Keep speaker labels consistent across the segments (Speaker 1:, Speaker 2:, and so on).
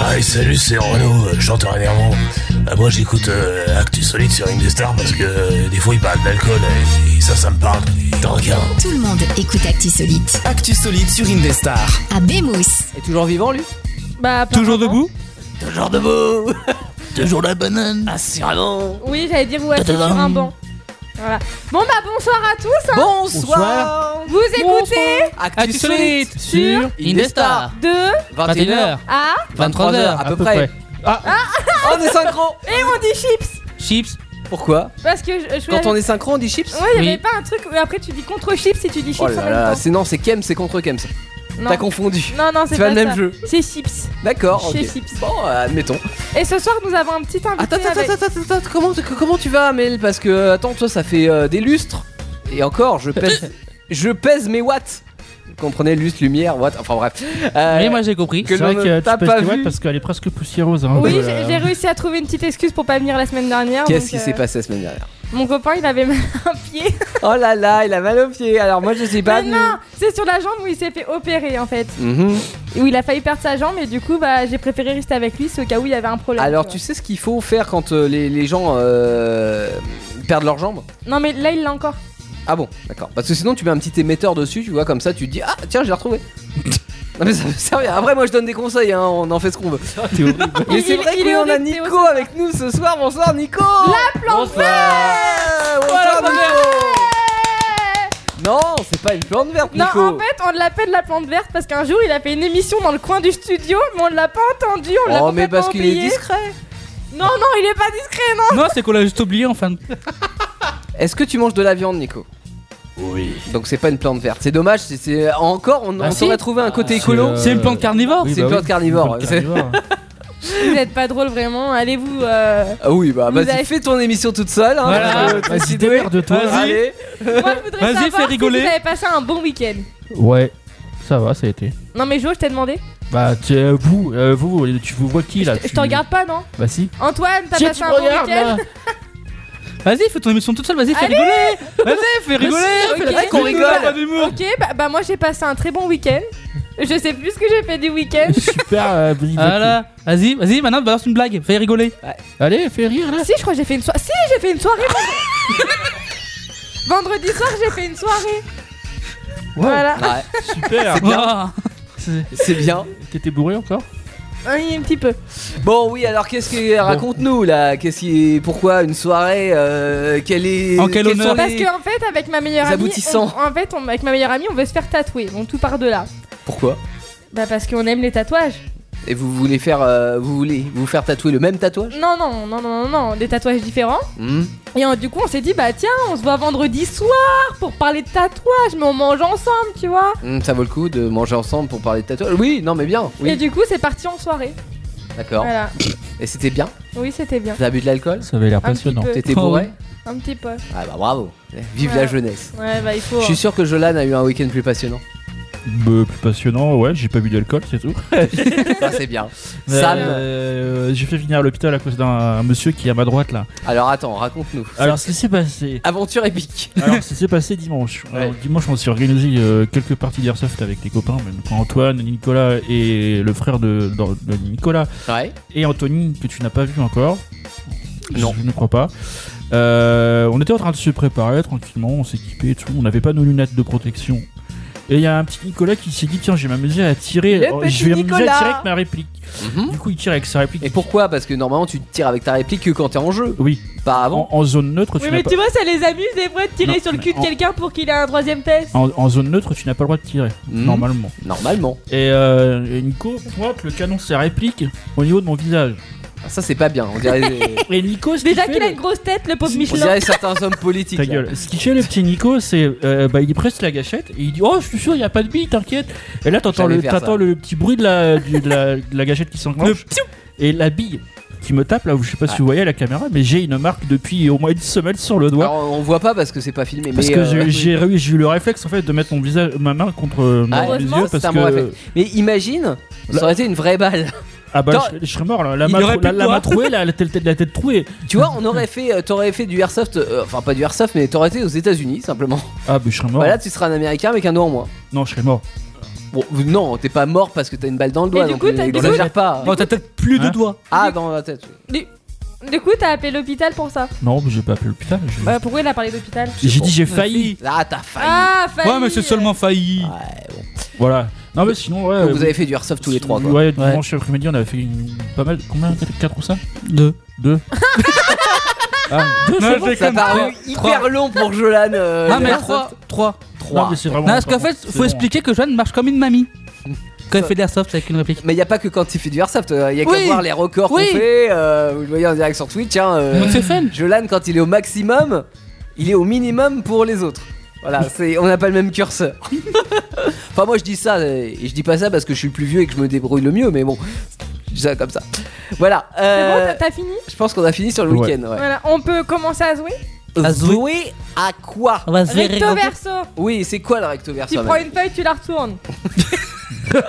Speaker 1: Hey, salut, c'est Renaud, euh, chanteur énervant. Ah, moi, j'écoute euh, Actu Solide sur Indestar parce que euh, des fois, ils parlent d'alcool et, et ça, ça me parle. Tant qu'un.
Speaker 2: Tout le monde écoute Actisolite.
Speaker 3: Actu solide sur Indestar.
Speaker 2: À Bémousse.
Speaker 4: Et toujours vivant lui
Speaker 5: Bah,
Speaker 4: Toujours
Speaker 5: apparemment.
Speaker 4: debout
Speaker 1: Toujours debout. Ah, Toujours la banane.
Speaker 4: Assurément
Speaker 5: Oui, j'allais dire ouais, c'est sur un banc. Voilà. Bon bah bonsoir à tous. hein.
Speaker 4: Bonsoir
Speaker 5: Vous écoutez
Speaker 4: Actu solide
Speaker 5: sur
Speaker 3: Indestar.
Speaker 5: de
Speaker 3: 21h,
Speaker 5: A
Speaker 3: 23h à peu près.
Speaker 4: On est synchro
Speaker 5: et on dit chips
Speaker 3: Chips,
Speaker 4: Pourquoi
Speaker 5: parce que je, je
Speaker 4: Quand on est synchro, on dit chips
Speaker 5: Ouais, il y avait
Speaker 3: Oui.
Speaker 5: pas un truc où après tu dis contre chips et tu dis chips
Speaker 4: Oh
Speaker 5: en
Speaker 4: là
Speaker 5: même
Speaker 4: là,
Speaker 5: temps.
Speaker 4: c'est non, c'est Kems, c'est contre Kems.
Speaker 5: Non.
Speaker 4: T'as confondu.
Speaker 5: non non, c'est
Speaker 4: C'est
Speaker 5: pas
Speaker 4: pas le même
Speaker 5: ça.
Speaker 4: jeu.
Speaker 5: C'est chips.
Speaker 4: D'accord, ok.
Speaker 5: Chez Chips.
Speaker 4: Bon, euh, admettons.
Speaker 5: Et ce soir nous avons un petit invité
Speaker 4: Attends, attends,
Speaker 5: avec-
Speaker 4: attends, attends, attends, comment, tu- comment tu vas, Amel Parce que, attends, toi, ça fait euh, des lustres. Et encore, je pèse, je pèse mes watts. Vous comprenez, lustre, lumière, watts, enfin bref. Euh,
Speaker 3: mais moi j'ai compris.
Speaker 4: que
Speaker 6: C'est vrai
Speaker 4: l'on
Speaker 6: que
Speaker 4: ne
Speaker 6: euh, tu
Speaker 4: t'a
Speaker 6: passes
Speaker 4: euh, pas
Speaker 6: tes watts
Speaker 4: vu.
Speaker 6: parce qu'elle est presque poussiéreuse. Hein,
Speaker 5: Oui,
Speaker 6: Donc,
Speaker 5: j'ai
Speaker 6: euh,
Speaker 5: j'ai réussi à trouver une petite excuse pour pas venir la semaine dernière.
Speaker 4: Oh Qu'est-ce
Speaker 5: donc,
Speaker 4: qui
Speaker 5: euh,
Speaker 4: s'est passé la semaine dernière
Speaker 5: Mon copain, il avait mal un pied.
Speaker 4: Oh là là, il a mal au pied. Alors moi, je suis pas
Speaker 5: Mais
Speaker 4: venu.
Speaker 5: non, c'est sur la jambe où il s'est fait opérer en fait.
Speaker 4: Mhm.
Speaker 5: Et Où il a failli perdre sa jambe et du coup, bah, j'ai préféré rester avec lui, c'est au cas où il y avait un problème.
Speaker 4: Alors,
Speaker 5: tu
Speaker 4: tu sais ce qu'il faut faire quand euh, les, les gens euh, perdent leurs jambes
Speaker 5: vois. Non, mais là, il l'a encore.
Speaker 4: Ah bon, d'accord. Parce que sinon, tu mets un petit émetteur dessus, tu vois, comme ça, tu te dis Ah, tiens, je l'ai retrouvé. non, mais ça veut servir. Après, moi, je donne des conseils, hein, on en fait ce qu'on veut.
Speaker 6: t'es horrible.
Speaker 4: Mais
Speaker 5: Il-
Speaker 4: c'est
Speaker 5: il-
Speaker 4: vrai
Speaker 5: il est
Speaker 4: qu'on a
Speaker 5: horrible, Théo,
Speaker 4: Nico
Speaker 5: ce
Speaker 4: avec nous ce soir. Bonsoir, Nico Ouais,
Speaker 5: Voilà,
Speaker 4: Bonsoir, Nico Non, c'est pas une plante verte,
Speaker 5: Non,
Speaker 4: Nico.
Speaker 5: en fait, on l'appelle la plante verte parce qu'un jour, il a fait une émission dans le coin du studio, mais on l'a pas entendu, on l'a
Speaker 4: oh, mais
Speaker 5: complètement
Speaker 4: parce qu'il est
Speaker 5: oublié.
Speaker 4: discret.
Speaker 5: Non, non, il est pas discret, non
Speaker 3: Non, c'est qu'on l'a juste oublié en fin de.
Speaker 4: Est-ce que tu manges de la viande, Nico
Speaker 1: Oui.
Speaker 4: Donc, c'est pas une plante verte. C'est dommage, c'est- c'est encore, on,
Speaker 3: Ah,
Speaker 4: on
Speaker 3: si.
Speaker 4: t'aurait trouvé un côté
Speaker 6: C'est,
Speaker 4: écolo.
Speaker 6: euh,
Speaker 3: C'est une plante carnivore
Speaker 6: Oui,
Speaker 4: c'est
Speaker 6: bah
Speaker 4: une plante
Speaker 6: oui,
Speaker 4: carnivore,
Speaker 6: une plante
Speaker 4: ouais.
Speaker 6: carnivore.
Speaker 5: Vous êtes pas drôle, vraiment, allez-vous. euh,
Speaker 4: Ah oui, bah
Speaker 5: Vous
Speaker 4: vas-y,
Speaker 5: avez-
Speaker 4: fais ton émission toute seule. Hein,
Speaker 3: Voilà.
Speaker 4: parce que t'es
Speaker 6: Vas-y,
Speaker 4: si douée.
Speaker 6: démerde-toi.
Speaker 3: Vas-y.
Speaker 4: Allez.
Speaker 5: Moi, je voudrais
Speaker 3: Vas-y,
Speaker 5: savoir
Speaker 3: fais
Speaker 5: si
Speaker 3: rigoler.
Speaker 5: vous avez passé un bon week-end.
Speaker 6: Ouais, ça va, ça a été.
Speaker 5: Non, mais Jo, je t'ai demandé.
Speaker 6: Bah, tu- euh, vous, euh, vous, tu vous vois qui là
Speaker 5: je t- je
Speaker 6: tu-
Speaker 5: t'en regarde pas, non
Speaker 6: Bah, si.
Speaker 5: Antoine, t'as
Speaker 6: Tiens,
Speaker 5: passé
Speaker 6: tu
Speaker 5: un
Speaker 6: me
Speaker 5: bon
Speaker 6: regardes,
Speaker 5: week-end
Speaker 6: là.
Speaker 3: Vas-y, fais ton émission toute seule, vas-y, fais
Speaker 5: Allez
Speaker 3: rigoler Vas-y, fais rigoler
Speaker 5: Ok.
Speaker 4: vrai qu'on
Speaker 3: Dis-nous, t'as
Speaker 4: rigole.
Speaker 3: pas d'humour.
Speaker 5: Ok, bah, bah, moi j'ai passé un très bon week-end. Je sais plus ce que j'ai fait du week-end.
Speaker 6: Super euh, bonne idée.
Speaker 3: Voilà, Ah vas-y, vas-y, maintenant balance une blague, fais rigoler.
Speaker 6: Allez, fais rire là.
Speaker 5: si, je crois que j'ai fait une soirée. Si, j'ai fait une soirée. vendredi- Vendredi soir, j'ai fait une soirée.
Speaker 6: Ouais,
Speaker 5: Voilà.
Speaker 4: Ouais,
Speaker 6: super.
Speaker 4: C'est bien.
Speaker 3: Ah.
Speaker 6: C'est-
Speaker 4: C'est bien.
Speaker 6: T'étais bourré encore
Speaker 5: Oui, un petit peu.
Speaker 4: Bon, oui, alors qu'est-ce que raconte-nous là Qu'est-ce qui pourquoi une soirée euh, Quelle est
Speaker 3: En quel
Speaker 4: quels
Speaker 3: honneur
Speaker 4: sont
Speaker 5: Parce
Speaker 4: les-
Speaker 5: que en fait, avec ma meilleure
Speaker 4: Les
Speaker 5: amie, on,
Speaker 4: aboutissants.
Speaker 5: en fait, on- avec ma meilleure amie, on veut se faire tatouer. Donc tout part de là.
Speaker 4: Pourquoi
Speaker 5: Bah parce qu'on aime les tatouages.
Speaker 4: Et vous voulez faire, euh, vous voulez vous faire tatouer le même tatouage
Speaker 5: Non, non, non, non, non, non, des tatouages différents.
Speaker 4: Hmm.
Speaker 5: Et euh, du coup, on s'est dit, bah tiens, on se voit vendredi soir pour parler de tatouages, mais on mange ensemble, tu vois.
Speaker 4: Hmm, Ça vaut le coup de manger ensemble pour parler de tatouage Oui, non, mais bien.
Speaker 5: Et
Speaker 4: Oui,
Speaker 5: du coup, c'est parti en soirée.
Speaker 4: d'accord.
Speaker 5: Voilà.
Speaker 4: Et c'était bien.
Speaker 5: Oui, c'était bien.
Speaker 4: T'as bu de l'alcool
Speaker 6: Ça avait l'air
Speaker 5: Un petit
Speaker 6: passionnant.
Speaker 5: peu.
Speaker 4: T'étais
Speaker 3: Oh,
Speaker 4: bourré
Speaker 5: Un petit peu.
Speaker 4: Ah bah bravo. Vive
Speaker 5: Voilà.
Speaker 4: la jeunesse.
Speaker 5: Euh, Ouais, bah il faut.
Speaker 4: Je suis sûr que Jolan a eu un week-end plus passionnant.
Speaker 6: Bah, plus passionnant, ouais, j'ai pas bu d'alcool, c'est tout.
Speaker 4: Ça c'est bien.
Speaker 6: Mais,
Speaker 4: Sam.
Speaker 6: euh, J'ai fait venir à l'hôpital à cause d'un un monsieur qui est à ma droite là.
Speaker 4: Alors attends, raconte-nous.
Speaker 6: Alors, ce qui s'est passé.
Speaker 4: Aventure épique.
Speaker 6: Alors, ça s'est passé dimanche. Alors,
Speaker 4: Ouais.
Speaker 6: dimanche, on s'est organisé euh, quelques parties d'airsoft avec les copains, même quand Antoine, Nicolas et le frère de, de- de Nicolas
Speaker 4: Ouais.
Speaker 6: et Anthony, que tu n'as pas vu encore.
Speaker 4: Non.
Speaker 6: Je ne crois pas. Euh, on était en train de se préparer tranquillement, on s'équipait et tout. On n'avait pas nos lunettes de protection. Et il y a un petit Nicolas qui s'est dit tiens, je vais m'amuser à tirer. Oh,
Speaker 4: Le
Speaker 6: je vais
Speaker 4: petit
Speaker 6: m'amuser
Speaker 4: Nicolas.
Speaker 6: à tirer avec ma réplique.
Speaker 4: Mhm.
Speaker 5: Hum.
Speaker 6: Du coup, il tire avec sa réplique.
Speaker 4: Et pourquoi Parce que normalement tu tires avec ta réplique que quand t'es en jeu,
Speaker 6: Oui,
Speaker 4: pas avant.
Speaker 6: en, en zone neutre,
Speaker 5: Oui,
Speaker 6: tu
Speaker 5: mais
Speaker 6: n'as
Speaker 5: tu vois, ça les amuse des fois de tirer
Speaker 6: Non,
Speaker 5: sur le
Speaker 6: mais
Speaker 5: cul de
Speaker 6: en-
Speaker 5: quelqu'un pour qu'il ait un troisième test.
Speaker 6: pas- en- en zone neutre, tu n'as pas le droit de tirer
Speaker 4: Mhm.
Speaker 6: normalement.
Speaker 4: Normalement.
Speaker 6: Et euh, et Nico pointe le canon de sa réplique au niveau de mon visage.
Speaker 4: Ah, Ça c'est pas bien. On dirait, des-
Speaker 6: Et Nico, ce qu'il
Speaker 5: Déjà
Speaker 6: fait,
Speaker 5: qu'il a une
Speaker 6: le-
Speaker 5: grosse tête, le pauvre
Speaker 4: on
Speaker 5: Michelin.
Speaker 4: dirait certains hommes politiques.
Speaker 6: ta
Speaker 4: là.
Speaker 6: gueule. Ce qu'il fait le petit Nico, c'est euh, bah, il presse la gâchette et il dit oh je suis sûr il y a pas de bille t'inquiète. Et là t'entends
Speaker 4: J'allais
Speaker 6: le
Speaker 4: faire
Speaker 6: t'entends
Speaker 4: ça.
Speaker 6: le petit bruit de la du- de la, de la gâchette qui s'enclenche et la bille qui me tape là où je sais pas si vous voyez à la caméra mais j'ai une marque depuis au moins une semaine sur le doigt.
Speaker 4: Alors, on voit pas parce que c'est pas filmé.
Speaker 6: parce
Speaker 4: mais,
Speaker 6: que
Speaker 4: euh,
Speaker 6: j'ai- j'ai réussi- j'ai eu le réflexe en fait de mettre mon visage ma main contre euh,
Speaker 4: Ah,
Speaker 6: mes
Speaker 5: heureusement,
Speaker 6: yeux
Speaker 4: c'est
Speaker 6: parce
Speaker 4: un bon
Speaker 6: que
Speaker 4: réflexe. mais imagine, ça
Speaker 6: Là-
Speaker 4: aurait été une vraie balle.
Speaker 6: ah bah
Speaker 4: Attends.
Speaker 6: je, je serais mort là la
Speaker 3: Il
Speaker 6: main
Speaker 3: aurait
Speaker 6: trou- la,
Speaker 3: pu
Speaker 6: la main
Speaker 3: voir.
Speaker 6: trouée là, la tête la tête trouée
Speaker 4: Tu vois, on aurait fait, euh, t'aurais fait du airsoft, euh, enfin pas du airsoft, mais t'aurais été aux États-Unis simplement.
Speaker 6: ah bah je serais mort
Speaker 4: Voilà, tu seras un Américain avec un doigt en moins.
Speaker 6: non je serais mort
Speaker 4: Bon, non, t'es pas mort parce que t'as une balle dans le doigt.
Speaker 5: du
Speaker 4: donc euh,
Speaker 5: coup, t'as- du coup,
Speaker 4: exagère pas.
Speaker 3: Bon, Oh, t'as peut-être plus de
Speaker 6: Hein
Speaker 3: doigts.
Speaker 4: Ah, dans la tête.
Speaker 5: Du, du coup, t'as appelé l'hôpital pour ça.
Speaker 6: Non, mais j'ai pas appelé l'hôpital. je-
Speaker 5: Euh, pourquoi il a parlé d'hôpital
Speaker 6: J'ai
Speaker 4: bon.
Speaker 6: dit j'ai failli.
Speaker 4: Ah, t'as failli.
Speaker 5: Ah, failli.
Speaker 3: Ouais, mais c'est seulement failli.
Speaker 4: Ouais, bon.
Speaker 6: Voilà. Non, mais sinon, ouais.
Speaker 4: Donc
Speaker 6: euh,
Speaker 4: vous avez fait du airsoft tous les trois, quoi.
Speaker 6: Ouais, dimanche après-midi, on a fait une... pas mal. Combien 4 ou ça
Speaker 3: Deux.
Speaker 6: 2. ah, 2
Speaker 3: Non,
Speaker 6: c'est
Speaker 3: je
Speaker 6: bon
Speaker 4: Ça a
Speaker 3: déconne.
Speaker 4: paru hyper long pour Jolan. euh,
Speaker 3: Ah, mais
Speaker 4: l'airsoft.
Speaker 3: trois. Trois.
Speaker 6: Non,
Speaker 4: Trois.
Speaker 6: mais c'est vraiment.
Speaker 3: Non, parce qu'en
Speaker 6: par
Speaker 3: fait,
Speaker 6: contre, c'est
Speaker 3: faut
Speaker 6: bon.
Speaker 3: expliquer que Joanne marche comme une mamie. Quand elle
Speaker 4: Ça-
Speaker 3: fait de l'airsoft avec une réplique.
Speaker 4: Mais il a pas que quand il fait du airsoft, euh, il y a qu'à
Speaker 3: Oui.
Speaker 4: voir les records
Speaker 3: Oui.
Speaker 4: qu'on fait. euh, vous le voyez en direct sur Twitch. Hein, euh,
Speaker 3: Donc c'est fun.
Speaker 4: Jolan, quand il est au maximum, il est au minimum pour les autres. Voilà, c'est, on n'a pas le même curseur. enfin, moi je dis ça, euh, et je dis pas ça parce que je suis le plus vieux et que je me débrouille le mieux, mais bon, je dis ça comme ça. Voilà,
Speaker 5: C'est
Speaker 4: euh,
Speaker 5: bon, t'as- t'as fini
Speaker 4: je pense qu'on a fini sur le
Speaker 6: Ouais.
Speaker 4: week-end. Ouais.
Speaker 5: Voilà, on peut commencer à jouer.
Speaker 3: À jouer.
Speaker 4: Jouer à quoi
Speaker 3: On va se verrer
Speaker 5: Recto
Speaker 3: quand-
Speaker 5: verso.
Speaker 4: Oui, c'est quoi le recto verso
Speaker 5: Tu prends une feuille, tu la retournes.
Speaker 4: Ça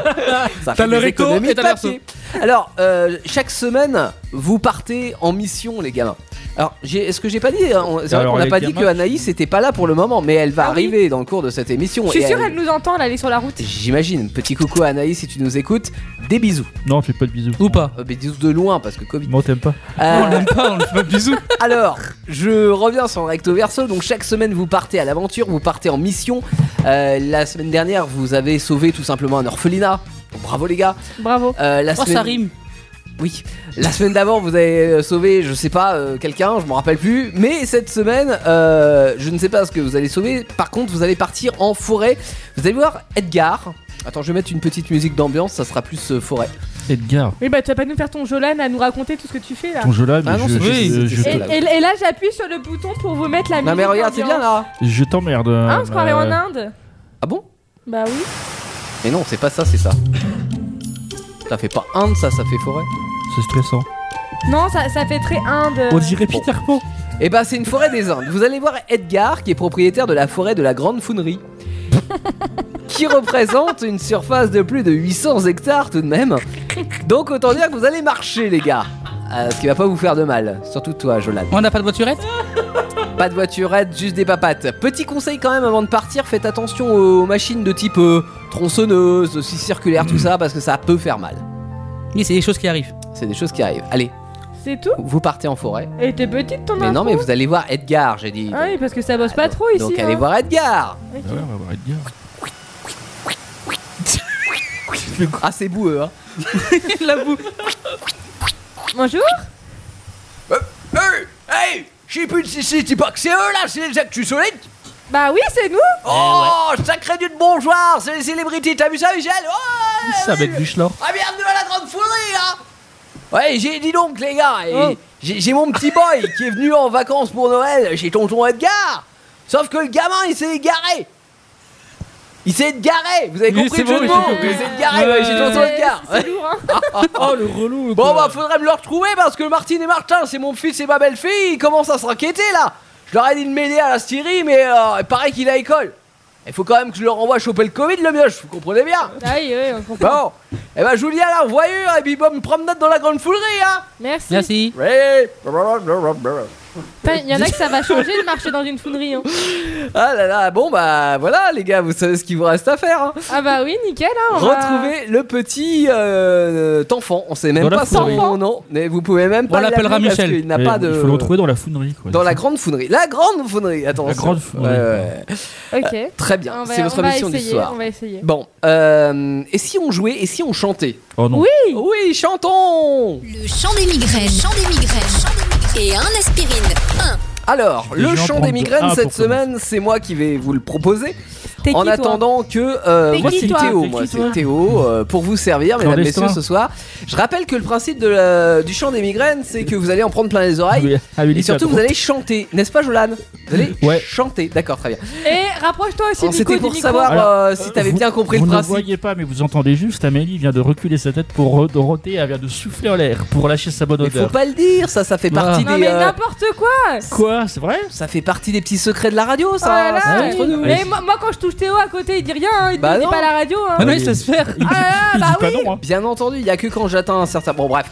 Speaker 3: T'as
Speaker 4: fait
Speaker 3: le
Speaker 4: des
Speaker 3: recto
Speaker 4: économies
Speaker 3: et t'as le
Speaker 4: de papier. Alors, euh, chaque semaine, vous partez en mission, les gamins. Alors, j'ai- est-ce que j'ai pas dit hein, on- C'est vrai
Speaker 6: Alors,
Speaker 4: qu'on n'a
Speaker 6: les
Speaker 4: pas dit
Speaker 6: gamins,
Speaker 4: que Anaïs était pas là pour le moment, mais elle va
Speaker 5: Ah oui.
Speaker 4: arriver dans le cours de cette émission.
Speaker 5: Je suis
Speaker 4: et
Speaker 5: sûre,
Speaker 4: elle-
Speaker 5: elle nous entend, là, elle est sur la route.
Speaker 4: J'imagine. Petit coucou à Anaïs si tu nous écoutes. Des bisous.
Speaker 6: Non, fais pas de bisous.
Speaker 3: Ou pas.
Speaker 4: Euh, mais bisous de loin parce que Covid.
Speaker 6: Moi, t'aimes pas.
Speaker 4: Euh,
Speaker 3: Oh, On l'aime pas, on le fait pas de bisous.
Speaker 4: alors, je reviens sur le recto verso. Donc, chaque semaine, vous partez à l'aventure, vous partez en mission. Euh, la semaine dernière, vous avez sauvé tout simplement un orphelinat. Donc, Bravo les gars.
Speaker 5: Bravo.
Speaker 4: Euh, la
Speaker 3: Oh,
Speaker 4: semaine...
Speaker 3: ça rime.
Speaker 4: Oui, la semaine d'avant vous avez euh, sauvé, je sais pas, euh, quelqu'un, je m'en rappelle plus. Mais cette semaine, euh, je ne sais pas ce que vous allez sauver. Par contre, vous allez partir en forêt. Vous allez voir Edgar. Attends, je vais mettre une petite musique d'ambiance, ça sera plus euh, forêt.
Speaker 6: Edgar,
Speaker 5: Oui, bah, tu vas pas nous faire ton Jolan à nous raconter tout ce que tu fais, là.
Speaker 6: ton jeu là, mais
Speaker 4: Ah non,
Speaker 6: je,
Speaker 4: c'est
Speaker 6: je-
Speaker 4: juste-
Speaker 6: je-
Speaker 4: c'est-
Speaker 5: Et,
Speaker 6: je-
Speaker 4: Voilà.
Speaker 5: et- et là, j'appuie sur le bouton pour vous mettre la musique.
Speaker 4: Non mais regarde, c'est bien
Speaker 5: d'ambiance.
Speaker 4: là.
Speaker 6: je t'emmerde.
Speaker 5: Hein, on se croirait en
Speaker 6: euh,
Speaker 5: Inde
Speaker 4: Ah bon
Speaker 5: Bah oui.
Speaker 4: Mais non, c'est pas ça, c'est ça. Ça fait pas Inde, ça, ça fait forêt.
Speaker 6: C'est stressant.
Speaker 5: Non, ça, ça fait très Inde.
Speaker 6: On dirait Peter Pan.
Speaker 4: Eh ben, c'est une forêt des Indes. Vous allez voir Edgar, qui est propriétaire de la forêt de la Grande Founerie. qui représente une surface de plus de 800 hectares tout de même. Donc, autant dire que vous allez marcher, les gars. Euh, ce qui va pas vous faire de mal. Surtout toi, Jolan.
Speaker 3: On n'a pas de voiturette
Speaker 4: Pas de voiturette, juste des papates. Petit conseil quand même avant de partir, faites attention aux machines de type euh, tronçonneuse, scie circulaire, tout
Speaker 5: Mm.
Speaker 4: ça, parce que ça peut faire mal.
Speaker 3: Mais c'est des choses qui arrivent.
Speaker 4: C'est des choses qui arrivent. Allez,
Speaker 5: C'est tout
Speaker 4: vous partez en forêt.
Speaker 5: Et t'es petite, ton
Speaker 4: Mais
Speaker 5: info
Speaker 4: non, mais vous allez voir Edgar, j'ai dit.
Speaker 5: Ah oui, parce que ça bosse pas trop ici.
Speaker 4: Donc,
Speaker 5: hein.
Speaker 4: allez voir Edgar.
Speaker 5: Ok.
Speaker 6: Ouais, on va voir Edgar.
Speaker 4: Ah, c'est boueux, hein.
Speaker 3: La boue.
Speaker 5: Bonjour
Speaker 4: Hey, Euh, hey, je sais plus si c'est c'est pas que c'est eux là, c'est les actus solides.
Speaker 5: Bah oui, c'est nous
Speaker 4: Oh, sacré du bonjour, c'est les célébrités, t'as vu ça, Michel oh,
Speaker 6: Ça va être du schlor.
Speaker 4: Ah, bienvenue à la grande foulerie, hein Ouais, j'ai dis donc, les gars, et
Speaker 5: Oh.
Speaker 4: j'ai j'ai mon petit boy qui est venu en vacances pour Noël chez tonton Edgar. Sauf que le gamin, il s'est égaré. Il s'est égaré, vous avez
Speaker 3: Oui,
Speaker 4: compris
Speaker 3: c'est
Speaker 4: le jeu
Speaker 3: bon,
Speaker 4: de
Speaker 3: j'ai
Speaker 4: mots
Speaker 3: compris.
Speaker 4: Il s'est égaré
Speaker 3: Ouais.
Speaker 4: ouais, chez tonton
Speaker 5: C'est
Speaker 4: Edgar.
Speaker 5: c'est lourd, hein
Speaker 6: Oh, le relou.
Speaker 4: Bon bah faudrait me le retrouver parce que Martine et Martin c'est mon fils et ma belle-fille, ils commencent à s'inquiéter là Je leur ai dit de m'aider à la styrie mais euh, il paraît qu'il est à école Il faut quand même que je leur envoie choper le Covid le mioche, vous comprenez bien
Speaker 5: Ah oui, oui, on comprend.
Speaker 4: Bon, et bah je vous dis à la revoyure et puis bonne promenade dans la grande foulerie hein
Speaker 5: Merci.
Speaker 3: Merci.
Speaker 4: Ouais.
Speaker 5: Putain, Il y en a que ça va changer de marcher dans une founerie. hein.
Speaker 4: Ah là là, bon bah voilà les gars, vous savez ce qu'il vous reste à faire hein.
Speaker 5: Ah bah oui, nickel. Hein, on va-
Speaker 4: Retrouver le petit euh, enfant, on sait même
Speaker 6: Dans la
Speaker 4: pas son
Speaker 5: foulerie.
Speaker 4: nom, non, mais vous pouvez même pas
Speaker 3: On l'appellera
Speaker 4: l'appeler parce
Speaker 3: Michel.
Speaker 4: qu'il n'a pas de...
Speaker 6: Eh, Il faut le retrouver dans la founerie, quoi.
Speaker 4: Dans la grande founerie. La grande founerie, attention.
Speaker 6: La grande founerie.
Speaker 4: Ouais, ouais.
Speaker 5: Ok.
Speaker 4: Très
Speaker 5: On
Speaker 4: bien,
Speaker 5: va-
Speaker 4: c'est votre
Speaker 5: on va
Speaker 4: mission du
Speaker 5: essayer,
Speaker 4: soir.
Speaker 5: On va essayer.
Speaker 4: Bon, euh, et si on jouait et si on chantait
Speaker 6: Oh non.
Speaker 5: Oui.
Speaker 4: Oui, chantons
Speaker 2: Le chant des migraines. Chant des migraines. Et un aspirine. Un.
Speaker 4: Alors,
Speaker 6: Des
Speaker 4: le
Speaker 6: gens
Speaker 4: chant
Speaker 6: prennent
Speaker 4: des
Speaker 6: de-
Speaker 4: migraines
Speaker 6: Ah,
Speaker 4: cette
Speaker 6: pour
Speaker 4: semaine, c'est moi qui vais vous le proposer.
Speaker 5: T'es qui,
Speaker 4: En
Speaker 5: toi
Speaker 4: attendant que. euh,
Speaker 5: T'es
Speaker 4: moi,
Speaker 5: qui,
Speaker 4: c'est
Speaker 5: toi
Speaker 4: Théo,
Speaker 6: T'es
Speaker 4: moi,
Speaker 6: qui,
Speaker 4: c'est
Speaker 6: toi
Speaker 4: Théo, euh, pour vous servir, mesdames,
Speaker 6: Clandestin.
Speaker 4: messieurs, ce soir. Je rappelle que le principe de la- du chant des migraines, c'est que vous allez en prendre plein les
Speaker 6: Ah,
Speaker 4: oreilles. Et surtout, vous allez chanter, n'est-ce pas, Jolan Vous allez
Speaker 6: Ouais.
Speaker 4: chanter, d'accord, très bien.
Speaker 5: Et Eh, rapproche-toi aussi,
Speaker 4: Alors, Oh,
Speaker 5: Nico,
Speaker 4: C'était
Speaker 5: du
Speaker 4: pour
Speaker 5: micro.
Speaker 4: savoir
Speaker 6: Alors,
Speaker 4: euh, si t'avais
Speaker 6: Vous-
Speaker 4: bien compris
Speaker 6: vous
Speaker 4: le
Speaker 6: ne
Speaker 4: principe.
Speaker 6: voyez pas, mais vous entendez juste. Amélie vient de reculer sa tête pour re- Dorothée. Elle vient de souffler en l'air pour lâcher sa bonne
Speaker 4: Mais faut
Speaker 6: odeur.
Speaker 4: pas le dire, ça, ça fait partie
Speaker 5: Non
Speaker 4: des.
Speaker 5: mais
Speaker 4: euh,
Speaker 5: n'importe quoi
Speaker 6: Quoi C'est vrai
Speaker 4: Ça fait partie des petits secrets de la radio,
Speaker 5: Oh
Speaker 4: ça. hein,
Speaker 5: là là.
Speaker 4: c'est entre nous.
Speaker 5: Mais moi, moi, quand je touche Théo à côté, il dit rien, hein, il dit
Speaker 4: Bah
Speaker 5: on n'est
Speaker 4: non.
Speaker 5: pas à la radio. hein.
Speaker 3: Bah non,
Speaker 6: Oui.
Speaker 3: il sait se faire.
Speaker 6: Il,
Speaker 5: Ah,
Speaker 6: il
Speaker 5: bah
Speaker 6: dit pas
Speaker 5: oui.
Speaker 6: non. Hein.
Speaker 4: Bien entendu, il y a que quand j'atteins un certain. Bon, bref.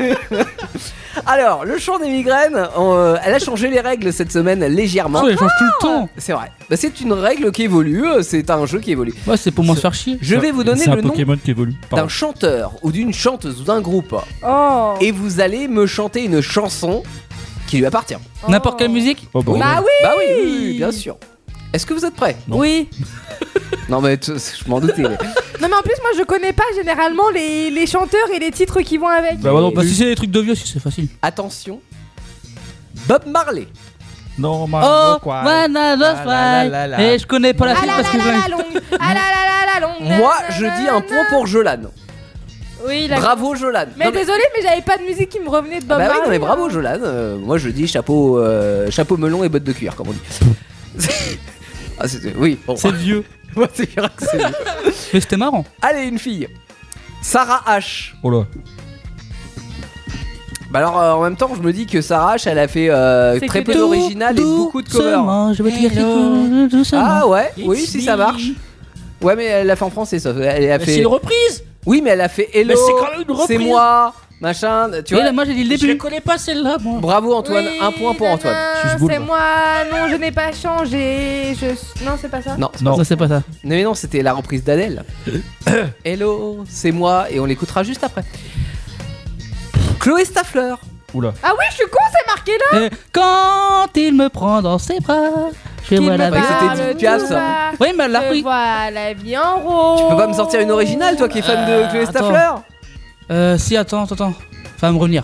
Speaker 4: Euh, Alors, le chant des migraines, euh, elle a changé les règles cette semaine légèrement.
Speaker 3: Ça, elle change tout le temps.
Speaker 4: C'est vrai. Bah, c'est une règle qui évolue, euh, c'est un jeu qui évolue.
Speaker 3: Ouais, c'est pour moi se faire chier.
Speaker 4: Je vais vous donner
Speaker 6: C'est un
Speaker 4: le nom
Speaker 6: Pokémon qui évolue. Pardon.
Speaker 4: d'un chanteur ou d'une chanteuse ou d'un groupe.
Speaker 5: Oh.
Speaker 4: Et vous allez me chanter une chanson qui lui appartient.
Speaker 5: Oh.
Speaker 3: N'importe quelle musique
Speaker 6: Oh, bah,
Speaker 5: Bah oui.
Speaker 4: Bah oui, oui, oui, bien sûr. Est-ce que vous êtes prêts
Speaker 6: Non.
Speaker 5: Oui.
Speaker 4: Non mais tu- je m'en doutais. mais-
Speaker 5: Non mais en plus moi je connais pas généralement les, les chanteurs et les titres qui vont avec.
Speaker 6: Bah, non, bah,
Speaker 3: Bah, si c'est des trucs de vieux, si c'est facile.
Speaker 4: Attention. Bob Marley.
Speaker 6: non,
Speaker 3: Oh,
Speaker 4: Ah,
Speaker 6: ma- quoi.
Speaker 3: one of us
Speaker 6: La, la, la, la.
Speaker 3: Et je connais pas la
Speaker 5: Ah
Speaker 3: suite
Speaker 5: la la
Speaker 3: parce que
Speaker 5: la la
Speaker 3: je
Speaker 5: longue. Ah la la la la longue.
Speaker 4: Moi,
Speaker 5: Na, na,
Speaker 4: je
Speaker 5: na,
Speaker 4: dis un
Speaker 5: na.
Speaker 4: point pour Jolan.
Speaker 5: Oui, la-
Speaker 4: Bravo Jolan.
Speaker 5: Mais
Speaker 4: Non, mais-
Speaker 5: désolé mais j'avais pas de musique qui me revenait de
Speaker 4: Ah
Speaker 5: Bob
Speaker 4: bah oui, non,
Speaker 5: Marley,
Speaker 4: mais bravo
Speaker 5: hein.
Speaker 4: Jolan. Euh, moi je dis chapeau, euh, chapeau melon et bottes de cuir, comme on dit. ah, c'est- oui, bon.
Speaker 6: C'est vieux.
Speaker 4: Ouais, c'est vrai que c'est-
Speaker 3: Mais c'était marrant.
Speaker 4: Allez, une fille. Sarah H.
Speaker 6: Oh là.
Speaker 4: Bah alors euh, en même temps, je me dis que Sarah H, elle a fait euh,
Speaker 5: C'est
Speaker 4: très
Speaker 5: que
Speaker 4: peu
Speaker 5: des-
Speaker 4: d'original et beaucoup de covers. hein.
Speaker 3: Doucement, Je vais te dire que- doucement.
Speaker 4: Ah ouais,
Speaker 3: It's
Speaker 4: oui, si ça
Speaker 3: me.
Speaker 4: marche. Ouais, mais elle l'a fait en français, ça. Elle a
Speaker 5: Bah,
Speaker 3: Mais
Speaker 4: fait.
Speaker 3: C'est une reprise
Speaker 4: Oui, mais elle a fait Hello.
Speaker 3: Mais c'est quand même une reprise.
Speaker 4: C'est moi, machin. Tu
Speaker 3: Oui,
Speaker 4: vois.
Speaker 3: là, moi j'ai dit le
Speaker 4: Je
Speaker 3: début.
Speaker 4: la
Speaker 3: connais pas celle-là, moi.
Speaker 4: Bravo Antoine,
Speaker 5: Oui,
Speaker 4: un point pour
Speaker 5: na,
Speaker 4: Antoine.
Speaker 5: na,
Speaker 6: Je suis boule,
Speaker 5: C'est
Speaker 6: moi.
Speaker 5: moi. Non, je n'ai pas changé. Je suis- non, c'est pas ça.
Speaker 4: Non,
Speaker 6: Non.
Speaker 3: Non, c'est pas ça.
Speaker 4: Non, mais non, c'était la reprise d'Adèle. Hello, c'est moi, et on l'écoutera juste après. Chloé Staffler.
Speaker 6: Oula.
Speaker 5: Ah oui, je suis con, c'est marqué là.
Speaker 3: Euh, Quand il me prend dans ses bras, je
Speaker 5: Qu'il
Speaker 3: vois
Speaker 5: me
Speaker 3: la
Speaker 4: Bah,
Speaker 3: vie.
Speaker 4: c'était
Speaker 5: parle
Speaker 4: du Piaf,
Speaker 5: tout
Speaker 4: ça.
Speaker 5: bas.
Speaker 3: Oui, mais là,
Speaker 5: Je
Speaker 3: oui.
Speaker 5: vois la vie en rose.
Speaker 4: Tu peux pas me sortir une originale, toi qui es fan de
Speaker 3: Euh,
Speaker 4: Chloé
Speaker 3: attends.
Speaker 4: Staffler
Speaker 3: Euh, si, attends, attends, attends. Ça va me revenir.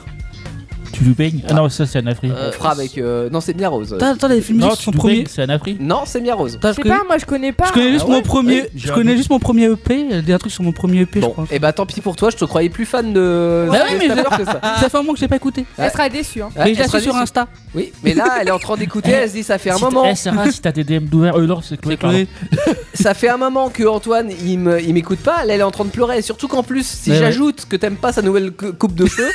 Speaker 6: Tu nous baignes Ah non, ça c'est Anafri.
Speaker 4: On fera avec. euh, Non, c'est Mia Rose.
Speaker 3: Attends, attends, les films
Speaker 6: Non,
Speaker 3: qui
Speaker 6: tu
Speaker 3: sont
Speaker 6: nous
Speaker 3: premiers.
Speaker 6: baignes, c'est Anafri.
Speaker 4: Non, c'est Mia Rose.
Speaker 3: Attends,
Speaker 5: Je sais pas, moi je connais pas.
Speaker 3: Je connais juste
Speaker 4: Ah ouais
Speaker 3: mon premier,
Speaker 6: Oui, j'ai
Speaker 3: je
Speaker 6: un
Speaker 3: connais
Speaker 6: doute.
Speaker 3: juste mon premier EP, euh, des trucs sur mon premier EP, je
Speaker 4: Bon,
Speaker 3: crois.
Speaker 4: et bah tant pis pour toi, je te croyais plus fan de.
Speaker 3: Bah oui,
Speaker 4: Chloé
Speaker 3: mais
Speaker 4: Staffler que ça.
Speaker 3: Ça fait un moment que je l'ai pas écouté.
Speaker 5: Elle sera déçue. Hein.
Speaker 4: Ouais, Ah.
Speaker 3: mais je
Speaker 4: elle
Speaker 3: l'ai
Speaker 4: sera
Speaker 3: su sur
Speaker 4: déçue.
Speaker 3: Insta.
Speaker 4: Oui, mais là, elle est en train d'écouter, elle se dit, ça fait un moment.
Speaker 6: Eh, Sarah, si t'as des DM d'ouvert. Euh, non, c'est Chloé. pardon.
Speaker 4: Ça fait un moment que Antoine, il me- il m'écoute pas, là, elle est en train de pleurer. Et surtout qu'en plus, si
Speaker 3: Ouais, ouais.
Speaker 4: j'ajoute que t'aimes pas sa nouvelle cou- coupe de feu,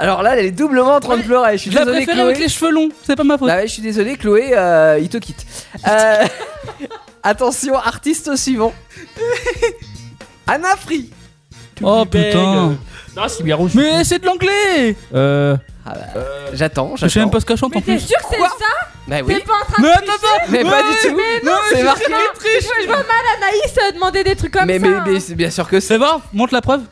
Speaker 4: alors là, elle est doublement en train de pleurer. Je suis
Speaker 3: Je la
Speaker 4: désolé,
Speaker 3: préférée
Speaker 4: Chloé.
Speaker 3: avec les cheveux longs, c'est pas ma faute.
Speaker 4: Bah ouais, je suis désolé, Chloé, euh, il te quitte. Euh, attention, artiste suivant. Anna Free.
Speaker 6: Tu
Speaker 3: Oh,
Speaker 6: nous baignes.
Speaker 3: putain.
Speaker 6: Non, c'est bien rouge.
Speaker 3: Mais c'est de l'anglais
Speaker 6: Euh.
Speaker 4: J'attends,
Speaker 3: Je sais même
Speaker 4: j'attends.
Speaker 3: pas ce qu'elle chante en
Speaker 5: Mais t'es
Speaker 3: plus.
Speaker 5: sûr que c'est
Speaker 4: Quoi
Speaker 5: ça
Speaker 4: Bah oui,
Speaker 5: T'es pas en train
Speaker 3: Mais
Speaker 5: de
Speaker 3: attends,
Speaker 5: tricher
Speaker 3: attends
Speaker 4: mais pas du
Speaker 3: Ouais,
Speaker 4: tout.
Speaker 3: non, mais
Speaker 4: c'est
Speaker 3: je
Speaker 4: marqué.
Speaker 5: Je vois- je vois mal Anaïs euh, demander des trucs comme
Speaker 4: Mais,
Speaker 5: ça.
Speaker 4: mais,
Speaker 5: hein.
Speaker 4: mais c'est bien sûr que c'est.
Speaker 3: C'est bon, montre la preuve.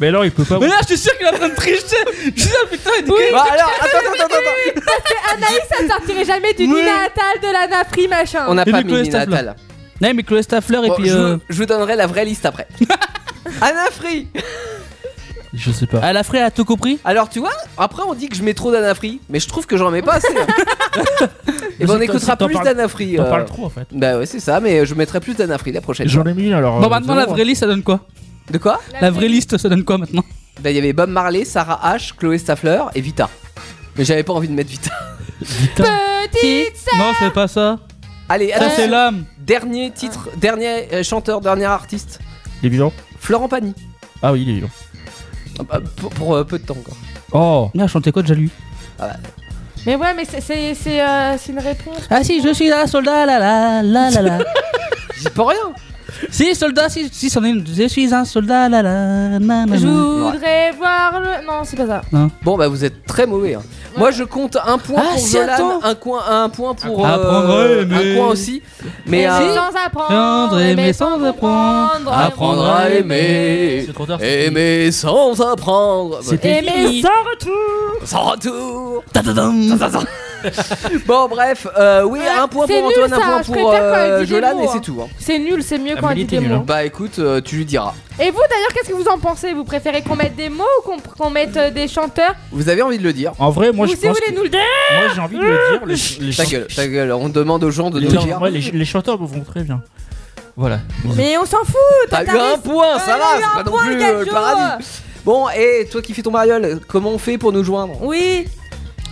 Speaker 6: Mais non, il peut pas.
Speaker 3: Mais là, je suis sûr qu'il est en train de tricher. Je dis, ah putain, il dit que-
Speaker 4: Bah alors, attends, attends, attends, attends.
Speaker 5: Anaïs, ça ne sortirait jamais du
Speaker 3: Oui.
Speaker 5: Nina Attal, de la Nafri, machin.
Speaker 4: On n'a
Speaker 6: Et
Speaker 4: pas
Speaker 6: du Chloé
Speaker 4: mis
Speaker 6: Staffler.
Speaker 4: Natal.
Speaker 3: Non, mais Chloé Staffler et
Speaker 4: Bon,
Speaker 3: puis.
Speaker 4: je,
Speaker 3: euh,
Speaker 4: vous, je vous donnerai la vraie liste après. Anna Free.
Speaker 6: Je sais pas.
Speaker 3: Elle a frais, elle a tout compris.
Speaker 4: Alors tu vois, après on dit que je mets trop d'anafri, mais je trouve que j'en mets pas assez. Et ben on
Speaker 6: C'est-
Speaker 4: écoutera
Speaker 6: c'est- t'en
Speaker 4: plus
Speaker 6: parles-
Speaker 4: d'anafri.
Speaker 6: T'en
Speaker 4: euh.
Speaker 6: parles trop en fait.
Speaker 4: Bah ouais c'est ça, mais je mettrai plus d'anafri la prochaine.
Speaker 6: J'en ai mis une,
Speaker 4: Oh,
Speaker 6: alors. euh,
Speaker 3: Bon, maintenant, la
Speaker 6: zéro.
Speaker 3: vraie liste, ça donne quoi
Speaker 4: De quoi
Speaker 3: La vraie liste, ça donne quoi maintenant
Speaker 4: Bah il y avait Bob Marley, Sarah H, Chloé Staffler et Vita. Mais j'avais pas envie de mettre Vita.
Speaker 5: Petite sœur.
Speaker 3: Non, c'est pas ça. Euh.
Speaker 4: Allez,
Speaker 3: Ça,
Speaker 4: attention.
Speaker 3: c'est l'âme.
Speaker 4: Dernier titre, dernier euh, chanteur, dernier artiste,
Speaker 6: Il est vivant
Speaker 4: Florent Pagny.
Speaker 6: Ah oui, il est vivant.
Speaker 4: Ah bah, pour, pour, euh, peu de temps encore.
Speaker 6: Oh
Speaker 3: Merde, chantait quoi déjà lui
Speaker 5: Mais ouais, mais c'est- c'est c'est, euh, c'est une réponse.
Speaker 3: Ah si, je suis un soldat, la la la la la.
Speaker 4: J'y peux rien.
Speaker 3: si, soldat, si, si, c'en est une. Je suis un soldat, la la na, na,
Speaker 5: Je
Speaker 3: na.
Speaker 5: voudrais voir le. Non, c'est pas ça.
Speaker 4: Bon bah vous êtes très mauvais. hein. Moi je compte un point
Speaker 3: Ah,
Speaker 4: pour
Speaker 3: si,
Speaker 4: Jolan,
Speaker 3: attends.
Speaker 4: un, coin, un point pour euh,
Speaker 3: Ah, prendre, ouais,
Speaker 4: un
Speaker 3: mais-
Speaker 4: coin aussi. Mais
Speaker 5: Mais
Speaker 4: euh,
Speaker 5: sans apprendre.
Speaker 3: Prendre, aimer sans apprendre.
Speaker 4: apprendre à aimer.
Speaker 6: C'est trop tard. c'est fini.
Speaker 4: Aimer sans apprendre.
Speaker 6: C'était-
Speaker 5: Aimer sans retour.
Speaker 4: Bah, sans retour.
Speaker 3: Tadadam.
Speaker 4: Bon, bref, euh, oui,
Speaker 5: Ouais,
Speaker 4: un point
Speaker 5: c'est
Speaker 4: pour Antoine,
Speaker 5: nul,
Speaker 4: un
Speaker 5: ça.
Speaker 4: point
Speaker 5: Je
Speaker 4: pour
Speaker 5: préfère quand elle
Speaker 4: euh,
Speaker 5: dit des
Speaker 4: Jolan,
Speaker 5: mots,
Speaker 4: et
Speaker 5: hein.
Speaker 4: c'est tout. hein.
Speaker 5: C'est nul, c'est mieux quand on
Speaker 6: Amélie,
Speaker 5: dit
Speaker 6: t'es
Speaker 5: des
Speaker 6: nulle,
Speaker 5: mots.
Speaker 6: hein.
Speaker 4: Bah écoute, euh, tu lui diras.
Speaker 5: Et vous d'ailleurs, qu'est-ce que vous en pensez Vous préférez qu'on mette des mots ou qu'on qu'on mette euh, des chanteurs
Speaker 4: Vous avez envie de le dire
Speaker 6: En vrai, moi
Speaker 5: Ou
Speaker 6: je
Speaker 5: si vous
Speaker 6: pense.
Speaker 5: voulez
Speaker 6: que-
Speaker 5: nous le dire
Speaker 6: Moi j'ai envie de le dire. Les, les
Speaker 4: Ta
Speaker 6: chan-
Speaker 4: gueule, ta gueule, on demande aux gens de
Speaker 6: les
Speaker 4: nous
Speaker 6: gens-
Speaker 4: dire.
Speaker 6: ouais, les- les chanteurs me vont très bien. Voilà.
Speaker 5: Mais on s'en fout
Speaker 4: T'as eu
Speaker 5: t'as
Speaker 4: un point, Ah, ça
Speaker 5: Ouais,
Speaker 4: va,
Speaker 5: il y a
Speaker 4: c'est
Speaker 5: eu
Speaker 4: pas
Speaker 5: un
Speaker 4: non
Speaker 5: point,
Speaker 4: plus
Speaker 5: quatre
Speaker 4: euh, le
Speaker 5: jours.
Speaker 4: paradis. Bon, et toi qui fais ton mariole, comment on fait pour nous joindre
Speaker 5: Oui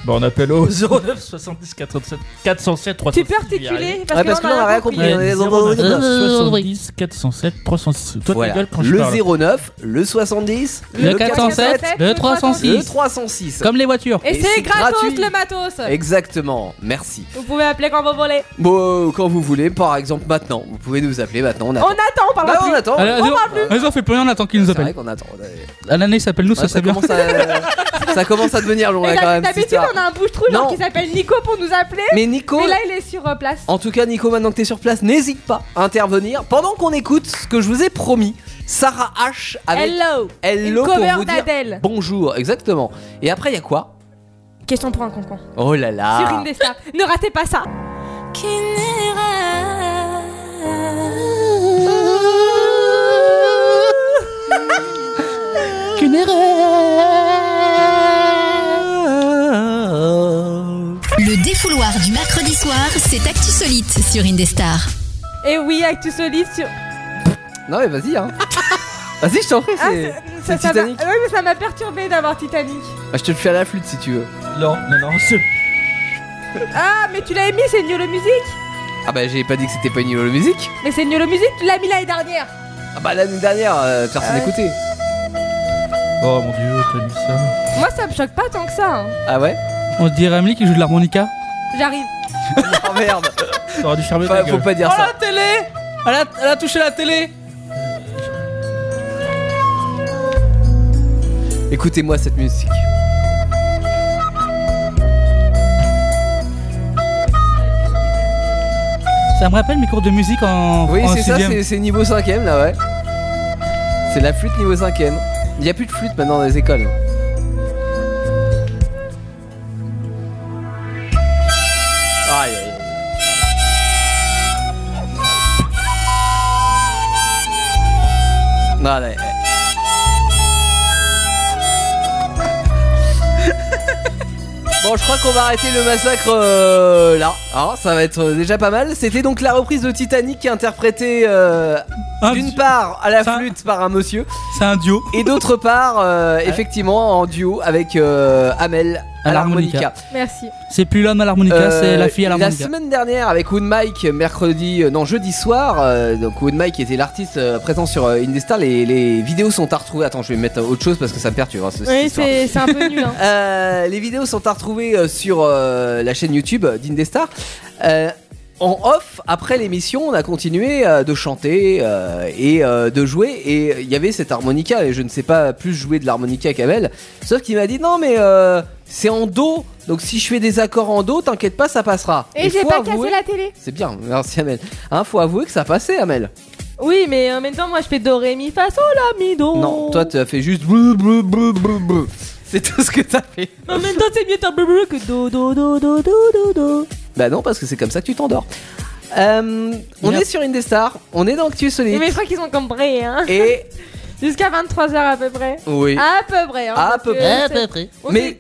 Speaker 6: Bah, on appelle au 09 70 407 407 306.
Speaker 5: Super
Speaker 6: j'y arrive.
Speaker 5: t'éculé.
Speaker 4: Ouais, parce que là, on a rien compris.
Speaker 6: Ouais,
Speaker 4: On est dans-
Speaker 6: 09
Speaker 3: Oui.
Speaker 6: 70 407 306. Toi,
Speaker 4: Voilà.
Speaker 6: tu rigoles quand je parle.
Speaker 4: le 09, le 70,
Speaker 3: Le
Speaker 4: le
Speaker 3: 407,
Speaker 4: 407,
Speaker 3: le
Speaker 4: le
Speaker 3: 306.
Speaker 4: 306.
Speaker 3: Comme les voitures.
Speaker 5: Et,
Speaker 4: Et c'est
Speaker 5: c'est gratos
Speaker 4: gratuit.
Speaker 5: le matos.
Speaker 4: Exactement, merci.
Speaker 5: Vous pouvez appeler quand vous voulez.
Speaker 4: Bon, euh, quand vous voulez, par exemple maintenant, vous pouvez nous appeler maintenant. On
Speaker 5: On
Speaker 4: attend.
Speaker 5: attend, on parle
Speaker 4: Bah,
Speaker 5: plus.
Speaker 4: on attend.
Speaker 3: Allez,
Speaker 5: parle
Speaker 3: vas-y, on- vas-y, on fait plus rien, on attend qu'ils nous
Speaker 4: C'est vrai
Speaker 3: appellent.
Speaker 4: qu'on attend. on est-
Speaker 3: À l'année, ils s'appellent nous,
Speaker 4: Ah,
Speaker 3: ça serait bien.
Speaker 4: commence à- ça commence à devenir long
Speaker 5: Mais
Speaker 4: là quand
Speaker 5: d'hab-
Speaker 4: même. cette
Speaker 5: D'habitude,
Speaker 4: histoire.
Speaker 5: on a un bouche-trou genre
Speaker 4: Non.
Speaker 5: qui s'appelle Nico pour nous appeler.
Speaker 4: Mais Nico,
Speaker 5: Mais là, il est sur euh, place.
Speaker 4: en tout cas Nico, maintenant que t'es sur place, n'hésite pas à intervenir pendant qu'on écoute ce que je vous ai promis. Sarah H avec
Speaker 5: Hello.
Speaker 4: Hello
Speaker 5: Une
Speaker 4: pour
Speaker 5: cover
Speaker 4: vous dire
Speaker 5: d'Adèle.
Speaker 4: bonjour, exactement. Et après il y a quoi
Speaker 5: Question pour un concon.
Speaker 4: Oh là là.
Speaker 5: Sur Indestar. Ne ratez pas ça.
Speaker 2: Le défouloir du mercredi soir, c'est Actu Solite sur Indestar.
Speaker 5: Et oui, Actu Solide sur.
Speaker 4: Non mais vas-y hein. vas-y, je t'en prie,
Speaker 5: Ah,
Speaker 4: c'est-
Speaker 5: ça,
Speaker 4: c'est
Speaker 5: ça m'a-
Speaker 4: Titanic.
Speaker 5: Ouais, mais ça m'a perturbé d'avoir Titanic.
Speaker 4: Ah, je te le fais à la flûte si tu veux.
Speaker 6: Non, non, non, c'est.
Speaker 5: Ah, mais tu l'as mis, c'est Niolo Musique.
Speaker 4: Ah bah j'ai pas dit que c'était pas une niveau de musique.
Speaker 5: Mais c'est Niolo Musique, tu l'as mis l'année dernière.
Speaker 4: Ah bah l'année dernière, euh, personne
Speaker 5: Ah.
Speaker 4: n'écoutait.
Speaker 6: Oh mon dieu, t'as mis ça.
Speaker 5: Moi, ça me choque pas tant que ça. hein.
Speaker 4: Ah ouais
Speaker 3: On se dit Ramli qui joue de l'harmonica.
Speaker 5: J'arrive.
Speaker 4: Oh merde.
Speaker 6: T'aurais dû fermer ta
Speaker 4: Faut-
Speaker 6: gueule.
Speaker 4: faut pas dire ça.
Speaker 3: télé elle a, elle a touché la télé
Speaker 4: Écoutez-moi cette musique.
Speaker 3: Ça me rappelle mes cours de musique en,
Speaker 4: Oui,
Speaker 3: en
Speaker 4: c'est ça,
Speaker 3: sixième.
Speaker 4: c'est c'est niveau 5ème là, ouais. C'est la flûte niveau 5ème. Il n'y a plus de flûte maintenant dans les écoles. Aïe, aïe, aïe. Non, mais- Bon, je crois qu'on va arrêter le massacre euh, là. Hein, ça va être euh, déjà pas mal. C'était donc la reprise de Titanic interprétée euh,
Speaker 3: Un-
Speaker 4: d'une part à la
Speaker 3: Ah, ça-
Speaker 4: flûte par un monsieur
Speaker 3: C'est un duo.
Speaker 4: et d'autre part euh, effectivement en duo avec euh, Amel à
Speaker 3: À
Speaker 4: l'harmonica.
Speaker 3: l'harmonica.
Speaker 5: Merci.
Speaker 3: C'est plus l'homme à l'harmonica, c'est
Speaker 4: Euh,
Speaker 3: la fille à
Speaker 4: La
Speaker 3: l'harmonica.
Speaker 4: semaine dernière avec Wood Mike, mercredi, euh, non jeudi soir, euh, donc Wood Mike était l'artiste euh, présent sur euh, Indestar. Les, les vidéos sont à retrouver. Attends, je vais mettre euh, autre chose parce que ça me perturbe. hein, ce- cette
Speaker 5: Oui,
Speaker 4: histoire.
Speaker 5: c'est c'est un peu nul. hein.
Speaker 4: Euh, les vidéos sont à retrouver euh, sur euh, la chaîne YouTube d'Indestar. Euh, en off, après l'émission, on a continué euh, de chanter euh, et euh, de jouer. Et il y avait cette harmonica, et je ne sais pas plus jouer de l'harmonica qu'Amel. Sauf qu'il m'a dit non, mais euh, c'est en do. Donc si je fais des accords en do, t'inquiète pas, ça passera.
Speaker 5: Et
Speaker 4: Il
Speaker 5: j'ai
Speaker 4: faut
Speaker 5: pas
Speaker 4: avouer-
Speaker 5: cassé la télé.
Speaker 4: C'est bien, merci Amel. Hein, faut avouer que ça passait, Amel.
Speaker 5: Oui, mais en même temps, moi, je fais do, ré, mi, fa, sol, la, mi, do.
Speaker 4: Non, toi, tu as fait juste. brou, brou, brou, brou, brou. C'est tout ce que t'as fait.
Speaker 5: En même temps, c'est mieux t'as bleu que do, do, do, do, do, do, do.
Speaker 4: Bah non, parce que c'est comme ça que tu t'endors. Euh, on
Speaker 3: Merde.
Speaker 4: est sur Indestar, on est dans Actu
Speaker 5: Mais
Speaker 4: Solide.
Speaker 5: je crois qu'ils ont compris, hein.
Speaker 4: Et.
Speaker 5: Jusqu'à 23h à peu près.
Speaker 4: Oui.
Speaker 5: À peu près, hein.
Speaker 4: À
Speaker 5: parce
Speaker 4: peu
Speaker 5: que
Speaker 4: près.
Speaker 5: c'est-
Speaker 3: près.
Speaker 5: on
Speaker 4: mais.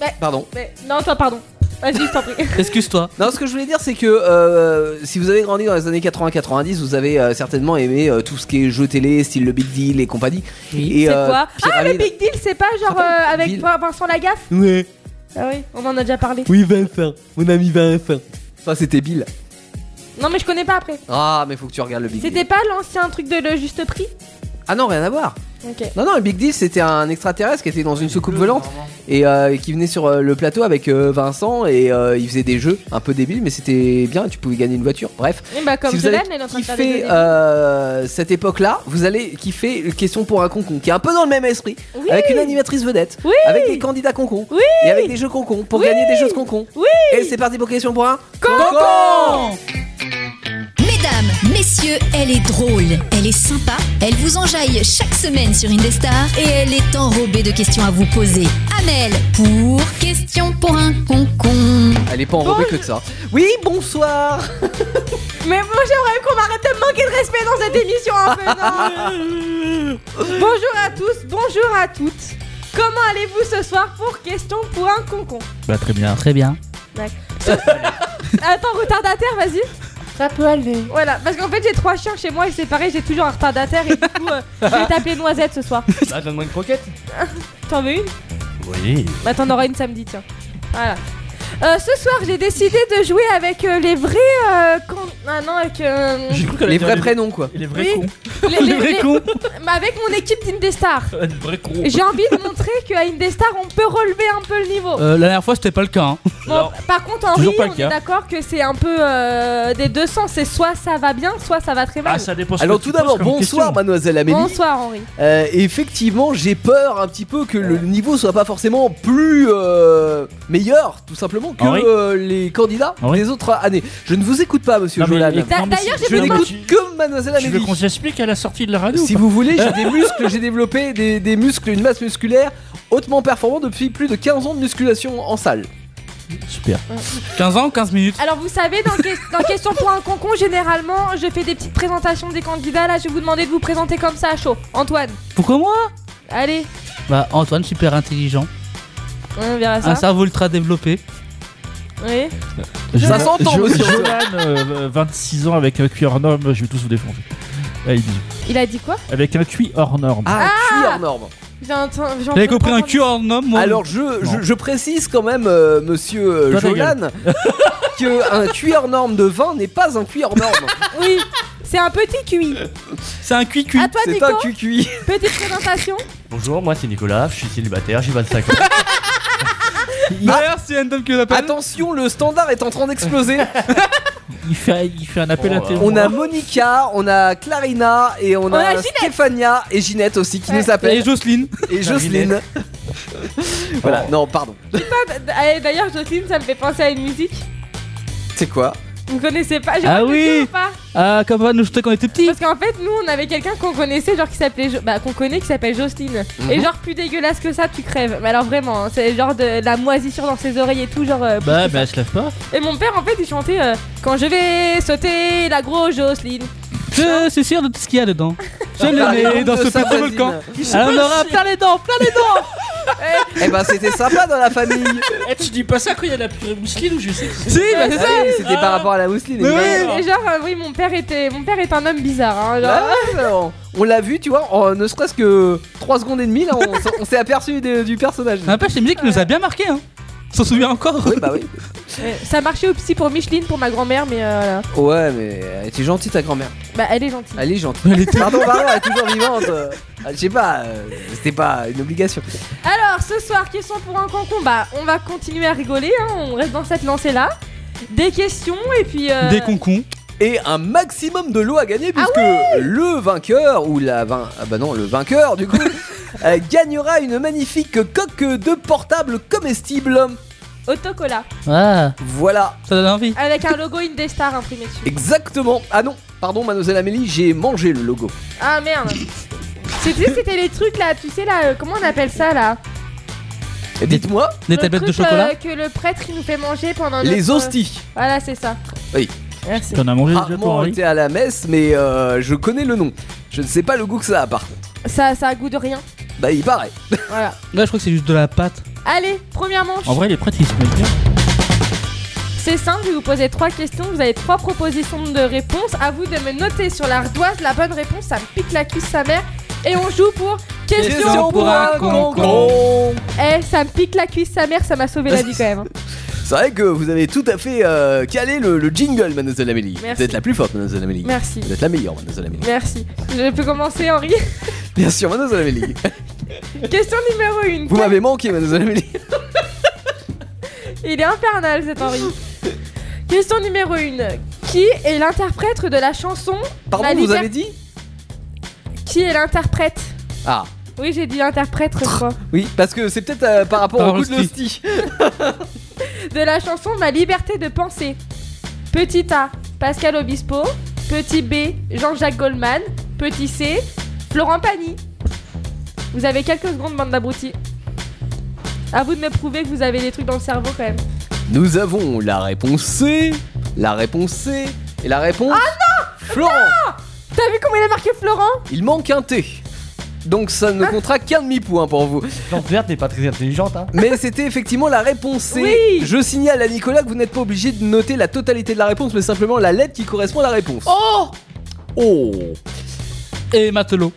Speaker 5: Ouais.
Speaker 4: Pardon.
Speaker 5: sait- mais- Non, toi, pardon. Vas-y, je t'en prie.
Speaker 3: Excuse-toi.
Speaker 4: Non, ce que je voulais dire, c'est que euh, si vous avez grandi dans les années 80-90, vous avez euh, certainement aimé euh, tout ce qui est jeux télé, style le Big Deal et compagnie. Et,
Speaker 5: C'est
Speaker 4: euh,
Speaker 5: quoi Ah, le
Speaker 4: Pyramide.
Speaker 5: Big Deal, c'est pas
Speaker 4: Ça
Speaker 5: genre
Speaker 4: s'appelle
Speaker 5: euh,
Speaker 4: Big
Speaker 5: avec
Speaker 4: Deal.
Speaker 5: toi, Vincent Lagaffe
Speaker 4: Ouais.
Speaker 5: Ah oui, on en a déjà parlé.
Speaker 4: Oui, Vincent. Mon ami Vincent. Ça, c'était Bill.
Speaker 5: Non, mais je connais pas après.
Speaker 4: Ah, mais faut que tu regardes le Big
Speaker 5: C'était
Speaker 4: Deal.
Speaker 5: pas l'ancien truc de le juste prix
Speaker 4: Ah non, rien à voir.
Speaker 5: Ok.
Speaker 4: Non, non, le Big Deal, c'était un extraterrestre qui était dans une soucoupe volante. et euh, qui venait sur euh, le plateau avec euh, Vincent et euh, il faisait des jeux un peu débiles mais c'était bien tu pouvais gagner une voiture bref
Speaker 5: Et bah, comme
Speaker 4: si vous
Speaker 5: Jolan,
Speaker 4: avez
Speaker 5: elle est en train de faire des
Speaker 4: kiffé
Speaker 5: données.
Speaker 4: euh, cette époque là vous allez kiffer une question pour un concon qui est un peu dans le même esprit
Speaker 5: Oui.
Speaker 4: avec une animatrice vedette
Speaker 5: Oui.
Speaker 4: avec des candidats concons
Speaker 5: Oui.
Speaker 4: et avec des jeux concons pour
Speaker 5: Oui.
Speaker 4: gagner des jeux de concons
Speaker 5: Oui.
Speaker 4: et c'est parti pour question pour un
Speaker 2: Mesdames, messieurs, elle est drôle, elle est sympa, elle vous enjaille chaque semaine sur Indestar et elle est enrobée de questions à vous poser. Amel pour question pour un concon.
Speaker 4: elle est pas enrobée que de ça oui bonsoir
Speaker 5: Mais moi j'aimerais qu'on m'arrête de me manquer de respect dans cette émission en faisant. bonjour à tous, bonjour à toutes. Comment allez-vous ce soir pour question pour un concon
Speaker 6: Bah, très bien.
Speaker 3: Très bien.
Speaker 5: Attends, retardataire, vas-y. Ça peut aller. Voilà, parce qu'en fait j'ai trois chiens chez moi et c'est pareil, j'ai toujours un retardataire et du coup euh, je vais t'appeler Noisette ce soir.
Speaker 6: Là, donne-moi une croquette.
Speaker 5: T'en veux une
Speaker 1: Oui.
Speaker 5: Bah t'en auras une samedi, tiens. Voilà. Euh, ce soir, j'ai décidé de jouer avec euh, les vrais. euh, con- Ah non, avec. euh,
Speaker 6: J'ai cru qu'elle
Speaker 4: Les
Speaker 6: allait
Speaker 4: vrais
Speaker 6: dire
Speaker 4: prénoms, quoi.
Speaker 6: Les vrais
Speaker 5: Oui.
Speaker 6: cons.
Speaker 5: les- les-
Speaker 6: Les vrais
Speaker 5: les-
Speaker 6: cons.
Speaker 5: Mais avec mon équipe d'Indestar.
Speaker 6: Les vrais cons.
Speaker 5: J'ai envie de montrer qu'à Indestar, on peut relever un peu le niveau.
Speaker 3: Euh, la dernière fois, c'était pas le cas. hein.
Speaker 5: Bon,
Speaker 6: alors,
Speaker 5: par contre, Henri,
Speaker 6: toujours pas le
Speaker 5: on est
Speaker 6: cas.
Speaker 5: d'accord que c'est un peu euh, des deux sens. C'est soit ça va bien, soit ça va très mal.
Speaker 6: Ah, ça dépend. ce
Speaker 4: Alors
Speaker 6: que
Speaker 4: tout
Speaker 6: tu poses
Speaker 4: d'abord,
Speaker 6: comme
Speaker 4: bonsoir
Speaker 6: question.
Speaker 4: mademoiselle Amélie.
Speaker 5: Bonsoir, Henri.
Speaker 4: Euh, effectivement, j'ai peur un petit peu que le niveau soit pas forcément plus euh, meilleur, tout simplement, que
Speaker 6: Henri
Speaker 4: euh, les candidats
Speaker 6: Henri
Speaker 4: des autres années. Je ne vous écoute pas, monsieur
Speaker 6: Non, mais
Speaker 4: Jolan.
Speaker 6: écoute-
Speaker 5: D'a-
Speaker 6: non, mais
Speaker 5: d'ailleurs,
Speaker 6: si-
Speaker 4: Je
Speaker 5: j'ai Non, mais
Speaker 4: n'écoute
Speaker 6: tu-
Speaker 4: que mademoiselle
Speaker 6: Tu veux
Speaker 4: Amélie.
Speaker 6: qu'on s'explique à la sortie de la radio
Speaker 4: Si vous voulez, j'ai des muscles, j'ai développé des, des muscles, une masse musculaire hautement performante depuis plus de 15 ans de musculation en salle.
Speaker 6: Super.
Speaker 3: 15 ans, 15 minutes.
Speaker 5: Alors vous savez, dans, que- dans Question pour un concon, généralement, je fais des petites présentations des candidats. Là, je vais vous demander de vous présenter comme ça à chaud. Antoine,
Speaker 3: Pourquoi moi
Speaker 5: allez,
Speaker 3: Bah, Antoine, super intelligent.
Speaker 5: on verra Ah, ça.
Speaker 3: Un cerveau ultra développé.
Speaker 5: Oui.
Speaker 4: Ça s'entend,
Speaker 6: Jo-
Speaker 4: monsieur.
Speaker 6: Jolan, euh, 26 ans avec un QI hors norme, je vais tous vous défendre. Ah, il dit.
Speaker 5: Il a dit quoi
Speaker 6: Avec un QI hors norme.
Speaker 4: Ah, tu es hors norme.
Speaker 5: J'ai entendu.
Speaker 3: J'avais compris un cul en homme, moi.
Speaker 4: Alors je, je,
Speaker 6: Non.
Speaker 4: je précise quand même, euh, monsieur euh,
Speaker 6: Toi, ta
Speaker 4: Jolan, que un QI hors norme de 20 n'est pas un QI hors norme.
Speaker 5: Oui, c'est un petit QI.
Speaker 3: C'est un cul cul.
Speaker 5: À toi,
Speaker 4: C'est
Speaker 5: Nico,
Speaker 4: un QQI.
Speaker 5: petite présentation.
Speaker 7: Bonjour, moi c'est Nicolas, je suis célibataire, j'ai 25 ans.
Speaker 5: ah.
Speaker 3: D'ailleurs, c'est un homme Bah, qui nous appelle.
Speaker 4: Attention, le standard est en train d'exploser.
Speaker 6: Il, fait, il fait un appel
Speaker 7: Oh,
Speaker 6: à
Speaker 7: euh,
Speaker 6: témoins.
Speaker 4: on a Monica, on a Clarina et on,
Speaker 5: On a Ginette.
Speaker 4: Stéphania et Ginette aussi qui
Speaker 5: Ouais.
Speaker 4: nous
Speaker 3: Et
Speaker 4: appellent
Speaker 3: Jocelyne.
Speaker 4: et Jocelyne. voilà,
Speaker 3: Oh.
Speaker 4: non, pardon.
Speaker 5: Ah, d- allez, D'ailleurs, Jocelyne, ça me fait penser à une musique.
Speaker 4: C'est quoi
Speaker 5: Vous connaissez pas j'ai
Speaker 3: Ah
Speaker 5: raconté
Speaker 3: oui.
Speaker 5: ou pas
Speaker 3: Ah, comme on nous jetait quand on était petits.
Speaker 5: Parce qu'en fait, nous, on avait quelqu'un qu'on connaissait, genre qui s'appelait, Jo- bah, qu'on connaît, qui s'appelle Jocelyne.
Speaker 3: Mhm.
Speaker 5: Et genre plus dégueulasse que ça, tu crèves. Mais alors vraiment, hein, c'est genre de la moisissure dans ses oreilles et tout, genre. euh,
Speaker 6: Bah, bah, elle se lave pas.
Speaker 5: Et mon père, en fait, il chantait euh, Quand je vais sauter, la grosse Jocelyne.
Speaker 3: Je suis sûr de tout ce qu'il y a dedans. Je le
Speaker 4: Par les
Speaker 3: mets
Speaker 4: ondes
Speaker 3: dans
Speaker 4: Ah, de
Speaker 3: ce
Speaker 4: sa
Speaker 3: petit
Speaker 4: voisine.
Speaker 3: volcan. Alors, on aura Ah, plein les dents, plein les dents.
Speaker 4: Eh ben, c'était sympa dans la famille.
Speaker 6: Eh, tu dis pas ça quand il y a la purée mousseline ou je sais que
Speaker 3: Si, bah, c'est
Speaker 4: Ah
Speaker 3: ça.
Speaker 4: oui, C'était par rapport à la mousseline.
Speaker 3: Mais
Speaker 4: évidemment.
Speaker 5: Et genre, euh, oui, mon père, était... mon père est un homme bizarre. Hein, genre,
Speaker 4: Ah ouais, alors, on l'a vu, tu vois, en ne serait-ce que 3 secondes et demie, là, on, s'en- on s'est aperçu des- du personnage.
Speaker 3: N'empêche, les musiques nous a bien marqué. Hein. On s'en souvient encore.
Speaker 4: Oui, bah oui.
Speaker 5: euh, ça marchait au psy pour Micheline, pour ma grand-mère, mais euh, voilà.
Speaker 4: Ouais, mais elle était gentille ta grand-mère.
Speaker 5: bah, elle est gentille.
Speaker 4: Elle est gentille. Pardon, pardon, elle est toujours vivante. Euh, Je sais pas, euh, c'était pas une obligation.
Speaker 5: Alors, ce soir, question pour un concon. Bah, on va continuer à rigoler, hein, on reste dans cette lancée-là. Des questions, et puis.
Speaker 6: Ah.
Speaker 5: euh,
Speaker 3: Des concons.
Speaker 4: et un maximum de lots à gagner
Speaker 5: Ah
Speaker 4: puisque le vainqueur ou la vin... ah bah non le vainqueur du coup euh, gagnera une magnifique coque de portable comestible.
Speaker 5: Autocollat.
Speaker 3: Ah,
Speaker 4: Voilà
Speaker 3: ça donne envie.
Speaker 5: Avec un logo Indestar imprimé dessus.
Speaker 4: exactement. Ah non, pardon mademoiselle Amélie, j'ai mangé le logo.
Speaker 5: Ah merde. C'était c'était les trucs là, tu sais là, euh, comment on appelle ça là
Speaker 4: Et Dites-moi
Speaker 3: Des
Speaker 5: Le
Speaker 3: tablettes de
Speaker 5: truc,
Speaker 3: chocolat.
Speaker 5: euh, que le prêtre il nous fait manger pendant
Speaker 4: les
Speaker 5: notre- euh,
Speaker 4: hosties. Ah,
Speaker 5: Voilà, c'est ça.
Speaker 4: Oui.
Speaker 5: Merci.
Speaker 6: T'en as mangé déjà toi,
Speaker 4: Rarement
Speaker 6: Henri
Speaker 4: été à la messe mais euh, je connais le nom. Je ne sais pas le goût que ça a par contre.
Speaker 5: Ça, ça a goût de rien.
Speaker 4: Bah il paraît.
Speaker 5: Voilà.
Speaker 3: Là, je crois que c'est juste de la pâte.
Speaker 5: Allez, première manche.
Speaker 6: En vrai, les prêtres ils se mettent bien.
Speaker 5: C'est simple, je vais vous poser trois questions. Vous avez trois propositions de réponse. À vous de me noter sur l'ardoise la bonne réponse. Ça me pique la cuisse, sa mère. Et on joue pour question,
Speaker 3: Question pour un
Speaker 5: Ah,
Speaker 3: concon.
Speaker 4: concon.
Speaker 5: Eh, ça me pique la cuisse, sa mère. Ça m'a sauvé la vie quand même. hein.
Speaker 4: C'est vrai que vous avez tout à fait euh, calé le, le jingle mademoiselle Amélie.
Speaker 5: Merci.
Speaker 4: Vous êtes la plus forte mademoiselle Amélie.
Speaker 5: Merci.
Speaker 4: Vous êtes la meilleure mademoiselle Amélie.
Speaker 5: Merci. Je peux commencer, Henri.
Speaker 4: Bien sûr, mademoiselle Amélie.
Speaker 5: Question numéro 1.
Speaker 4: Vous m'avez manqué, mademoiselle Amélie.
Speaker 5: Il est infernal cet Henri. Question numéro 1. Qui est l'interprète de la chanson
Speaker 4: Pardon,
Speaker 5: La
Speaker 4: vous
Speaker 5: liberté-
Speaker 4: avez dit
Speaker 5: Qui est l'interprète
Speaker 4: Ah,
Speaker 5: Oui, j'ai dit interprète, je crois.
Speaker 4: oui, parce que c'est peut-être euh, par rapport
Speaker 3: Par
Speaker 4: au goût de
Speaker 3: l'hostie.
Speaker 4: l'hostie.
Speaker 5: De la chanson Ma liberté de penser. Petit A, Pascal Obispo. Petit B, Jean-Jacques Goldman. Petit C, Florent Pagny. Vous avez quelques secondes, bande d'abrutis. À vous de me prouver que vous avez des trucs dans le cerveau quand même.
Speaker 4: Nous avons la réponse C, la réponse C et la réponse. Ah non Florent
Speaker 5: T'as vu comment il a marqué Florent
Speaker 4: Il manque un T. Donc ça ne comptera qu'un demi-point pour vous.
Speaker 7: Plante verte n'est pas très intelligente, hein.
Speaker 4: Mais c'était effectivement la réponse C.
Speaker 5: Oui.
Speaker 4: Je signale à Nicolas que vous n'êtes pas obligé de noter la totalité de la réponse, mais simplement la lettre qui correspond à la réponse.
Speaker 3: Oh
Speaker 4: Oh
Speaker 3: Et matelot.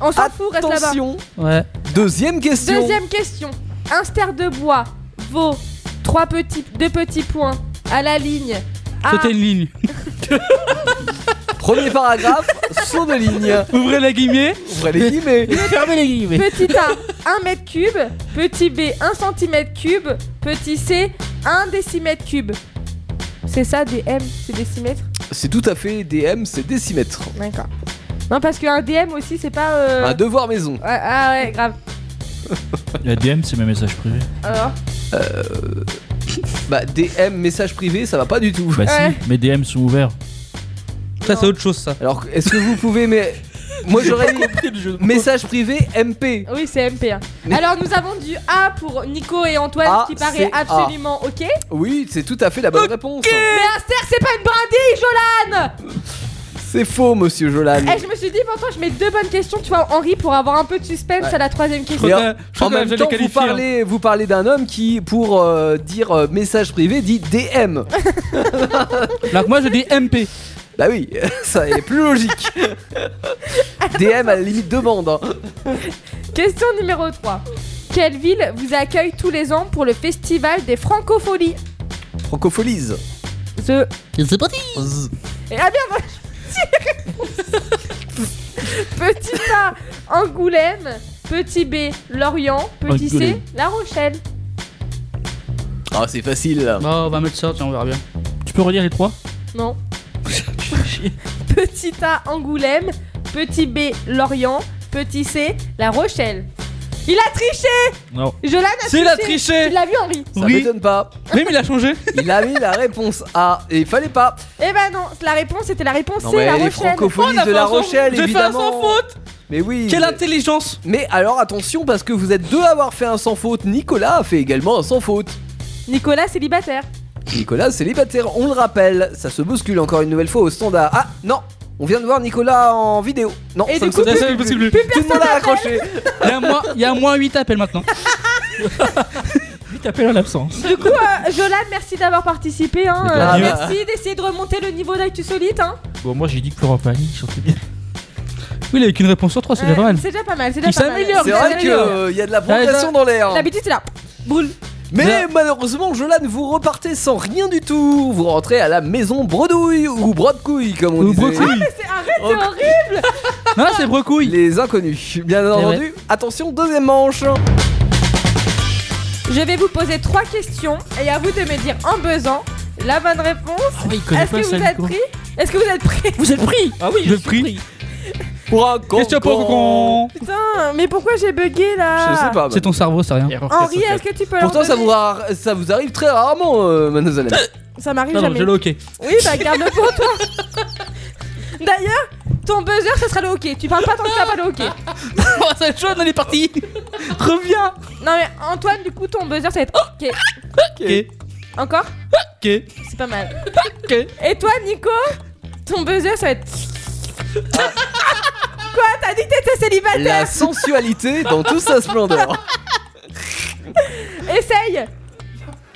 Speaker 5: On s'en fout, reste là-bas.
Speaker 4: Attention
Speaker 3: Ouais.
Speaker 4: Deuxième question
Speaker 5: Deuxième question. Inster de bois, vaut 3 petits, 2 petits points à la ligne. A,
Speaker 3: C'était une ligne.
Speaker 4: Premier paragraphe, saut de ligne.
Speaker 3: Ouvrez la guillemets,
Speaker 4: Ouvrez les guillemets.
Speaker 3: fermez les guillemets.
Speaker 5: petit A, 1 mètre cube. Petit B, 1 cm cube. Petit C, 1 décimètre cube. C'est ça, des M, c'est décimètres
Speaker 4: C'est tout à fait DM, c'est décimètre.
Speaker 5: D'accord. Non, parce qu'un DM aussi, c'est pas. euh,
Speaker 4: Un devoir maison.
Speaker 5: Ouais, ah ouais, grave.
Speaker 6: La DM, c'est mes messages privés.
Speaker 5: Alors,
Speaker 4: Bah DM, message privé, ça va pas du tout.
Speaker 6: Bah
Speaker 5: Ouais.
Speaker 6: si, mes DM sont ouverts.
Speaker 3: Ça, c'est autre chose, ça.
Speaker 4: Alors est-ce que vous pouvez mais moi j'aurais mis message privé MP.
Speaker 5: oui, c'est MP. hein. Alors, nous avons du A pour Nico et Antoine,
Speaker 4: A,
Speaker 5: qui
Speaker 4: c'est
Speaker 5: paraît
Speaker 4: A.
Speaker 5: absolument OK.
Speaker 4: Oui, c'est tout à fait la bonne réponse.
Speaker 5: Mais un cerf, c'est pas une brindille, Jolan
Speaker 4: C'est faux monsieur Jolan.
Speaker 5: Eh, je me suis dit, pourtant, je mets deux bonnes questions, tu vois, Henri, pour avoir un peu de suspense
Speaker 4: Ouais.
Speaker 5: à la troisième question.
Speaker 4: Et
Speaker 3: Je
Speaker 4: en-
Speaker 3: crois que- je crois
Speaker 4: en
Speaker 3: que
Speaker 4: même
Speaker 3: j'allais
Speaker 4: temps, vous hein.
Speaker 3: qualifier, hein.
Speaker 4: parlez, vous parlez d'un homme qui, pour euh, dire euh, message privé, dit DM.
Speaker 3: Alors que moi, je dis MP.
Speaker 4: Bah oui, ça est plus logique. DM à la limite demande. hein.
Speaker 5: Question numéro 3. Quelle ville vous accueille tous les ans pour le festival des francopholies
Speaker 4: Francopholies.
Speaker 5: The...
Speaker 3: C'est parti.
Speaker 4: Z.
Speaker 5: Et ah bien, moi, je- j'ai les réponses. Petit A, Angoulême. Petit B, Lorient. Petit
Speaker 6: Angoulême.
Speaker 5: C, La Rochelle.
Speaker 4: Ah, c'est facile.
Speaker 3: Bon, on va mettre ça, tiens, on verra bien.
Speaker 6: Tu peux relire les trois
Speaker 5: Non. Petit A, Angoulême. Petit B, Lorient. Petit C, La Rochelle. Il a triché
Speaker 6: Non.
Speaker 5: Jolan a
Speaker 3: C'est
Speaker 5: triché
Speaker 3: la
Speaker 5: Tu
Speaker 3: trichée
Speaker 5: l'as vu, Henri
Speaker 4: Ça
Speaker 3: Oui.
Speaker 4: m'étonne pas.
Speaker 3: Oui, mais il a changé.
Speaker 4: Il a mis la réponse A et il fallait pas.
Speaker 5: Eh ben non, la réponse était la réponse
Speaker 4: Non
Speaker 5: C, La
Speaker 4: mais les
Speaker 5: Rochelle.
Speaker 4: francophonies
Speaker 3: On a
Speaker 4: de
Speaker 3: fait
Speaker 4: La
Speaker 3: un sans-
Speaker 4: Rochelle,
Speaker 3: J'ai fait un sans
Speaker 4: évidemment.
Speaker 3: faute.
Speaker 4: Mais oui.
Speaker 3: Quelle
Speaker 4: mais-
Speaker 3: intelligence.
Speaker 4: Mais alors attention parce que vous êtes deux à avoir fait un sans faute. Nicolas a fait également un sans faute.
Speaker 5: Nicolas, célibataire.
Speaker 4: Nicolas célibataire, on le rappelle. Ça se bouscule encore une nouvelle fois au standard. Ah non, on vient de voir Nicolas en vidéo. Non,
Speaker 5: Et
Speaker 4: ça
Speaker 5: du
Speaker 4: ne
Speaker 5: coup,
Speaker 4: se
Speaker 3: Ça,
Speaker 4: passe
Speaker 3: c'est
Speaker 4: plus.
Speaker 3: impossible.
Speaker 4: Tout le monde a accroché.
Speaker 3: Il y a moins- il y a moins 8 appels maintenant. 8 appels en l'absence.
Speaker 5: Du coup, euh, Jolan, merci d'avoir participé. hein.
Speaker 6: Mais de
Speaker 5: Euh,
Speaker 4: rien.
Speaker 5: merci d'essayer de remonter le niveau d'actu solide. hein.
Speaker 6: Bon, moi j'ai dit que Florent Pagny chantait bien.
Speaker 3: Oui, il a qu'une réponse sur 3, c'est
Speaker 5: Ouais,
Speaker 3: déjà pas mal.
Speaker 5: Euh, C'est déjà pas mal. C'est déjà
Speaker 3: Il
Speaker 5: pas mal.
Speaker 3: s'améliore,
Speaker 4: C'est
Speaker 3: il
Speaker 4: vrai qu'il
Speaker 3: s'améliore.
Speaker 4: y a de la progression dans l'air.
Speaker 5: D'habitude, c'est là. Boule.
Speaker 4: Mais malheureusement, Jolan, vous repartez sans rien du tout. Vous rentrez à la maison bredouille ou brodecouille, comme on
Speaker 3: Ou
Speaker 4: disait.
Speaker 3: brocouille.
Speaker 5: C'est- Arrête,
Speaker 4: Oh.
Speaker 5: c'est horrible.
Speaker 3: Non, c'est brocouille.
Speaker 4: Les inconnus, bien entendu. Attention, deuxième manche.
Speaker 5: Je vais vous poser trois questions et à vous de me dire en buzzant la bonne réponse.
Speaker 6: Ah, il connaît
Speaker 5: Est-ce
Speaker 6: pas
Speaker 5: que vous
Speaker 6: ça,
Speaker 5: êtes
Speaker 6: Nico.
Speaker 5: pris Est-ce que vous êtes pris
Speaker 3: Vous êtes pris Ah oui, je suis pris.
Speaker 4: Pour un
Speaker 3: Question pour
Speaker 4: concon.
Speaker 3: concon.
Speaker 5: Putain, mais pourquoi j'ai bugué là
Speaker 4: Je sais pas. bah.
Speaker 3: C'est ton cerveau, c'est rien.
Speaker 5: Henri, est-ce que tu peux leur
Speaker 4: Pourtant, ça
Speaker 5: donner-
Speaker 4: vous, ra- ça vous arrive très rarement, euh, mademoiselle.
Speaker 5: Ça m'arrive
Speaker 3: Non, non,
Speaker 5: jamais.
Speaker 3: je le ok.
Speaker 5: Oui, bah garde-le pour toi. D'ailleurs, ton buzzer, ça sera le hockey. Tu parles pas tant que t'as pas le hockey.
Speaker 3: Oh, ça va être chaud, on est parti Reviens
Speaker 5: Non mais Antoine, du coup, ton buzzer, ça va être oh, ok.
Speaker 3: Ok,
Speaker 5: Encore
Speaker 3: ok.
Speaker 5: C'est pas mal.
Speaker 3: Ok.
Speaker 5: Et toi, Nico Ton buzzer, ça va être. Quoi T'as dit que t'étais
Speaker 4: La
Speaker 5: célibataire
Speaker 4: sensualité dans toute sa splendeur.
Speaker 5: Essaye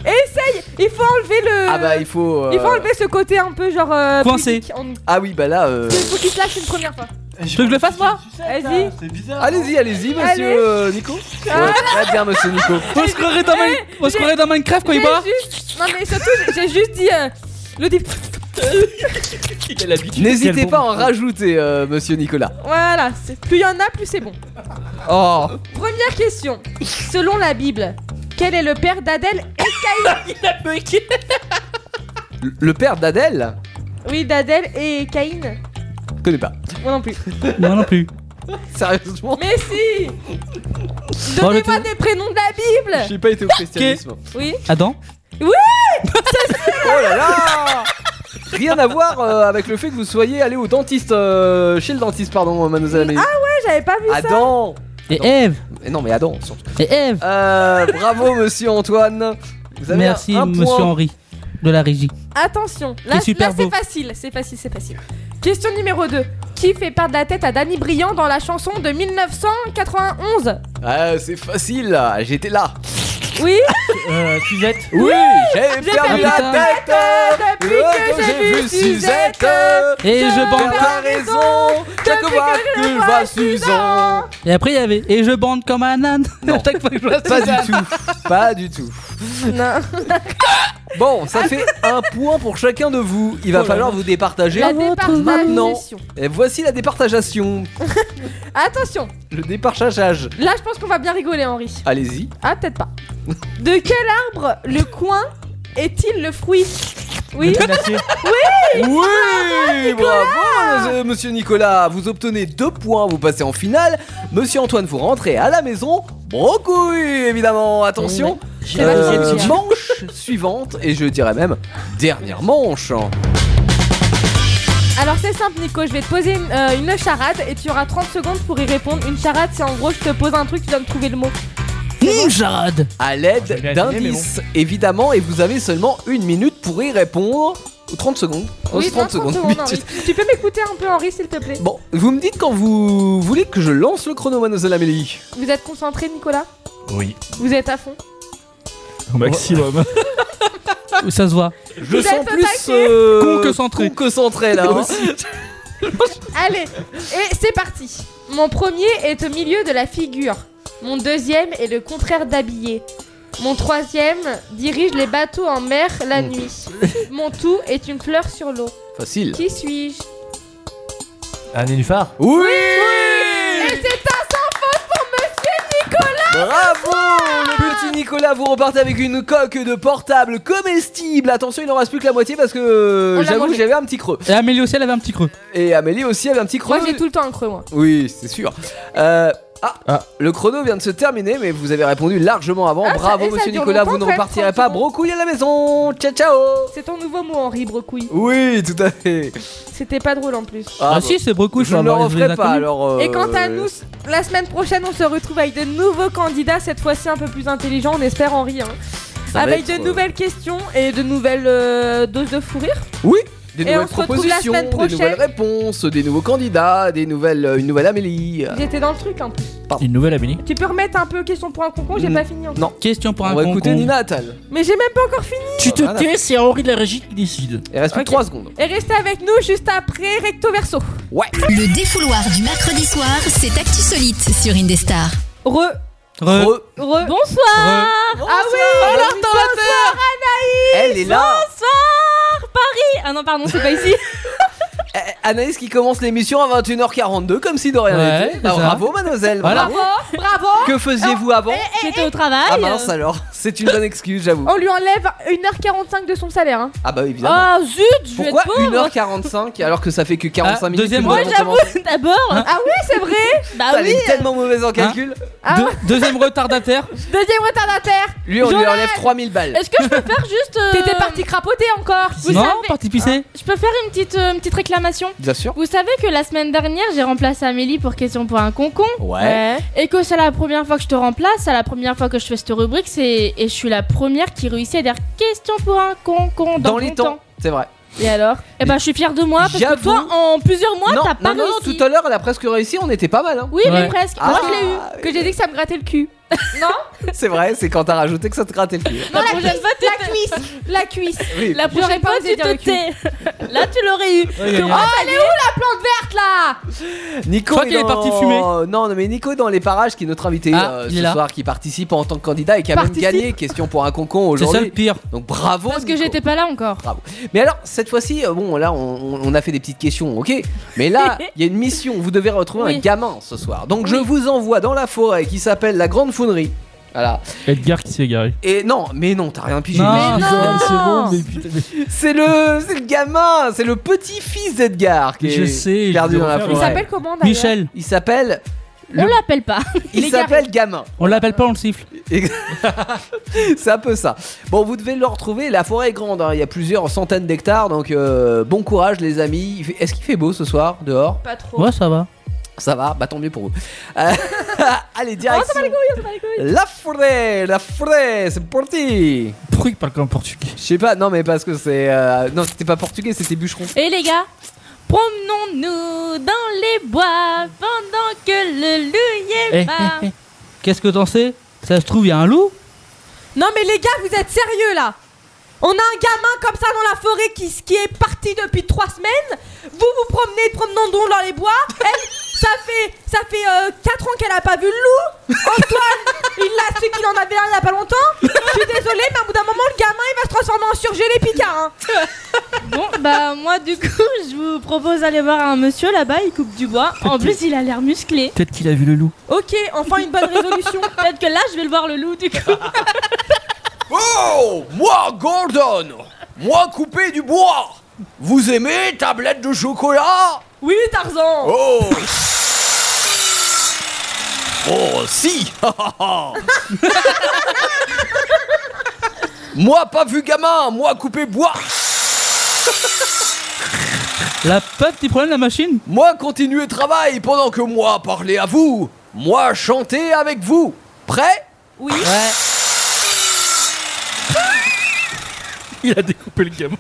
Speaker 5: Essaye Il faut enlever le.
Speaker 4: Ah bah il faut. euh,
Speaker 5: Il faut enlever ce côté un peu genre. Euh,
Speaker 3: Coincé.
Speaker 5: pudique. On-
Speaker 4: Ah oui bah là. euh,
Speaker 5: Il faut qu'il se lâche une première fois.
Speaker 3: Tu veux que je le fasse, moi
Speaker 5: Vas-y.
Speaker 7: C'est bizarre.
Speaker 4: Allez-y, allez-y, monsieur
Speaker 5: Allez.
Speaker 4: euh, Nico. Ouais,
Speaker 5: Ah.
Speaker 4: très bien, monsieur Nico.
Speaker 3: On se croirait dans, Mine- on se croirait dans Minecraft quand il
Speaker 5: J'ai
Speaker 3: boit
Speaker 5: juste- Non mais surtout, j'ai- j'ai juste dit. euh, Le dé-
Speaker 4: N'hésitez pas à en rajouter, euh, monsieur Nicolas.
Speaker 5: Voilà, c'est- plus il y en a, plus c'est bon.
Speaker 4: Oh,
Speaker 5: Première question. Selon la Bible, quel est le père d'Adèle
Speaker 4: le père d'Adèle
Speaker 5: Oui, d'Adèle et Caïn
Speaker 4: Je connais pas.
Speaker 5: Moi non plus.
Speaker 3: Moi non plus.
Speaker 4: Sérieusement
Speaker 5: Mais si
Speaker 3: Bon, le
Speaker 5: Donnez-moi des prénoms de la Bible
Speaker 4: J'ai pas été au christianisme.
Speaker 5: Oui Ah,
Speaker 3: Adam
Speaker 4: Oh là là Rien à voir euh, avec le fait que vous soyez allé au dentiste. euh, chez le dentiste, pardon, mademoiselle. Amélie.
Speaker 5: Ouais, j'avais pas
Speaker 3: Ah.
Speaker 5: vu Ah, ça
Speaker 4: Adam
Speaker 3: Et Eve
Speaker 4: Mais Non, mais Adam, surtout.
Speaker 3: Et Eve
Speaker 4: Euh, bravo, monsieur Antoine. Vous avez
Speaker 3: Merci,
Speaker 4: un, un
Speaker 3: monsieur
Speaker 4: point.
Speaker 3: Henri, de la régie.
Speaker 5: Attention, là,
Speaker 3: C'est super
Speaker 5: là, c'est
Speaker 3: beau.
Speaker 5: facile, c'est facile, c'est facile. Question numéro 2. Qui fait perdre la tête à Danny Briand dans la chanson de 1991
Speaker 4: Ah, c'est facile, j'étais là.
Speaker 5: Oui,
Speaker 6: Euh, Suzette
Speaker 4: Oui, j'ai perdu la
Speaker 3: putain.
Speaker 4: tête
Speaker 5: depuis que j'ai vu Suzette.
Speaker 3: Et je
Speaker 4: T'as
Speaker 3: bande.
Speaker 4: pas raison Chaque
Speaker 5: Depuis
Speaker 4: fois
Speaker 5: que
Speaker 4: que je vois Suzanne
Speaker 3: Et après, il y avait. Et je bande comme un âne.
Speaker 4: Non.
Speaker 3: Chaque fois que je vois
Speaker 4: Pas
Speaker 3: Suzanne.
Speaker 4: du tout Pas du tout
Speaker 5: Non.
Speaker 4: Bon, ça fait un point pour chacun de vous. Il va falloir vous départager.
Speaker 5: La
Speaker 4: maintenant.
Speaker 5: départagisation.
Speaker 4: Et voici la départageation.
Speaker 5: Attention,
Speaker 4: Le départageage.
Speaker 5: là je pense qu'on va bien rigoler, Henri.
Speaker 4: Allez-y.
Speaker 5: Ah, peut-être pas. De quel arbre le coin est-il le fruit Oui, Ah,
Speaker 4: Oui Bravo, euh, monsieur Nicolas. Vous obtenez deux points, vous passez en finale. Monsieur Antoine, vous rentrez à la maison. Brocouille, évidemment. Attention.
Speaker 5: C'est vachement
Speaker 4: Euh,
Speaker 5: bien.
Speaker 4: manche suivante, et je dirais même dernière manche. hein,
Speaker 5: alors c'est simple, Nico. Je vais te poser une, euh, une charade et tu auras 30 secondes pour y répondre. Une charade, c'est en gros, je te pose un truc, tu dois me trouver le mot.
Speaker 3: Hum, Jarad.
Speaker 4: à
Speaker 6: Je vais
Speaker 4: l'aide
Speaker 6: bien essayer, mais
Speaker 4: d'indices, évidemment, et vous avez seulement une minute pour y répondre. Ou 30 secondes. Oh, c'est
Speaker 5: Oui, 30 secondes, Henri.
Speaker 4: minutes.
Speaker 5: Tu peux m'écouter un peu, Henri, s'il te plaît
Speaker 4: Bon, vous me dites quand vous voulez que je lance le chrono, mademoiselle Amélie.
Speaker 5: Vous êtes concentré, Nicolas
Speaker 7: Oui.
Speaker 5: Vous êtes à fond
Speaker 6: Au maximum.
Speaker 3: Où ça se voit.
Speaker 4: Je
Speaker 5: Vous
Speaker 4: sens
Speaker 5: êtes
Speaker 4: plus
Speaker 5: attaqué.
Speaker 4: euh,
Speaker 3: Con que centré.
Speaker 4: con que centré, là. hein.
Speaker 5: Allez, et c'est parti. Mon premier est au milieu de la figure. Mon deuxième est le contraire d'habillé. Mon troisième dirige les bateaux en mer la
Speaker 4: Mm.
Speaker 5: nuit. Mon tout est une fleur sur l'eau.
Speaker 4: Facile.
Speaker 5: Qui suis-je
Speaker 7: Un nénuphar
Speaker 4: Oui,
Speaker 5: Et c'est un
Speaker 4: Bravo
Speaker 5: Ah
Speaker 4: Le petit Nicolas, vous repartez avec une coque de portable comestible. Attention, il n'en reste plus que la moitié parce que euh,
Speaker 5: On l'a
Speaker 4: j'avoue que
Speaker 5: mangé.
Speaker 4: j'avais un petit creux.
Speaker 3: Et Amélie aussi, elle avait un petit creux.
Speaker 4: Et Amélie aussi avait un petit creux.
Speaker 5: Moi j'ai tout le temps un creux, moi.
Speaker 4: Oui, c'est sûr. Euh, ah,
Speaker 6: Ah.
Speaker 4: le chrono vient de se terminer, mais vous avez répondu largement avant.
Speaker 5: Ah, ça-
Speaker 4: Bravo,
Speaker 5: et ça
Speaker 4: monsieur
Speaker 5: dure
Speaker 4: Nicolas,
Speaker 5: longtemps,
Speaker 4: vous ne
Speaker 5: quand même,
Speaker 4: repartirez
Speaker 5: 30
Speaker 4: pas
Speaker 5: secondes.
Speaker 4: brocouille à la maison. Ciao, ciao.
Speaker 5: C'est ton nouveau mot, Henri Brocouille.
Speaker 4: Oui, tout à fait.
Speaker 5: C'était pas drôle en plus.
Speaker 3: Ah,
Speaker 4: bah,
Speaker 3: si, c'est Brecouche.
Speaker 4: je ne le referai pas alors. euh,
Speaker 5: Et quant à nous, la semaine prochaine, on se retrouve avec de nouveaux candidats, cette fois-ci un peu plus intelligents, on espère Henri. Hein.
Speaker 4: ça va
Speaker 5: Avec
Speaker 4: être,
Speaker 5: de
Speaker 4: euh,
Speaker 5: nouvelles questions et de nouvelles euh, doses de fou rire.
Speaker 4: Oui. Des
Speaker 5: Et
Speaker 4: nouvelles
Speaker 5: on se retrouve la
Speaker 4: propositions,
Speaker 5: semaine
Speaker 4: des nouvelles réponses, des nouveaux candidats, des nouvelles, euh, une nouvelle Amélie.
Speaker 5: J'étais dans le truc en plus.
Speaker 6: Une nouvelle Amélie
Speaker 5: Tu peux remettre un peu question pour un concon, j'ai
Speaker 4: Mm.
Speaker 5: pas fini encore.
Speaker 4: Non.
Speaker 3: Question pour un
Speaker 4: On va écouter
Speaker 3: concon.
Speaker 4: Nina Attal.
Speaker 5: Mais j'ai même pas encore fini.
Speaker 6: Tu
Speaker 4: Voilà.
Speaker 6: te tais, c'est Henri de la régie qui décide.
Speaker 4: Il reste plus
Speaker 5: Ok.
Speaker 4: que 3 secondes.
Speaker 5: Et restez avec nous juste après Recto Verso.
Speaker 4: Ouais.
Speaker 2: Le défouloir du mercredi soir, c'est Actu Solite sur Indestar.
Speaker 5: Re,
Speaker 3: Re-
Speaker 4: Re-
Speaker 5: re.
Speaker 3: re-
Speaker 5: Ah oui, alors dans la terre.
Speaker 4: Elle est là.
Speaker 5: Bonsoir Paris. Ah non, pardon, c'est pas ici.
Speaker 4: Eh, Anaïs qui commence l'émission à 21h42 comme si de rien
Speaker 3: Ouais,
Speaker 4: n'était. Ah,
Speaker 3: ça.
Speaker 4: bravo mademoiselle.
Speaker 3: Voilà.
Speaker 4: bravo.
Speaker 5: Bravo, bravo.
Speaker 4: Que faisiez-vous avant
Speaker 5: J'étais au travail.
Speaker 4: Ah mince alors, c'est une bonne excuse, j'avoue.
Speaker 5: On lui enlève 1h45 de son salaire. Hein.
Speaker 4: Ah bah évidemment.
Speaker 8: Oh,
Speaker 5: zut, je
Speaker 4: Pourquoi 1h45 alors que ça fait que 45
Speaker 3: Ah,
Speaker 4: minutes
Speaker 3: deuxième
Speaker 4: que nous
Speaker 3: round.
Speaker 4: avons
Speaker 3: Moi,
Speaker 4: commencé
Speaker 5: d'abord.
Speaker 4: Hein
Speaker 5: Ah oui, c'est vrai.
Speaker 8: bah
Speaker 4: Putain, Elle est tellement mauvaise en calcul.
Speaker 5: Ah.
Speaker 3: Deux- deuxième retardataire.
Speaker 5: Deuxième retardataire.
Speaker 4: Lui, on lui
Speaker 5: Jonas.
Speaker 4: enlève 3000 balles.
Speaker 5: Est-ce que je peux faire juste.
Speaker 8: euh,
Speaker 5: T'étais parti crapoter hein. encore. Vous
Speaker 3: non,
Speaker 5: savez-
Speaker 3: parti
Speaker 4: Ah,
Speaker 3: pisser.
Speaker 8: Je peux faire une petite, euh, une petite réclamation
Speaker 4: Bien sûr.
Speaker 8: Vous savez que la semaine dernière, j'ai remplacé Amélie pour question pour un concon
Speaker 4: Ouais.
Speaker 8: et que c'est la première fois que je te remplace, c'est la première fois que je fais cette rubrique c'est... et je suis la première qui réussit à dire question pour un concon dans,
Speaker 4: Dans les
Speaker 8: ton temps.
Speaker 4: temps, c'est vrai.
Speaker 8: Et alors Eh ben, je suis fière de moi parce
Speaker 4: J'avoue.
Speaker 8: que toi, en plusieurs mois,
Speaker 4: non,
Speaker 8: t'as pas
Speaker 4: non, non,
Speaker 8: réussi.
Speaker 4: tout à l'heure, elle a presque réussi, on était pas mal. Hein.
Speaker 8: Oui,
Speaker 3: Ouais.
Speaker 8: mais presque.
Speaker 4: Ah.
Speaker 8: Moi, je l'ai eu.
Speaker 5: Que j'ai dit que ça me grattait le cul. Non
Speaker 4: C'est vrai, c'est quand t'as rajouté que ça te grattait le cul.
Speaker 8: La prochaine fois, tu
Speaker 5: La cuisse. La cuisse.
Speaker 4: Oui.
Speaker 8: La
Speaker 5: J'aurais
Speaker 8: prochaine
Speaker 5: pas
Speaker 8: fois,
Speaker 5: osé
Speaker 8: tu
Speaker 5: dire le
Speaker 8: te tais. Là, tu l'aurais eu. Oh,
Speaker 3: Ouais,
Speaker 8: Donc,
Speaker 3: ouais, ouais.
Speaker 5: Plante verte là.
Speaker 4: Nico,
Speaker 3: Je crois qu'il est parti fumer.
Speaker 4: Non, non, mais Nico est dans les parages, qui est notre invité
Speaker 3: Ah,
Speaker 4: euh,
Speaker 3: il est
Speaker 4: ce
Speaker 3: là.
Speaker 4: soir, qui participe en tant que candidat et qui a
Speaker 5: Participe.
Speaker 4: même gagné. Question pour un concon
Speaker 3: C'est ça le
Speaker 4: aujourd'hui.
Speaker 3: pire.
Speaker 4: Donc bravo.
Speaker 8: Parce que
Speaker 4: Nico.
Speaker 8: j'étais pas là encore.
Speaker 4: Mais alors, cette fois-ci, euh, bon, là, on, on- on a fait des petites questions, ok Mais là, il y a une mission. Vous devez retrouver un
Speaker 8: Oui.
Speaker 4: gamin ce soir. Donc, je vous envoie dans la forêt qui s'appelle la Grande Founerie. Voilà.
Speaker 6: Edgar qui s'est égaré.
Speaker 4: Et non, mais non, t'as rien pigé.
Speaker 3: Non,
Speaker 5: non.
Speaker 6: c'est bon, mais putain. mais-
Speaker 4: C'est le, c'est le gamin, c'est le petit-fils d'Edgar qui
Speaker 6: Je
Speaker 4: est
Speaker 6: sais, je
Speaker 4: perdu
Speaker 6: vais
Speaker 4: dans la
Speaker 6: refaire,
Speaker 4: forêt.
Speaker 5: Il s'appelle comment d'ailleurs
Speaker 3: Michel,
Speaker 4: Il s'appelle.
Speaker 8: On l'appelle pas.
Speaker 4: Il s'appelle gamin.
Speaker 3: on l'appelle pas, on le siffle.
Speaker 4: C'est un peu ça. Bon, vous devez le retrouver. La forêt est grande. hein, Il y a plusieurs centaines d'hectares. Donc, euh, bon courage, les amis. Il fait- Est-ce qu'il fait beau ce soir dehors
Speaker 5: Pas trop.
Speaker 3: Ouais, ça va.
Speaker 4: Ça va, bah tant mieux pour vous. Euh, allez, direction. La forêt, la forêt, c'est parti.
Speaker 6: Pourquoi il parle comme portugais
Speaker 4: Je sais pas, non mais parce que c'est, euh, non c'était pas portugais, c'était bûcheron.
Speaker 8: Et les gars, promenons-nous dans les bois pendant que le loup y
Speaker 3: Eh,
Speaker 8: est bas.
Speaker 3: eh, eh. Qu'est-ce que t'en sais Ça se trouve, il y a un loup
Speaker 5: Non mais les gars, vous êtes sérieux là On a un gamin comme ça dans la forêt qui, qui est parti depuis trois semaines. Vous vous promenez, promenandons dans les bois. Elle, ça fait ça fait euh, quatre ans qu'elle a pas vu le loup. Antoine, il l'a su qu'il en avait un il y a pas longtemps. Je suis désolée, mais au bout d'un moment, le gamin il va se transformer en surgelé picard. hein.
Speaker 8: Bon, bah moi du coup, je vous propose d'aller voir un monsieur là-bas, il coupe du bois. En plus, il a l'air musclé.
Speaker 6: Peut-être qu'il a vu le loup.
Speaker 5: Ok, enfin une bonne résolution.
Speaker 8: Peut-être que là, je vais le voir le loup du coup.
Speaker 9: Oh Moi, Gordon Moi, coupé du bois Vous aimez tablette de chocolat
Speaker 5: Oui, Tarzan.
Speaker 9: Oh Oh, si Moi, pas vu gamin Moi, coupé bois
Speaker 3: La patte, petit problème, la machine
Speaker 9: Moi, continuer travail pendant que moi, parler à vous Moi, chanter avec vous Prêt
Speaker 5: Oui.
Speaker 6: Il a découpé le gamin.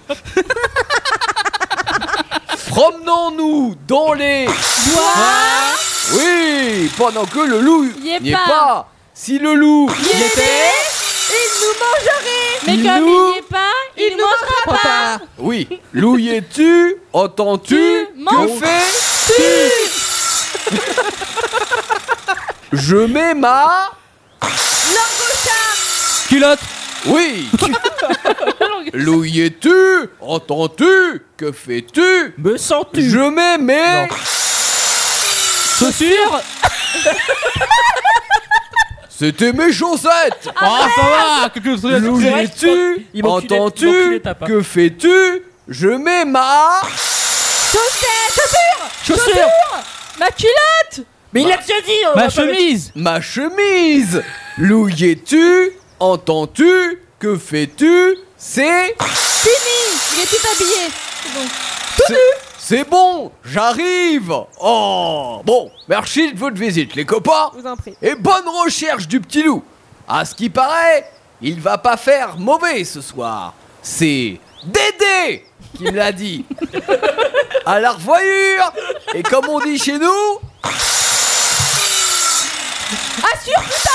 Speaker 9: Promenons-nous dans les... Oui Pendant que le loup
Speaker 8: Y est
Speaker 9: n'y est
Speaker 8: pas.
Speaker 9: pas Si le loup
Speaker 5: Il était. Il nous mangerait.
Speaker 8: Mais
Speaker 9: Il
Speaker 8: comme
Speaker 9: nous-
Speaker 8: il n'y est pas, il,
Speaker 5: Il nous
Speaker 8: mange
Speaker 5: mangera pas.
Speaker 9: Oui. Louilles-tu Entends-tu
Speaker 8: Tu
Speaker 9: Que
Speaker 8: manges.
Speaker 9: fais-tu Je mets ma...
Speaker 3: Culotte
Speaker 9: Oui Louilles-tu Entends-tu Que fais-tu
Speaker 6: Me sens-tu
Speaker 9: Je mets mes...
Speaker 3: Chaussures
Speaker 9: C'était mes chaussettes
Speaker 6: Ah, ça va Quelqu'un se
Speaker 9: Louilles-tu
Speaker 6: Ils m'ont culé- ils m'ont culé,
Speaker 9: Entends-tu
Speaker 3: hein.
Speaker 6: t'as pas.
Speaker 9: Que fais-tu Je mets ma...
Speaker 3: Chaussures
Speaker 5: Ma culotte.
Speaker 6: Mais il a déjà dit
Speaker 3: Ma chemise
Speaker 9: Ma chemise Louilles-tu Entends-tu Que fais-tu C'est...
Speaker 5: Il est tout habillé.
Speaker 9: C'est- C'est bon, j'arrive Oh Bon, merci de votre visite, les copains
Speaker 5: Je vous en prie.
Speaker 9: Et bonne recherche du petit loup À ce qui paraît, il va pas faire mauvais ce soir. C'est Dédé qui me l'a dit. à la revoyure Et comme on dit chez nous...
Speaker 5: Assure plus tard.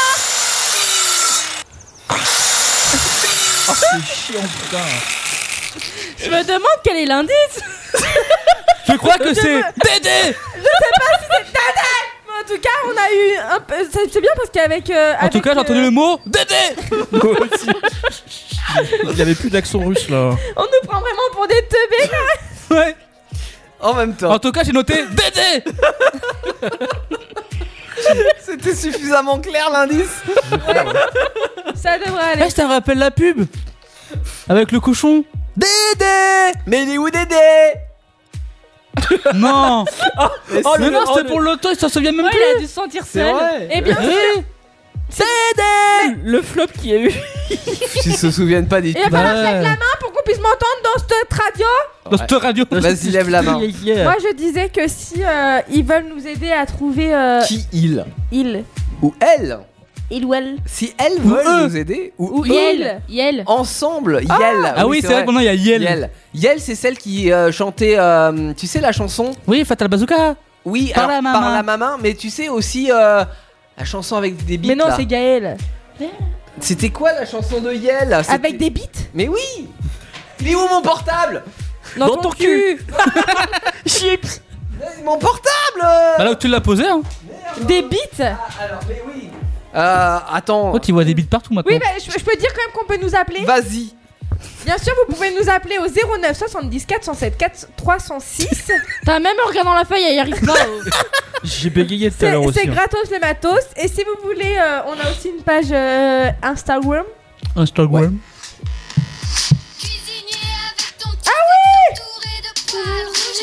Speaker 3: Ah,
Speaker 6: C'est chiant, putain
Speaker 8: Je me demande quel est l'indice.
Speaker 3: Je crois que c'est Dédé
Speaker 5: Mais En tout cas, on a eu un peu. C'est c'est bien parce qu'avec. euh,
Speaker 3: En tout
Speaker 5: avec,
Speaker 3: cas, j'ai entendu
Speaker 5: euh,
Speaker 3: le mot Dédé
Speaker 6: Moi aussi. Il avait plus d'accent russe là.
Speaker 5: euh, On nous prend vraiment pour des teubés. là.
Speaker 3: Ouais
Speaker 4: En même temps,
Speaker 3: En tout cas, j'ai noté Dédé
Speaker 4: c'était suffisamment clair l'indice.
Speaker 5: Ça devrait aller.
Speaker 3: Eh, ça me rappelle la pub Avec le cochon
Speaker 4: Dédé Mais il est où Dédé
Speaker 3: Non
Speaker 4: Mais
Speaker 3: Oh,
Speaker 4: c'est-
Speaker 3: mais non,
Speaker 4: oh,
Speaker 3: c'était pour l'auto, il s'en souvient même
Speaker 8: Ouais,
Speaker 3: plus Eh,
Speaker 8: il a dû se sentir seul.
Speaker 4: vrai.
Speaker 8: Et bien sûr.
Speaker 3: Le flop qu'il y a eu
Speaker 4: S'ils se souviennent pas des
Speaker 5: Et il va falloir que je lève la main pour qu'on puisse m'entendre dans cette radio.
Speaker 3: bah. Dans cette radio
Speaker 4: Vas-y, lève la main.
Speaker 5: Moi, je disais que si euh, ils veulent nous aider à trouver euh,
Speaker 4: Qui il
Speaker 5: il,
Speaker 4: Ou elle
Speaker 5: il ou elle,
Speaker 4: Si elles veulent nous aider, ou,
Speaker 5: ou
Speaker 4: eux,
Speaker 5: il,
Speaker 8: Yel.
Speaker 4: ensemble, Yel.
Speaker 3: Ah oui, c'est vrai que maintenant il y a Yel
Speaker 4: Yel. Yel, c'est celle qui euh, chantait, euh, tu sais, la chanson
Speaker 3: Oui, Fatal Bazooka
Speaker 4: Oui,
Speaker 3: Par
Speaker 4: alors,
Speaker 3: la
Speaker 4: par
Speaker 3: maman.
Speaker 4: la maman, mais tu sais aussi euh, la chanson avec des beats.
Speaker 5: Mais non,
Speaker 4: là.
Speaker 5: c'est Gaël.
Speaker 4: C'était quoi la chanson de Yel C'était-
Speaker 5: Avec des bites
Speaker 4: Mais oui Il est où mon portable
Speaker 5: dans,
Speaker 3: Dans ton cul.
Speaker 5: Chips.
Speaker 4: Mon portable
Speaker 3: Bah là où tu l'as posé, hein
Speaker 5: Des bites.
Speaker 4: Ah, Alors, mais oui Euh, attends,
Speaker 3: Oh, tu vois des bits partout maintenant
Speaker 5: Oui, bah, je, je peux dire quand même qu'on peut nous appeler.
Speaker 4: vas-y
Speaker 5: Bien sûr, vous pouvez nous appeler au 09 70 407 4 306.
Speaker 8: T'as même en regardant la feuille, il arrive pas.
Speaker 6: J'ai bégayé tout à l'heure
Speaker 5: C'est
Speaker 3: hein.
Speaker 6: aussi.
Speaker 4: hein.
Speaker 5: c'est gratos le matos. Et si vous voulez, euh, on a aussi une page euh, Instagram.
Speaker 6: Instagram.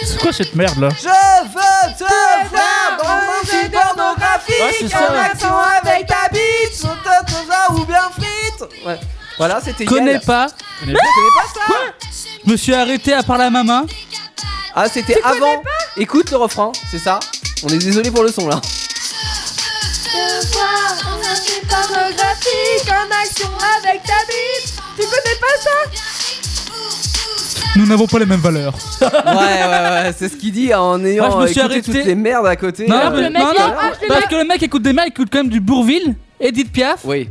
Speaker 6: C'est quoi cette merde là
Speaker 4: Je veux te voir dans un
Speaker 5: Ouais,
Speaker 4: film pornographique
Speaker 6: Ouais, c'est ça.
Speaker 4: En action avec ta bite Sous ta cosa ou bien frites Ouais, voilà, c'était
Speaker 3: Je connais
Speaker 4: Yel.
Speaker 3: pas.
Speaker 6: connais
Speaker 4: Tu connais pas ça
Speaker 3: Je me suis arrêté à part la maman.
Speaker 4: Ah, c'était avant Écoute le refrain, c'est ça On est désolé pour le son là
Speaker 5: Pornographique en action avec ta bite. Tu connais pas ça
Speaker 3: Nous n'avons pas les mêmes valeurs.
Speaker 4: Ouais, ouais, ouais, c'est ce qu'il dit hein, en ayant
Speaker 3: Moi, je me suis
Speaker 4: écouté
Speaker 3: arrêté.
Speaker 4: toutes les merdes à côté
Speaker 3: Non,
Speaker 4: Euh,
Speaker 3: mais-
Speaker 8: le mec,
Speaker 3: non,
Speaker 8: il
Speaker 3: non,
Speaker 8: arrache
Speaker 3: parce que le mec écoute des mecs, il écoute quand même du Bourville, Edith Piaf,
Speaker 4: Oui,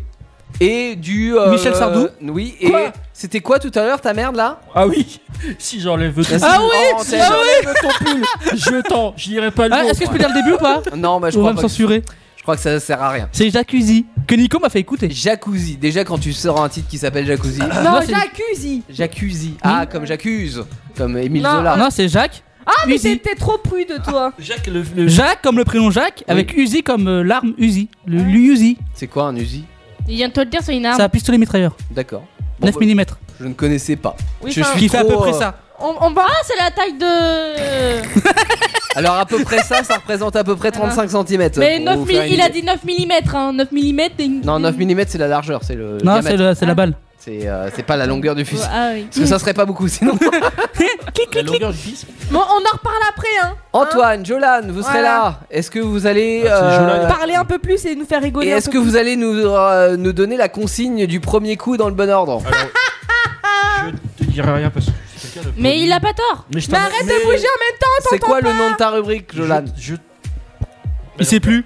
Speaker 4: et du. euh,
Speaker 6: Michel Sardou
Speaker 4: Oui, et.
Speaker 6: Quoi
Speaker 4: C'était quoi tout à l'heure ta merde là
Speaker 6: Ah oui Si j'enlève tout.
Speaker 4: Ah
Speaker 6: oui
Speaker 4: Si j'enlève ton pull
Speaker 6: Je tends, je n'irai pas le
Speaker 3: Ah,
Speaker 6: mot.
Speaker 3: Est-ce que je peux dire le début ou pas
Speaker 4: Non, bah je
Speaker 3: On
Speaker 4: crois,
Speaker 3: va me
Speaker 4: pas que,
Speaker 3: censurer.
Speaker 4: je crois que ça sert à rien.
Speaker 3: C'est Jacuzzi que Nico m'a fait écouter.
Speaker 4: Jacuzzi, déjà quand tu sors un titre qui s'appelle Jacuzzi.
Speaker 5: Non,
Speaker 3: Non, c'est-
Speaker 5: j'accuse.
Speaker 4: Jacuzzi. Ah, comme j'accuse. Comme Émile
Speaker 5: Non,
Speaker 4: Zola.
Speaker 3: Non, c'est Jacques.
Speaker 5: Ah, mais
Speaker 3: Uzi.
Speaker 5: t'es trop prude, toi.
Speaker 4: Ah.
Speaker 6: Jacques, le. le-
Speaker 3: Jacques comme le prénom Jacques, avec Uzi comme euh, l'arme Uzi. Le l'Uzi.
Speaker 4: C'est quoi un Uzi
Speaker 8: Il vient de te le dire, c'est une
Speaker 3: C'est
Speaker 8: arme.
Speaker 3: un pistolet mitrailleur.
Speaker 4: D'accord. Bon,
Speaker 3: 9
Speaker 4: bah,
Speaker 3: mm.
Speaker 4: je ne connaissais pas.
Speaker 5: Oui,
Speaker 4: je
Speaker 5: enfin,
Speaker 4: suis
Speaker 3: Qui fait à peu
Speaker 4: trop,
Speaker 3: près
Speaker 4: euh,
Speaker 3: ça.
Speaker 8: On, on... Ah, c'est la taille de.
Speaker 4: Alors à peu près ça, ça représente à peu près 35 cm.
Speaker 8: Mais 9 mm, il a dit 9 mm, hein. 9 mm, t'es une.
Speaker 4: hein, Non, 9 mm c'est la largeur, c'est le
Speaker 3: Non, c'est
Speaker 4: diamètre.
Speaker 3: le- c'est la balle.
Speaker 4: C'est euh, c'est pas la longueur du fusil.
Speaker 8: Ah oui.
Speaker 4: Parce que ça serait pas beaucoup sinon.
Speaker 3: Ah.
Speaker 6: la longueur du fils
Speaker 5: Bon, on en reparle après, hein.
Speaker 4: Antoine, Jolan, vous serez là. Est-ce que vous allez
Speaker 6: Ah, c'est Jolan.
Speaker 5: Parler un peu plus et nous faire rigoler.
Speaker 4: Euh. Et
Speaker 5: un
Speaker 4: est-ce que
Speaker 5: peu plus.
Speaker 4: vous allez nous, euh, nous donner la consigne du premier coup dans le bon ordre
Speaker 6: Je te dirai rien parce que c'est quelqu'un de.
Speaker 8: Mais il a pas tort.
Speaker 6: Mais, je
Speaker 5: Mais
Speaker 6: t'en-
Speaker 5: arrête
Speaker 6: mais-
Speaker 5: de bouger en même temps.
Speaker 4: C'est quoi le nom de ta rubrique, Jolan
Speaker 6: Je. je-
Speaker 3: Il sait plus.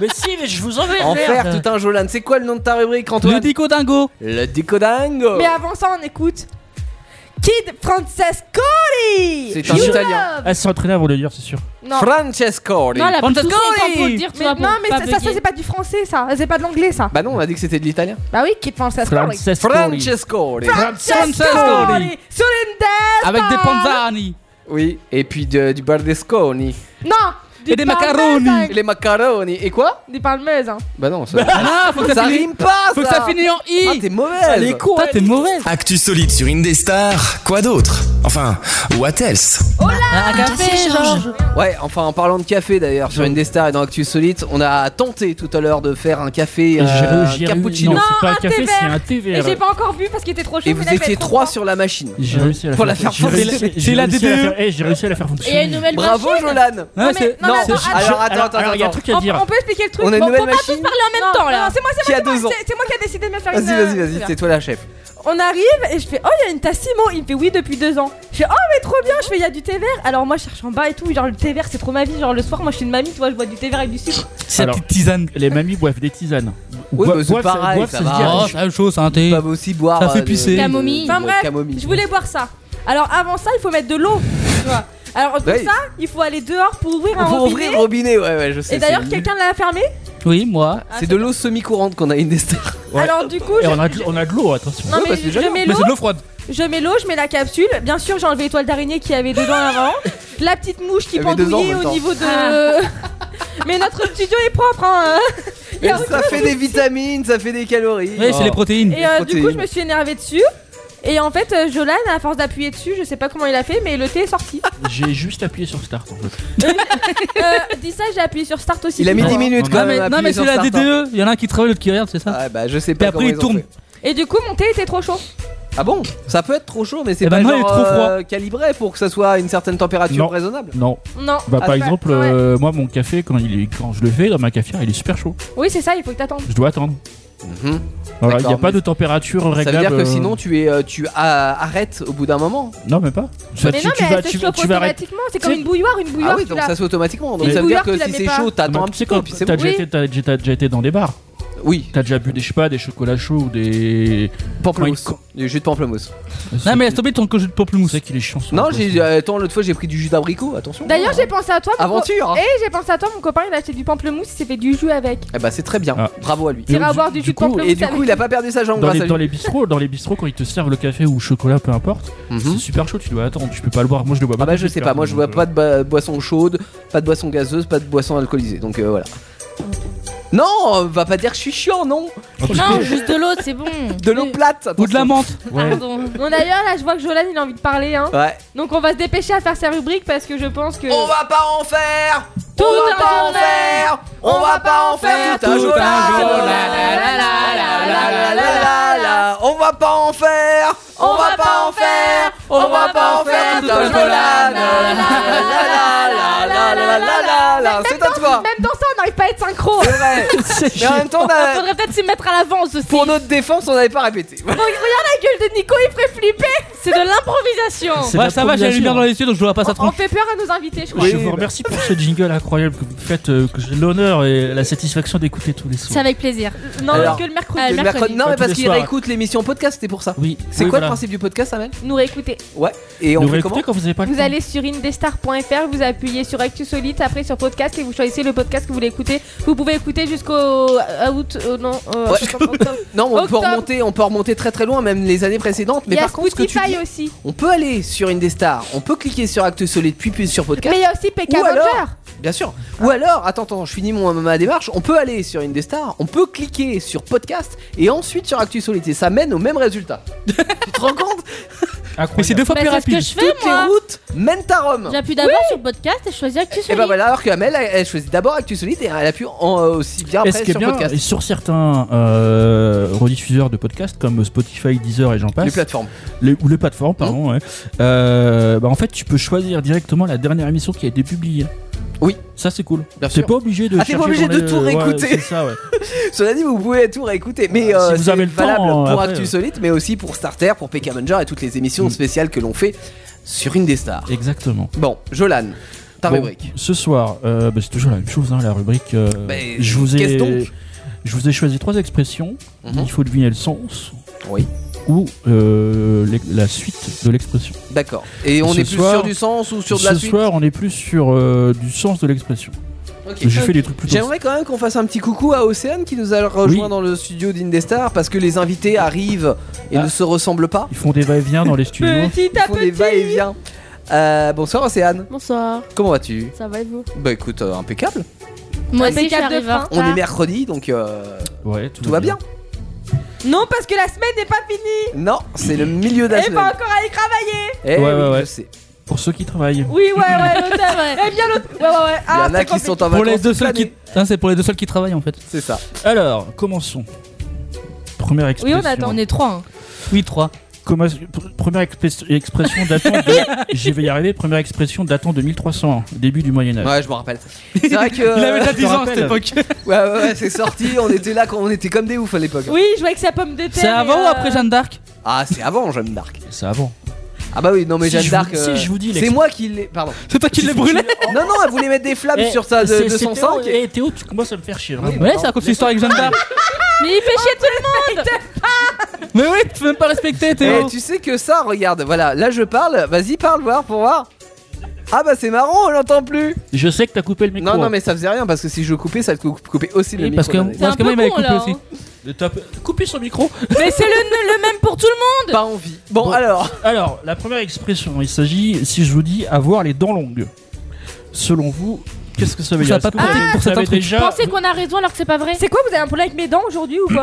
Speaker 6: mais si, mais je vous enverrai.
Speaker 4: Enfer, tout un Jolan. C'est quoi le nom de ta rubrique,
Speaker 3: Le
Speaker 4: Antoine
Speaker 3: Dico Dingo.
Speaker 4: Le décodingo
Speaker 5: Mais ah, avant ça, on écoute. Kid Francescoli
Speaker 4: C'est un
Speaker 5: You
Speaker 4: italien.
Speaker 5: love.
Speaker 6: Elle s'est entraînée avant de le dire, Ah, c'est sûr.
Speaker 8: Non.
Speaker 4: Francesco
Speaker 8: Non, la
Speaker 3: Francesco,
Speaker 8: plus
Speaker 3: oui.
Speaker 8: pour le dire, tu
Speaker 5: Mais
Speaker 8: vois.
Speaker 5: non,
Speaker 8: pour
Speaker 5: mais
Speaker 8: pas
Speaker 5: ça, ça, ça,
Speaker 8: bugger.
Speaker 5: c'est pas du français, ça. C'est pas de l'anglais, ça.
Speaker 4: Bah non, on a dit que c'était de l'italien.
Speaker 5: Bah oui, Kid Francescoli
Speaker 6: Francescoli.
Speaker 4: Francesco
Speaker 5: Francescoli Surinde
Speaker 3: Avec des panzani.
Speaker 4: Oui, et puis de- du bardesconi.
Speaker 5: Non
Speaker 3: Et des macaroni.
Speaker 4: Et les macaroni. Et quoi
Speaker 5: Des palmeuses, hein.
Speaker 4: Bah non, ça,
Speaker 3: Ah, faut que
Speaker 4: ça
Speaker 3: ça finisse.
Speaker 4: rime pas ça
Speaker 3: Faut que ça finisse en
Speaker 4: Ah,
Speaker 3: I.
Speaker 4: t'es mauvaise
Speaker 3: Toi, t'es mauvaise.
Speaker 10: Actu solide sur Indestar, quoi d'autre Enfin, what else
Speaker 3: Un
Speaker 2: café, Georges.
Speaker 4: Ouais, enfin, en parlant de café d'ailleurs, sur Indestar et dans Actu Solite, on a tenté tout à l'heure de faire un café
Speaker 6: Et j'ai
Speaker 4: euh,
Speaker 6: réussi à-
Speaker 4: cappuccino.
Speaker 6: Non, c'est pas
Speaker 5: un
Speaker 6: un
Speaker 5: thé
Speaker 6: café,
Speaker 5: vert.
Speaker 6: c'est un
Speaker 5: Et
Speaker 6: TVR.
Speaker 5: j'ai pas encore bu parce qu'il était trop chaud.
Speaker 4: Et vous étiez trois sur la machine.
Speaker 6: J'ai réussi à la
Speaker 4: Pour la
Speaker 6: faire
Speaker 4: faire
Speaker 6: j'ai réussi-
Speaker 4: fonctionner.
Speaker 6: j'ai
Speaker 3: C'est la
Speaker 6: réussi à
Speaker 3: DDE.
Speaker 6: faire- eh, J'ai réussi à la faire
Speaker 8: Et il y a
Speaker 6: fonctionner.
Speaker 8: une nouvelle
Speaker 4: Bravo,
Speaker 8: machine.
Speaker 4: Jolan
Speaker 5: Non, mais, non, mais attends,
Speaker 4: c'est-
Speaker 5: attends,
Speaker 4: Alors, attends,
Speaker 6: Alors, il y a un
Speaker 4: attends.
Speaker 6: truc à
Speaker 5: on,
Speaker 6: dire.
Speaker 5: on peut expliquer le truc
Speaker 4: On a une
Speaker 5: Bon,
Speaker 4: nouvelle
Speaker 5: faut pas-
Speaker 4: machine
Speaker 8: Parler en même
Speaker 5: Non,
Speaker 8: temps,
Speaker 5: non,
Speaker 8: là.
Speaker 5: c'est moi,
Speaker 4: Qui
Speaker 5: c'est
Speaker 4: a
Speaker 5: moi, c'est
Speaker 4: deux
Speaker 5: moi,
Speaker 4: ans.
Speaker 5: c'est- c'est moi qui a décidé de me faire une.
Speaker 4: Vas-y, vas-y, vas-y,
Speaker 5: euh,
Speaker 4: c'est toi la chef.
Speaker 5: On arrive et je fais Oh, il y a une Tassimo. Il me fait Oui, depuis deux ans. Je fais Oh, mais trop bien. Je fais Il y a du thé vert. Alors, moi, je cherche en bas et tout. Genre, le thé vert, c'est trop ma vie. Genre, le soir, moi, je suis une mamie, tu vois, je bois du thé vert avec du sucre.
Speaker 3: C'est la
Speaker 6: Alors.
Speaker 3: petite tisane.
Speaker 6: Les mamies boivent des tisanes.
Speaker 4: Oui,
Speaker 6: Boivent-
Speaker 4: mais c'est
Speaker 6: boivent,
Speaker 4: pareil,
Speaker 6: boivent,
Speaker 4: ça
Speaker 6: se
Speaker 4: va.
Speaker 6: dit,
Speaker 4: Oh,
Speaker 6: ah,
Speaker 3: Oh,
Speaker 6: je-
Speaker 3: c'est la même chose, c'est un thé.
Speaker 4: Pas aussi boire.
Speaker 3: Ça fait
Speaker 4: euh, de-
Speaker 3: pisser.
Speaker 8: Camomille.
Speaker 4: de-
Speaker 5: Enfin,
Speaker 4: de
Speaker 5: bref,
Speaker 4: camomille.
Speaker 5: Je voulais boire ça. Alors, avant ça, il faut mettre de l'eau. tu vois. Alors, pour
Speaker 4: Ouais.
Speaker 5: ça, il faut aller dehors pour ouvrir un
Speaker 4: Pour
Speaker 5: robinet.
Speaker 4: ouvrir le robinet, ouais, ouais, je sais.
Speaker 5: Et d'ailleurs,
Speaker 4: c'est-
Speaker 5: quelqu'un l'a fermé
Speaker 3: Oui, moi.
Speaker 4: C'est de l'eau semi-courante qu'on a Indestar.
Speaker 6: Ouais.
Speaker 5: Alors, du coup,
Speaker 6: Et
Speaker 5: je...
Speaker 6: Eh, on a de- on a de l'eau, attention.
Speaker 5: Non,
Speaker 4: Ouais,
Speaker 5: mais
Speaker 4: bah, c'est
Speaker 5: je
Speaker 4: déjà
Speaker 5: mets
Speaker 3: Mais
Speaker 5: l'eau,
Speaker 3: c'est de l'eau froide.
Speaker 5: je mets l'eau, je mets la capsule. Bien sûr, j'ai enlevé l'étoile d'araignée qu'il y avait dedans avant. La petite mouche qui
Speaker 4: Il y avait deux ans en
Speaker 5: pendouillait
Speaker 4: même
Speaker 5: au
Speaker 4: temps.
Speaker 5: niveau de. mais notre studio est propre, hein. Il y a
Speaker 4: Ça fait des vitamines, ça fait des calories.
Speaker 3: Oui,
Speaker 4: Oh.
Speaker 3: c'est les protéines.
Speaker 5: Et euh, du coup,
Speaker 4: protéines.
Speaker 5: je me suis énervée dessus. Et en fait, euh, Jolan, à force d'appuyer dessus, je sais pas comment il a fait, mais le thé est sorti.
Speaker 6: J'ai juste appuyé sur Start en fait.
Speaker 5: euh, dis ça, j'ai appuyé sur Start aussi.
Speaker 4: Il a mis
Speaker 5: tu
Speaker 4: 10
Speaker 5: vois.
Speaker 4: minutes quand
Speaker 3: Non, mais,
Speaker 4: même.
Speaker 3: non, mais
Speaker 4: appuyé
Speaker 3: c'est
Speaker 4: sur
Speaker 3: la
Speaker 4: start, hein.
Speaker 3: DDE. Il y en a un qui travaille, l'autre qui regarde, c'est ça.
Speaker 4: Ah bah je sais pas.
Speaker 3: Puis après,
Speaker 4: comment
Speaker 3: il
Speaker 4: ils ont
Speaker 3: tourne.
Speaker 4: fait.
Speaker 5: Et du coup, mon thé était trop chaud.
Speaker 4: Ah bon Ça peut être trop chaud, mais c'est
Speaker 3: Eh
Speaker 4: pas
Speaker 3: ben non, il est
Speaker 4: genre,
Speaker 3: trop froid.
Speaker 4: euh, calibré pour que ça soit à une certaine température
Speaker 6: Non.
Speaker 4: raisonnable.
Speaker 6: Non.
Speaker 5: Non.
Speaker 6: Bah
Speaker 4: Ah,
Speaker 6: par
Speaker 4: c'est pas-
Speaker 6: exemple, euh, moi mon café quand il est quand je le fais dans ma cafetière, il est super chaud.
Speaker 5: Oui, c'est ça, il faut que t'attendes.
Speaker 6: Je dois attendre. Voilà, il
Speaker 4: D'accord,
Speaker 6: n'y a pas
Speaker 4: mais-
Speaker 6: de température
Speaker 4: Ça
Speaker 6: réglable.
Speaker 4: veut dire que
Speaker 6: euh,
Speaker 4: sinon tu es, euh, tu ah, arrêtes au bout d'un moment.
Speaker 6: Non, même pas. Ça,
Speaker 5: Mais
Speaker 6: tu,
Speaker 5: non,
Speaker 6: tu
Speaker 5: mais
Speaker 6: vas,
Speaker 5: elle se
Speaker 6: tu, vas-
Speaker 5: chauffe
Speaker 6: tu vas arrêter.
Speaker 5: automatiquement. C'est comme une bouilloire, une bouilloire.
Speaker 4: ah oui,
Speaker 5: tu
Speaker 4: donc
Speaker 5: l'as.
Speaker 4: ça c'est automatiquement. Donc
Speaker 5: Mais-
Speaker 4: ça veut dire
Speaker 5: Bouilloire,
Speaker 4: que
Speaker 5: tu la
Speaker 4: si
Speaker 5: mets
Speaker 4: c'est
Speaker 5: pas.
Speaker 4: chaud, t'attends un
Speaker 6: Tu sais
Speaker 4: petit peu,
Speaker 6: quand
Speaker 4: puis c'est bon.
Speaker 6: t'as déjà,
Speaker 5: Oui.
Speaker 6: été- t'as- j'ai- t'as déjà été dans des bars,
Speaker 4: Oui,
Speaker 6: t'as déjà bu des, je sais pas, des chocolats chauds ou des.
Speaker 4: pamplemousse.
Speaker 6: Quand
Speaker 4: Du jus de pamplemousse.
Speaker 3: Non, mais laisse tomber ton jus de
Speaker 6: Tu
Speaker 3: pamplemousse.
Speaker 6: sais qu'il est chiant. ce
Speaker 4: Non,
Speaker 6: repas.
Speaker 4: j'ai, euh, attends, l'autre fois j'ai pris du jus d'abricot, attention.
Speaker 5: D'ailleurs, j'ai pensé à toi. mon co-
Speaker 4: Aventure hein.
Speaker 5: Eh, j'ai pensé à toi, mon copain, il a acheté du pamplemousse, il s'est fait du jus avec.
Speaker 4: Eh bah c'est très bien,
Speaker 6: Ah.
Speaker 4: bravo à lui.
Speaker 6: Et
Speaker 5: T'iras
Speaker 6: du-
Speaker 5: boire du
Speaker 6: du
Speaker 5: jus de
Speaker 6: coup-
Speaker 5: pamplemousse
Speaker 4: Et du
Speaker 5: avec.
Speaker 4: coup, il a pas perdu sa jambe
Speaker 6: Dans
Speaker 4: grâce
Speaker 6: les,
Speaker 4: à
Speaker 6: dans
Speaker 4: lui.
Speaker 6: les bistrots, dans les bistrots, quand ils te servent le café ou le chocolat, peu importe,
Speaker 4: Mhm.
Speaker 6: c'est super chaud, tu dois attendre, tu peux pas le boire. Moi Ah bah, je le bois pas.
Speaker 4: Ah bah
Speaker 6: tout
Speaker 4: je
Speaker 6: de
Speaker 4: sais
Speaker 6: suite,
Speaker 4: pas,
Speaker 6: hein,
Speaker 4: moi je
Speaker 6: donc,
Speaker 4: bois pas
Speaker 6: euh,
Speaker 4: de ba- boisson chaude, pas de boisson gazeuse, pas de boisson alcoolisée, donc euh, voilà. Non, euh, va pas dire que je suis chiant, non
Speaker 6: euh,
Speaker 8: Non, juste de l'eau, c'est bon.
Speaker 4: De l'eau plate
Speaker 3: Ou de la
Speaker 4: attention.
Speaker 3: menthe.
Speaker 6: ouais.
Speaker 8: Pardon.
Speaker 5: Bon, d'ailleurs, là, je vois que Jolan, il a envie de parler, hein.
Speaker 4: Ouais.
Speaker 5: Donc, on va se dépêcher à faire sa rubrique parce que je pense que.
Speaker 9: On va pas en faire
Speaker 5: Tout
Speaker 9: On va
Speaker 5: un
Speaker 9: pas en
Speaker 5: journal.
Speaker 9: faire On va pas en faire tout un journal
Speaker 5: journal.
Speaker 9: La, la, la, la, la, la, la, la, la. On va pas en faire
Speaker 4: On va pas en faire, on va pas en faire tout un la la la la la la la la la la C'est à toi
Speaker 5: Même dans ça, on n'arrive pas à être synchro.
Speaker 4: C'est vrai. Mais en même temps, on a-
Speaker 8: Faudrait peut-être s'y mettre à l'avance aussi.
Speaker 4: pour notre défense, on n'avait pas répété.
Speaker 8: Regarde la gueule de Nico, il ferait flipper. C'est de l'improvisation.
Speaker 3: Ouais, ça va, j'ai la lumière dans les yeux donc je vois pas ça
Speaker 5: On
Speaker 3: trop.
Speaker 5: fait peur à nos invités, je crois.
Speaker 6: Je vous remercie pour ce jingle incroyable que vous faites, euh, que j'ai l'honneur et la satisfaction d'écouter tous les
Speaker 8: C'est
Speaker 6: soirs.
Speaker 8: avec plaisir.
Speaker 5: Non,
Speaker 4: Alors,
Speaker 5: que le mercredi.
Speaker 8: Euh,
Speaker 4: Le mercredi- Non,
Speaker 6: Pas
Speaker 4: mais
Speaker 6: tous
Speaker 4: parce
Speaker 6: les
Speaker 4: qu'il
Speaker 6: soirs.
Speaker 4: réécoute l'émission podcast, c'est pour ça.
Speaker 6: Oui.
Speaker 4: C'est
Speaker 6: Oui,
Speaker 4: quoi le
Speaker 6: voilà.
Speaker 4: principe du podcast, Amel
Speaker 5: Nous réécouter.
Speaker 4: Ouais. Et on
Speaker 6: Nous
Speaker 4: fait
Speaker 6: réécoutez
Speaker 4: comment
Speaker 6: quand vous avez pas le
Speaker 5: Vous
Speaker 6: temps.
Speaker 5: allez sur indestar.fr, vous appuyez sur Actu Solite, après sur podcast et vous choisissez le podcast que vous voulez écouter. Vous pouvez écouter jusqu'au euh, août, euh, non, euh,
Speaker 4: Ouais.
Speaker 5: jusqu'en octobre.
Speaker 4: Non, on peut,
Speaker 5: Octobre.
Speaker 4: remonter, on peut remonter très très loin, même les années précédentes.
Speaker 5: Il
Speaker 4: Mais
Speaker 5: y a
Speaker 4: par contre, ce que tu
Speaker 5: Spotify
Speaker 4: dis,
Speaker 5: aussi.
Speaker 4: on peut aller sur Indestar, on peut cliquer sur Acte Solide, puis, puis sur podcast.
Speaker 5: Mais il y a aussi PK
Speaker 4: Ou alors-
Speaker 5: Avenger.
Speaker 4: Bien sûr.
Speaker 5: Ah.
Speaker 4: Ou alors, attends, attends, je finis mon, ma démarche. On peut aller sur Indestar, on peut cliquer sur podcast et ensuite sur Actu Solide. Et ça mène au même résultat. tu te rends compte
Speaker 6: Incroyable.
Speaker 3: Mais c'est deux fois
Speaker 8: Bah,
Speaker 3: plus
Speaker 8: c'est ce
Speaker 3: rapide.
Speaker 8: que je fais,
Speaker 4: Toutes les
Speaker 8: moi.
Speaker 4: routes mènent à Rome.
Speaker 8: J'appuie d'abord sur podcast et je choisis Actu
Speaker 4: Et
Speaker 8: Solide.
Speaker 4: bah voilà, alors que Amel, elle, elle choisit d'abord Actu Solide et elle appuie en, euh, aussi bien
Speaker 6: Et
Speaker 4: après
Speaker 6: ce qui est
Speaker 4: sur
Speaker 6: bien,
Speaker 4: podcast.
Speaker 6: et sur certains euh, rediffuseurs de podcasts comme Spotify, Deezer et j'en
Speaker 4: Les
Speaker 6: passe,
Speaker 4: plateformes.
Speaker 6: les- ou les
Speaker 4: Oh.
Speaker 6: plateformes, pardon, ouais, euh, bah, en fait, tu peux choisir directement la dernière émission qui a été publiée.
Speaker 4: Oui.
Speaker 6: Ça, c'est cool.
Speaker 4: Bien
Speaker 6: T'es
Speaker 4: sûr.
Speaker 6: pas obligé de.
Speaker 4: Ah, t'es pas
Speaker 6: chercher
Speaker 4: obligé
Speaker 6: dans
Speaker 4: de
Speaker 6: les-
Speaker 4: tout
Speaker 6: ouais,
Speaker 4: réécouter.
Speaker 6: c'est ça, ouais.
Speaker 4: Cela dit, vous pouvez tout réécouter. Mais
Speaker 6: Ah, si
Speaker 4: euh,
Speaker 6: vous
Speaker 4: c'est
Speaker 6: avez le temps,
Speaker 4: valable
Speaker 6: euh,
Speaker 4: pour
Speaker 6: après,
Speaker 4: Actu
Speaker 6: euh.
Speaker 4: Solide, mais aussi pour Starter, pour PK Avenger et toutes les émissions
Speaker 6: Mm.
Speaker 4: spéciales que l'on fait sur Indestar.
Speaker 6: Exactement.
Speaker 4: Bon, Jolan, ta
Speaker 6: Bon,
Speaker 4: rubrique.
Speaker 6: Ce soir, euh, bah, c'est toujours la même chose, hein, la rubrique. euh,
Speaker 4: Mais
Speaker 6: je vous ai.
Speaker 4: Bah, qu'est-ce donc
Speaker 6: je vous ai choisi trois expressions.
Speaker 4: Mhm.
Speaker 6: Il faut deviner le sens.
Speaker 4: Oui.
Speaker 6: Ou euh, l'e- la suite de l'expression.
Speaker 4: D'accord. Et on
Speaker 6: Ce
Speaker 4: est plus
Speaker 6: soir-
Speaker 4: sûr du sens ou sur de
Speaker 6: ce
Speaker 4: la suite
Speaker 6: soir, on est plus sur euh, du sens de l'expression.
Speaker 4: Ok.
Speaker 6: J'ai fait des trucs plutôt.
Speaker 4: J'aimerais quand même qu'on fasse un petit coucou à Océane qui nous a rejoint
Speaker 6: Oui.
Speaker 4: dans le studio d'Indestar parce que les invités arrivent et
Speaker 6: Ah.
Speaker 4: ne se ressemblent pas.
Speaker 6: Ils font des va-et-vient dans les studios.
Speaker 5: Petit
Speaker 4: Ils
Speaker 5: à
Speaker 4: font des
Speaker 5: petit.
Speaker 4: va-et-vient. Euh, bonsoir Océane,
Speaker 8: Bonsoir.
Speaker 4: comment vas-tu
Speaker 8: Ça va et vous
Speaker 4: Bah écoute, euh, impeccable.
Speaker 8: Moi aussi,
Speaker 5: Impeccable de
Speaker 8: j'arrive.
Speaker 5: fin.
Speaker 8: hein.
Speaker 4: On
Speaker 5: Ah.
Speaker 4: est mercredi donc euh,
Speaker 6: Ouais, tout,
Speaker 4: tout va bien.
Speaker 5: Non, parce que la semaine n'est pas finie.
Speaker 4: Non, c'est le milieu de la
Speaker 5: Et pas
Speaker 4: semaine.
Speaker 5: encore à y travailler.
Speaker 4: Eh
Speaker 6: Ouais,
Speaker 4: oui,
Speaker 6: ouais, ouais.
Speaker 4: je sais.
Speaker 6: Pour ceux qui travaillent.
Speaker 5: Oui, ouais, ouais, l'autre.
Speaker 8: C'est vrai.
Speaker 5: Eh bien, l'autre. Ouais, ouais,
Speaker 4: Il
Speaker 5: ouais.
Speaker 4: y
Speaker 5: Ah,
Speaker 4: en a
Speaker 5: c'est
Speaker 4: qui
Speaker 5: compliqué.
Speaker 4: sont en
Speaker 3: Pour les
Speaker 4: vacances
Speaker 3: deux
Speaker 4: toute
Speaker 3: seuls qui.
Speaker 4: l'année.
Speaker 3: Putain, c'est pour les deux seuls qui travaillent en fait.
Speaker 4: C'est ça.
Speaker 6: Alors, commençons. Première
Speaker 5: Oui,
Speaker 6: expression.
Speaker 5: on attend.
Speaker 8: On est trois. hein.
Speaker 3: Oui, 3.
Speaker 6: Commas- pr- Première expres- expression datant de. J'y vais y arriver. Première expression datant de 1300, début du Moyen Âge.
Speaker 4: Ouais, je me rappelle. C'est vrai que
Speaker 3: Il avait
Speaker 4: euh,
Speaker 3: déjà 10 ans à cette
Speaker 6: rappelle.
Speaker 3: époque.
Speaker 4: ouais, ouais, ouais, c'est sorti, on était là quand on était comme des oufs à l'époque.
Speaker 5: Oui, je vois que sa pomme de terre.
Speaker 3: C'est avant
Speaker 5: et,
Speaker 3: ou
Speaker 5: euh,
Speaker 3: après Jeanne d'Arc
Speaker 4: Ah, c'est avant Jeanne d'Arc.
Speaker 6: C'est avant.
Speaker 4: Ah bah oui, non mais
Speaker 6: Si
Speaker 4: Jeanne
Speaker 6: je
Speaker 4: d'Arc.
Speaker 6: vous- si je vous dis
Speaker 4: c'est
Speaker 6: l'ex-
Speaker 4: moi qui l'ai. Pardon.
Speaker 3: C'est toi qui l'as brûlé
Speaker 4: Non, non, elle voulait mettre des flammes Ah, sur sa de, de son sang. Eh,
Speaker 6: Et Eh, Théo, tu commences à me faire chier. vraiment.
Speaker 3: Ouais, ça raconte l'histoire avec Jeanne d'Arc.
Speaker 8: Mais il fait chier tout le
Speaker 3: Mais oui, tu peux même pas respecter,
Speaker 4: Eh,
Speaker 3: Théo.
Speaker 4: tu sais que ça, regarde, voilà, là je parle, vas-y parle voir pour voir. Ah bah c'est marrant, on l'entend plus.
Speaker 6: Je sais que t'as coupé le micro.
Speaker 4: Non non mais ça faisait rien parce que si je coupais ça te coupe- coupait aussi le
Speaker 3: Oui,
Speaker 4: micro.
Speaker 3: parce que-
Speaker 4: Damien.
Speaker 8: monde.
Speaker 3: Parce que moi, il m'avait coupé aussi.
Speaker 6: Couper son micro.
Speaker 8: Mais c'est le, le même pour tout le monde.
Speaker 4: pas envie. Bon,
Speaker 6: Bon.
Speaker 4: alors,
Speaker 6: Alors, la première expression, il s'agit, si je vous dis, avoir les dents longues. Selon vous, qu'est-ce que ça veut
Speaker 3: Ça a pas
Speaker 6: dire Est-ce que vous
Speaker 3: compris
Speaker 6: avez-
Speaker 3: pour
Speaker 6: vous
Speaker 3: cet
Speaker 6: avez
Speaker 3: intrus.
Speaker 8: Vous
Speaker 6: déjà...
Speaker 8: pensez qu'on a raison alors que c'est pas vrai
Speaker 5: C'est quoi, vous avez un problème avec mes dents aujourd'hui ou quoi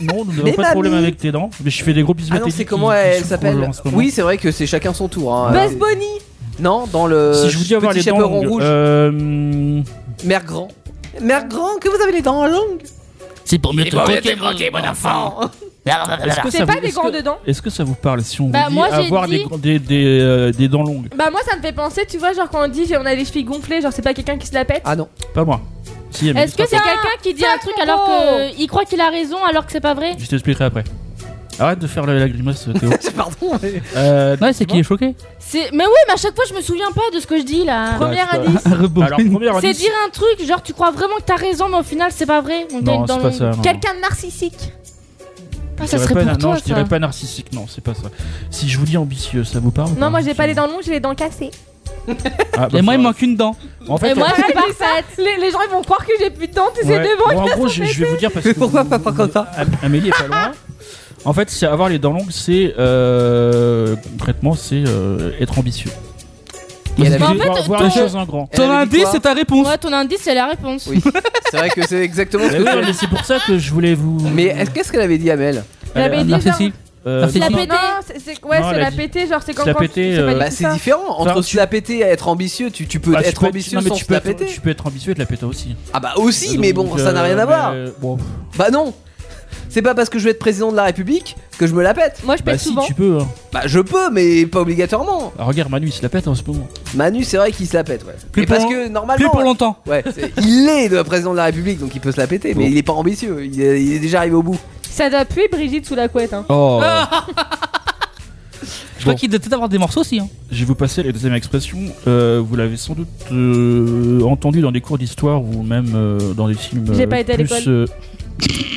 Speaker 6: Non, nous
Speaker 4: Mais
Speaker 6: n'avons pas de problème
Speaker 4: mamie.
Speaker 6: avec tes dents. Mais je fais des gros bisous
Speaker 4: ah
Speaker 6: à
Speaker 4: non
Speaker 6: tes
Speaker 4: c'est
Speaker 6: dents
Speaker 4: comment
Speaker 6: qui- qui
Speaker 4: elle
Speaker 6: souffrent
Speaker 4: s'appelle
Speaker 6: en ce moment.
Speaker 4: Oui c'est vrai que c'est chacun son tour. Hein.
Speaker 5: Buzz
Speaker 4: Euh,
Speaker 5: Bunny
Speaker 4: non dans le
Speaker 6: Si je vous dis avoir
Speaker 4: Euh, petit
Speaker 6: les dents
Speaker 4: chaperon
Speaker 6: longues,
Speaker 4: rouge,
Speaker 6: euh,
Speaker 4: mère grand. Mère grand, que vous avez les dents longues.
Speaker 3: C'est pour mieux te croquer.
Speaker 6: est-ce que ça
Speaker 5: C'est pas
Speaker 6: vous-
Speaker 5: des
Speaker 6: est-ce
Speaker 5: grandes
Speaker 6: que-
Speaker 5: dents
Speaker 6: Est-ce que ça vous parle si on
Speaker 8: Bah,
Speaker 6: vous dit
Speaker 8: moi, j'ai
Speaker 6: avoir
Speaker 8: dit-
Speaker 6: des, gr- des, des, euh, des dents longues
Speaker 5: Bah moi ça me fait penser, tu vois, genre quand on dit on a les chevilles gonflées, genre c'est pas quelqu'un qui se la pète.
Speaker 4: Ah non.
Speaker 6: Pas moi. Si, elle me
Speaker 8: Est-ce
Speaker 6: dit
Speaker 8: que c'est
Speaker 6: pas.
Speaker 8: quelqu'un qui dit
Speaker 5: Sac
Speaker 8: un truc
Speaker 5: mon
Speaker 8: alors
Speaker 5: gros.
Speaker 8: qu'il croit qu'il a raison alors que c'est pas vrai
Speaker 6: Je t'expliquerai après. Arrête de faire la, la grimace, Théo.
Speaker 4: Pardon. mais-
Speaker 6: Euh,
Speaker 3: Ouais, c'est qui est choqué.
Speaker 8: C'est mais oui, mais à chaque fois je me souviens pas de ce que je dis là.
Speaker 5: Premier
Speaker 6: c'est pas-
Speaker 5: indice.
Speaker 6: Alors, premier
Speaker 8: C'est
Speaker 6: indice.
Speaker 8: dire un truc genre tu crois vraiment que t'as raison mais au final c'est pas vrai. Donc, t'as
Speaker 6: Non,
Speaker 8: une dent
Speaker 6: c'est pas
Speaker 8: longue.
Speaker 6: ça. non.
Speaker 5: Quelqu'un de narcissique.
Speaker 8: Ah,
Speaker 6: Je
Speaker 8: ça
Speaker 6: dirais
Speaker 8: serait
Speaker 6: pas,
Speaker 8: pour
Speaker 6: non,
Speaker 8: toi
Speaker 6: je dirais
Speaker 8: ça.
Speaker 6: pas narcissique, non, c'est pas ça. Si je vous dis ambitieux, ça vous parle ou
Speaker 5: Non moi j'ai pas les
Speaker 6: Ah,
Speaker 5: dents longues, j'ai les dents cassées.
Speaker 6: bah,
Speaker 3: Et moi, il
Speaker 6: ça-
Speaker 3: me manque une dent.
Speaker 6: En fait,
Speaker 8: Et moi
Speaker 5: Arrête,
Speaker 8: c'est
Speaker 5: mais
Speaker 8: parfait.
Speaker 5: ça- les, les gens ils vont croire que j'ai plus de dents, tu sais
Speaker 6: ouais.
Speaker 5: devant.
Speaker 6: Bon, en gros, je, je vais vous dire parce que.
Speaker 4: pourquoi
Speaker 6: vous-
Speaker 4: pas pas comme ça
Speaker 6: Am- Amélie est pas loin. En fait, c'est avoir les dents longues, c'est. Euh, concrètement, c'est euh, être ambitieux.
Speaker 4: Et elle avait-
Speaker 6: Voir-
Speaker 8: Mais en fait,
Speaker 6: voir
Speaker 8: toi-
Speaker 6: les choses en grand.
Speaker 4: Elle
Speaker 3: Ton
Speaker 4: avait dit
Speaker 3: indice,
Speaker 4: quoi
Speaker 3: c'est ta réponse.
Speaker 8: Ouais, ton indice c'est la réponse.
Speaker 4: Oui. C'est vrai que c'est exactement ce
Speaker 6: Bah
Speaker 4: que
Speaker 6: oui,
Speaker 4: je
Speaker 6: mais c'est pour ça que je voulais vous.
Speaker 4: Mais est-ce- qu'est-ce qu'elle avait dit Amel
Speaker 3: Ah,
Speaker 5: J'avais dit genre.
Speaker 3: Narcissique.
Speaker 6: Euh,
Speaker 3: Merci.
Speaker 8: La
Speaker 6: non,
Speaker 8: pété.
Speaker 5: Non, c'est- c'est ouais,
Speaker 6: Non,
Speaker 5: c'est
Speaker 6: elle a
Speaker 5: la
Speaker 6: dit-
Speaker 5: péter, genre c'est quand
Speaker 6: se la
Speaker 5: quand-
Speaker 6: péter,
Speaker 5: c'est pas
Speaker 6: euh,
Speaker 5: du
Speaker 4: Bah
Speaker 5: tout
Speaker 4: c'est
Speaker 5: ça.
Speaker 4: différent entre
Speaker 6: Enfin,
Speaker 4: se
Speaker 6: tu-
Speaker 4: la péter et être ambitieux. Tu, tu peux
Speaker 6: bah, tu
Speaker 4: être
Speaker 6: peux
Speaker 4: ambitieux
Speaker 6: non, mais
Speaker 4: sans
Speaker 6: tu
Speaker 4: se
Speaker 6: peux
Speaker 4: la
Speaker 6: être-
Speaker 4: péter.
Speaker 6: Tu peux être ambitieux et te la péter aussi.
Speaker 4: Ah bah aussi, mais
Speaker 6: Donc,
Speaker 4: bon, ça n'a
Speaker 6: euh,
Speaker 4: rien à voir.
Speaker 6: mais, euh, Bon,
Speaker 4: Bah non. C'est pas parce que je vais être président de la République que je me la pète.
Speaker 5: Moi, je
Speaker 6: Bah, si, tu peux. hein.
Speaker 4: Bah, je peux, mais pas obligatoirement.
Speaker 6: Ah, regarde, Manu, il se la pète en ce moment.
Speaker 4: Manu, c'est vrai qu'il se la pète, ouais.
Speaker 6: Plus
Speaker 4: Et
Speaker 6: pour
Speaker 4: parce
Speaker 6: long-
Speaker 4: que normalement.
Speaker 3: Plus pour longtemps.
Speaker 4: Ouais, c'est- il est le président de la République, donc il peut se la péter, mais il est pas ambitieux. Il est, il est déjà arrivé au bout.
Speaker 5: Ça doit puer Brigitte sous la couette. Hein.
Speaker 6: Oh
Speaker 3: Je crois qu'il doit peut-être avoir des morceaux aussi. Hein.
Speaker 6: Je vais vous passer à la deuxième expression. Euh, vous l'avez sans doute euh, entendu dans des cours d'histoire ou même euh, dans des films.
Speaker 5: J'ai
Speaker 6: euh,
Speaker 5: pas été à
Speaker 6: plus,
Speaker 5: l'école.
Speaker 6: euh,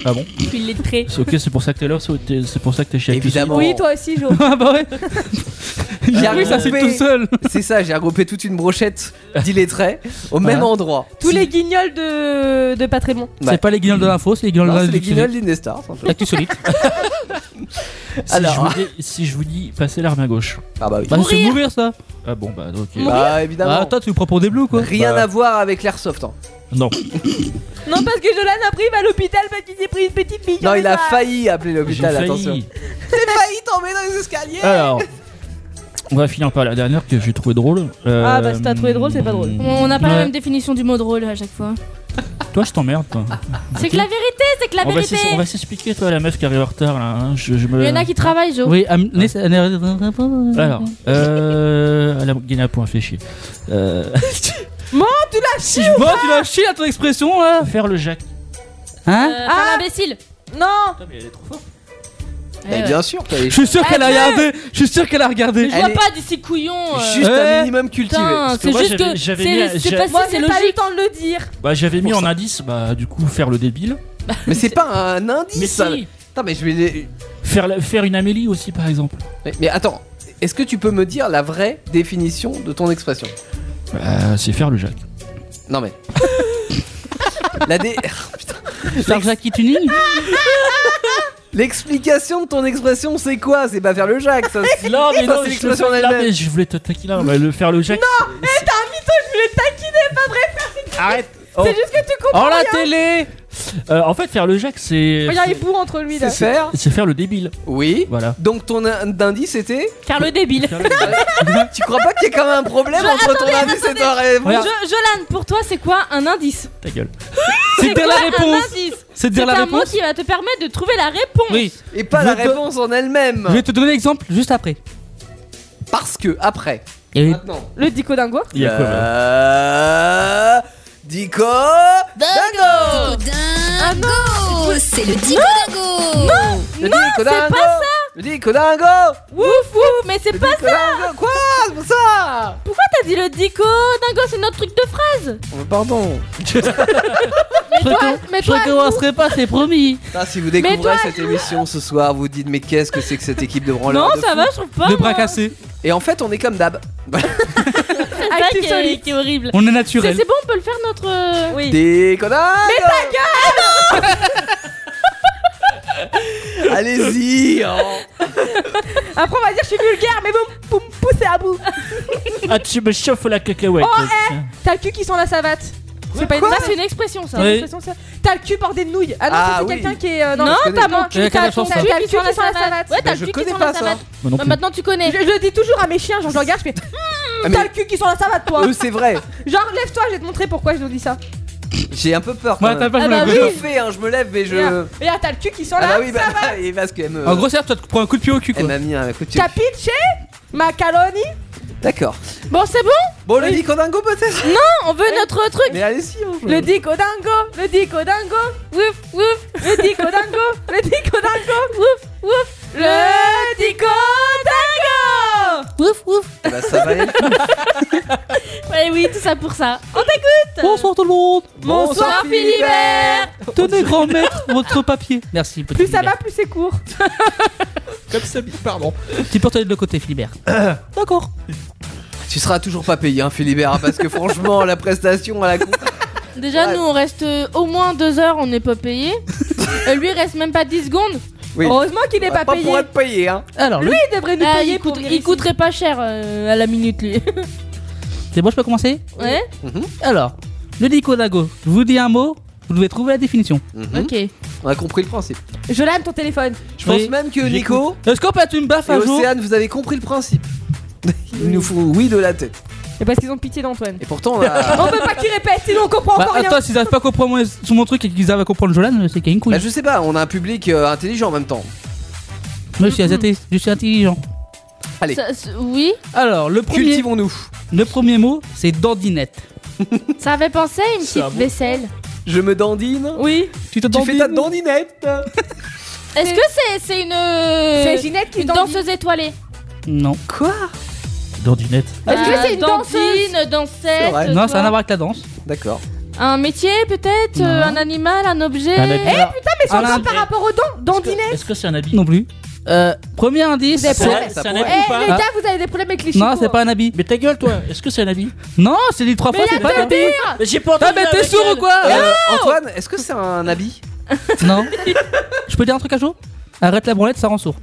Speaker 6: Ah bon
Speaker 5: Je suis lettrée.
Speaker 6: C'est Ok, c'est pour ça que t'es là, c'est c'est pour ça que t'es chez Actes
Speaker 4: Évidemment.
Speaker 5: Oui, toi aussi, Jo.
Speaker 3: ah bah ouais.
Speaker 4: J'ai
Speaker 3: Oui, ça c'est
Speaker 4: regroupé-
Speaker 3: tout seul.
Speaker 4: C'est ça, j'ai regroupé toute une brochette d'illettrés au même
Speaker 6: Voilà.
Speaker 4: endroit.
Speaker 5: Tous les guignols de, de Patrémon.
Speaker 4: Ouais.
Speaker 3: C'est pas les guignols de l'info, c'est les guignols
Speaker 4: Non,
Speaker 3: de
Speaker 4: c'est les guignols
Speaker 3: l'info.
Speaker 4: d'Indestar. simplement.
Speaker 3: L'actu solide.
Speaker 6: Solide. Si,
Speaker 4: Alors.
Speaker 6: je vous dis, si je vous dis, passez l'arme à gauche.
Speaker 4: Ah bah oui.
Speaker 3: Bah, c'est mourir ça.
Speaker 6: Ah bon, bah ok.
Speaker 4: Bah évidemment.
Speaker 3: Ah, toi, tu le prends pour des bleus quoi.
Speaker 4: Rien
Speaker 6: Bah.
Speaker 4: à voir avec l'airsoft. hein.
Speaker 6: Non.
Speaker 5: Non, parce que Jolan a pris mal à l'hôpital parce qu'il s'est pris une petite piqûre.
Speaker 4: Non,
Speaker 5: de
Speaker 4: il a
Speaker 5: ça.
Speaker 4: failli appeler
Speaker 6: J'ai
Speaker 4: l'hôpital,
Speaker 6: failli.
Speaker 4: attention. J'ai failli tomber dans les escaliers.
Speaker 6: Alors, on va finir par la dernière que j'ai trouvé drôle. Euh,
Speaker 5: Ah, bah, si t'as trouvé drôle, c'est pas drôle.
Speaker 8: On n'a pas
Speaker 6: Ouais.
Speaker 8: la même définition du mot drôle à chaque fois.
Speaker 6: Toi, je t'emmerde. toi.
Speaker 8: C'est que la vérité, c'est que la
Speaker 6: On va
Speaker 8: vérité.
Speaker 6: s'ex- on va s'expliquer, toi, la meuf qui arrive en retard là. hein. Je, je me...
Speaker 8: Il y en a qui travaillent, Jo.
Speaker 3: Oui, amener. Alors.
Speaker 6: Alors, euh. Elle a gagné un point, fait chier. Euh,
Speaker 3: Si je vois, tu l'as chié à ton expression là.
Speaker 6: faire le Jacques.
Speaker 5: Ah.
Speaker 3: Hein
Speaker 8: Euh, faire l'imbécile.
Speaker 5: Non
Speaker 6: mais elle est trop forte.
Speaker 8: Eh ouais.
Speaker 4: bien sûr, t'as les
Speaker 3: Je suis sûr qu'elle a regardé. Je suis sûr qu'elle a regardé.
Speaker 8: Je vois
Speaker 4: Elle est-
Speaker 8: pas d'ici couillon. euh,
Speaker 4: Juste un
Speaker 3: Euh,
Speaker 4: minimum cultivé.
Speaker 8: Putain, c'est
Speaker 6: moi,
Speaker 8: juste
Speaker 6: j'avais-
Speaker 8: que c'est
Speaker 6: j'avais mis à-
Speaker 8: c'est
Speaker 6: j'a-
Speaker 8: facile,
Speaker 5: Moi,
Speaker 8: c'est
Speaker 5: j'ai pas eu le
Speaker 8: logique.
Speaker 5: temps de le dire.
Speaker 6: Bah, j'avais mis
Speaker 4: Pour
Speaker 6: en
Speaker 4: ça.
Speaker 6: indice, bah, du coup, faire le débile.
Speaker 4: Mais c'est pas un indice.
Speaker 6: Mais
Speaker 4: ça.
Speaker 6: si
Speaker 4: Attends, mais je vais. les-
Speaker 6: Faire, la- faire une Amélie aussi, par exemple.
Speaker 4: Mais, mais attends, est-ce que tu peux me dire la vraie définition de ton expression
Speaker 6: Bah, c'est faire le Jacques.
Speaker 4: Non mais. la dé... Putain.
Speaker 3: Faire Jackie Tuning
Speaker 4: L'explication de ton expression, c'est quoi C'est pas faire le Jacques, ça. c'est-
Speaker 6: Non, mais
Speaker 4: Ça,
Speaker 6: non,
Speaker 4: c'est
Speaker 6: je,
Speaker 4: l'expression
Speaker 6: non,
Speaker 4: elle-même.
Speaker 6: mais je voulais te taquiner. bah, le faire le Jacques. Non, mais t'as un mytho, je voulais taquiner, pas vrai. Arrête.
Speaker 5: C'est juste que tu
Speaker 6: Oh,
Speaker 5: comprends.
Speaker 6: oh, la télé Euh, En fait, faire le Jacques,
Speaker 3: Oh,
Speaker 6: c'est.
Speaker 5: Regarde, il bourre entre lui là.
Speaker 4: C'est faire
Speaker 6: C'est faire le débile.
Speaker 4: Oui.
Speaker 6: Voilà.
Speaker 4: Donc ton in- indice c'était
Speaker 8: Faire le débile.
Speaker 6: Faire le débile.
Speaker 4: Tu crois pas qu'il y a quand même un problème entre ton indice et ton réponse
Speaker 8: Jo-
Speaker 6: Ah.
Speaker 3: Regarde.
Speaker 8: Jolan, pour toi, c'est quoi un indice
Speaker 6: Ta gueule.
Speaker 3: C'est dire
Speaker 8: quoi
Speaker 3: la
Speaker 8: un
Speaker 3: réponse.
Speaker 8: indice
Speaker 3: C'est
Speaker 8: C'est
Speaker 3: dire la
Speaker 8: un mot
Speaker 3: réponse.
Speaker 8: qui va te permettre de trouver la réponse.
Speaker 3: Oui,
Speaker 4: Et pas
Speaker 3: Je
Speaker 4: la
Speaker 3: te-
Speaker 4: réponse en
Speaker 3: je
Speaker 4: elle-même
Speaker 3: vais te donner l'exemple juste après.
Speaker 4: Parce que, après,
Speaker 3: Et
Speaker 4: maintenant.
Speaker 5: Le dico dingo.
Speaker 6: Il y a quoi, là
Speaker 4: Euh, Dico Dango
Speaker 2: Dingo C'est le Dico Dingo
Speaker 4: Le Dico Dango Le Dico Dango
Speaker 8: Ouf, ouf, mais c'est
Speaker 4: Le
Speaker 8: pas.
Speaker 4: Dico Dango Quoi C'est pour ça
Speaker 8: Pourquoi t'as dit le dico Dingo, c'est notre truc de phrase.
Speaker 4: Oh, Pardon
Speaker 8: Mais toi, mais
Speaker 3: je
Speaker 8: toi,
Speaker 3: recommencerai pas, c'est promis.
Speaker 4: Ah, Si vous
Speaker 8: toi,
Speaker 4: découvrez cette émission ce soir, vous dites mais qu'est-ce que c'est que cette équipe de branleurs
Speaker 8: non,
Speaker 4: de
Speaker 8: ça
Speaker 4: fous
Speaker 8: va, je trouve pas.
Speaker 3: De
Speaker 8: moi.
Speaker 3: bras cassés.
Speaker 4: Et en fait, on est comme d'hab.
Speaker 8: C'est ça qui est,
Speaker 5: Actisolite.
Speaker 8: qui est horrible.
Speaker 3: On est
Speaker 8: C'est
Speaker 3: naturel.
Speaker 8: c'est bon, on peut le faire notre. euh,
Speaker 5: Oui.
Speaker 4: Dico Dango
Speaker 8: ah
Speaker 4: Mais ta gueule Allez-y hein.
Speaker 5: Après, on va dire je suis vulgaire, mais bon, vous me poussez à bout.
Speaker 6: Ah, tu me chauffes la cacahuète. putain.
Speaker 5: T'as le cul qui sent la savate. C'est pas une
Speaker 8: Ça,
Speaker 5: blague,
Speaker 8: c'est une expression,
Speaker 5: c'est
Speaker 8: ça.
Speaker 5: une
Speaker 3: Oui.
Speaker 5: expression, ça. T'as le cul bordé de nouilles. Ah non, ça,
Speaker 4: Ah,
Speaker 5: c'est
Speaker 4: oui.
Speaker 5: quelqu'un qui est. euh,
Speaker 8: Non,
Speaker 4: je connais.
Speaker 8: t'as mon cul,
Speaker 3: Ouais,
Speaker 8: t'as
Speaker 3: connais
Speaker 8: ton
Speaker 3: pas ça.
Speaker 8: cul
Speaker 5: T'as
Speaker 8: qui sent la savate. Ouais,
Speaker 4: Bah,
Speaker 8: t'as
Speaker 4: je
Speaker 8: le cul qui
Speaker 4: connais
Speaker 8: sent
Speaker 4: pas
Speaker 8: la
Speaker 4: ça.
Speaker 8: savate.
Speaker 6: Moi non
Speaker 8: Bah,
Speaker 6: plus.
Speaker 8: Maintenant, tu
Speaker 5: Je,
Speaker 8: connais.
Speaker 5: je le dis toujours à mes chiens, genre je regarde, je fais.
Speaker 4: Ah,
Speaker 5: T'as
Speaker 4: mais
Speaker 5: le cul qui sent la savate, toi.
Speaker 4: eux, c'est vrai
Speaker 5: Genre, lève-toi, je vais te montrer pourquoi je te dis ça.
Speaker 4: J'ai un peu peur quand
Speaker 3: Moi,
Speaker 4: même.
Speaker 3: t'as pas
Speaker 8: Ah
Speaker 3: joué la
Speaker 8: bah
Speaker 4: Je
Speaker 8: oui.
Speaker 3: bonne.
Speaker 4: le fais, hein, je me lève, mais je.
Speaker 5: Regarde, Regarde, t'as le cul qui sent
Speaker 4: Ah bah
Speaker 5: la
Speaker 4: oui, bah, bah, et parce qu'elle me.
Speaker 3: En gros, c'est-à-dire, tu te prends un coup de pied au cul
Speaker 6: Eh
Speaker 4: elle
Speaker 3: quoi.
Speaker 4: m'a mis un coup de pied.
Speaker 5: T'as pitché Macaroni
Speaker 4: D'accord.
Speaker 8: Bon, c'est bon,
Speaker 4: Bon, le dico dingo peut-être
Speaker 8: on veut notre truc.
Speaker 4: Mais allez-y, hein, je-
Speaker 5: Le dico dingo Le dico dingo
Speaker 8: Ouf, ouf,
Speaker 5: Le dico dingo Le dico dingo
Speaker 8: ouf, ouf.
Speaker 5: Le dico dingo
Speaker 8: Ouf, ouf.
Speaker 4: Bah, ça va aller.
Speaker 8: Ouais, oui, tout ça pour ça.
Speaker 3: Bonsoir tout le monde.
Speaker 5: Bonsoir, Philibert
Speaker 3: Tenez, grand maître, votre papier. Merci, petit
Speaker 5: Plus ça va,
Speaker 3: Philibert.
Speaker 5: plus c'est court.
Speaker 4: Comme ça, pardon.
Speaker 3: Tu peux retourner de l'autre côté, Philibert. D'accord.
Speaker 4: Tu seras toujours pas payé, hein, Philibert, hein, parce que franchement, la prestation à la con.
Speaker 8: Déjà,
Speaker 4: Ouais.
Speaker 8: nous, on reste euh, au moins deux heures, on n'est pas payé. Et lui, il reste même pas 10 secondes.
Speaker 4: Oui.
Speaker 5: Heureusement qu'il n'est pas payé.
Speaker 4: pour être payé, hein.
Speaker 3: Alors, le.
Speaker 5: Il devrait nous
Speaker 8: Ah,
Speaker 5: payer
Speaker 8: il,
Speaker 5: pour
Speaker 8: coûte-
Speaker 5: venir
Speaker 8: il
Speaker 5: ici.
Speaker 8: coûterait pas cher euh, à la minute, lui.
Speaker 3: C'est bon, je peux commencer
Speaker 8: ouais
Speaker 3: Alors, le dico dago. Je vous dis un mot, vous devez trouver la définition.
Speaker 4: Mhm.
Speaker 8: Ok.
Speaker 4: On a compris le principe.
Speaker 5: Je lâme ton téléphone.
Speaker 4: Je pense
Speaker 3: Oui,
Speaker 4: même que
Speaker 3: j'écoute.
Speaker 4: Nico
Speaker 3: Est-ce qu'on peut tu me baffes
Speaker 4: et
Speaker 3: un jour
Speaker 4: Océane, vous avez compris le principe. Il nous faut oui de la tête.
Speaker 5: Et parce qu'ils ont pitié d'Antoine.
Speaker 4: Et pourtant,
Speaker 5: on peut pas qu'il répète, sinon on comprend
Speaker 3: Bah,
Speaker 5: encore rien.
Speaker 3: attends, s'ils arrivent pas à comprendre mon- sous mon truc et qu'ils arrivent à comprendre Jolan, c'est qu'il y a une couille.
Speaker 4: Bah, je sais pas, on a un public euh, intelligent en même temps.
Speaker 3: Moi, je suis asiatiste, je suis intelligent.
Speaker 4: Allez.
Speaker 8: Ça- ça- oui,
Speaker 3: Alors, le premier.
Speaker 4: Cultivons-nous.
Speaker 3: Le premier mot, c'est dandinette.
Speaker 8: ça avait pensé à une
Speaker 3: C'est un
Speaker 8: petite
Speaker 3: bon-
Speaker 8: vaisselle.
Speaker 4: Je me dandine.
Speaker 5: Oui.
Speaker 3: Tu te
Speaker 4: fais ta dandinette.
Speaker 8: Est-ce que c'est c'est une.
Speaker 5: C'est Ginette qui
Speaker 8: une
Speaker 5: dandine.
Speaker 8: danseuse étoilée
Speaker 3: Non.
Speaker 4: Quoi
Speaker 6: ben, Dandinette.
Speaker 5: Est-ce
Speaker 8: Ah,
Speaker 5: que c'est une
Speaker 8: Euh, danseuse dansette
Speaker 4: vrai.
Speaker 8: tu
Speaker 3: Non,
Speaker 8: vois.
Speaker 3: ça n'a rien à voir avec la danse.
Speaker 4: D'accord.
Speaker 8: Un métier peut-être
Speaker 3: Non.
Speaker 8: euh, Un animal Un objet
Speaker 6: Un habit.
Speaker 8: Eh,
Speaker 5: Putain, mais c'est
Speaker 3: Ah,
Speaker 5: encore
Speaker 3: là,
Speaker 5: par rapport aux dents, dandinette.
Speaker 6: Est-ce que c'est un habit
Speaker 3: Non plus. Euh, premier indice.
Speaker 5: Vous avez
Speaker 6: C'est
Speaker 5: Ouais,
Speaker 6: un-
Speaker 4: ça
Speaker 6: c'est un
Speaker 4: pourrait.
Speaker 5: Eh,
Speaker 6: habit ou
Speaker 5: les
Speaker 6: pas
Speaker 5: gars, vous avez des problèmes avec les chicots.
Speaker 3: Non, c'est pas un habit.
Speaker 6: Mais ta gueule, toi Est-ce que c'est un habit
Speaker 3: Non, c'est dit trois fois, c'est pas un habit.
Speaker 6: Mais j'ai pas
Speaker 3: Ah, mais t'es
Speaker 6: avec
Speaker 3: sourd ou
Speaker 6: elle.
Speaker 3: quoi
Speaker 4: Euh, Antoine, est-ce que c'est un habit
Speaker 3: Non. Je peux dire un truc à chaud Arrête la branlette, ça rend sourd.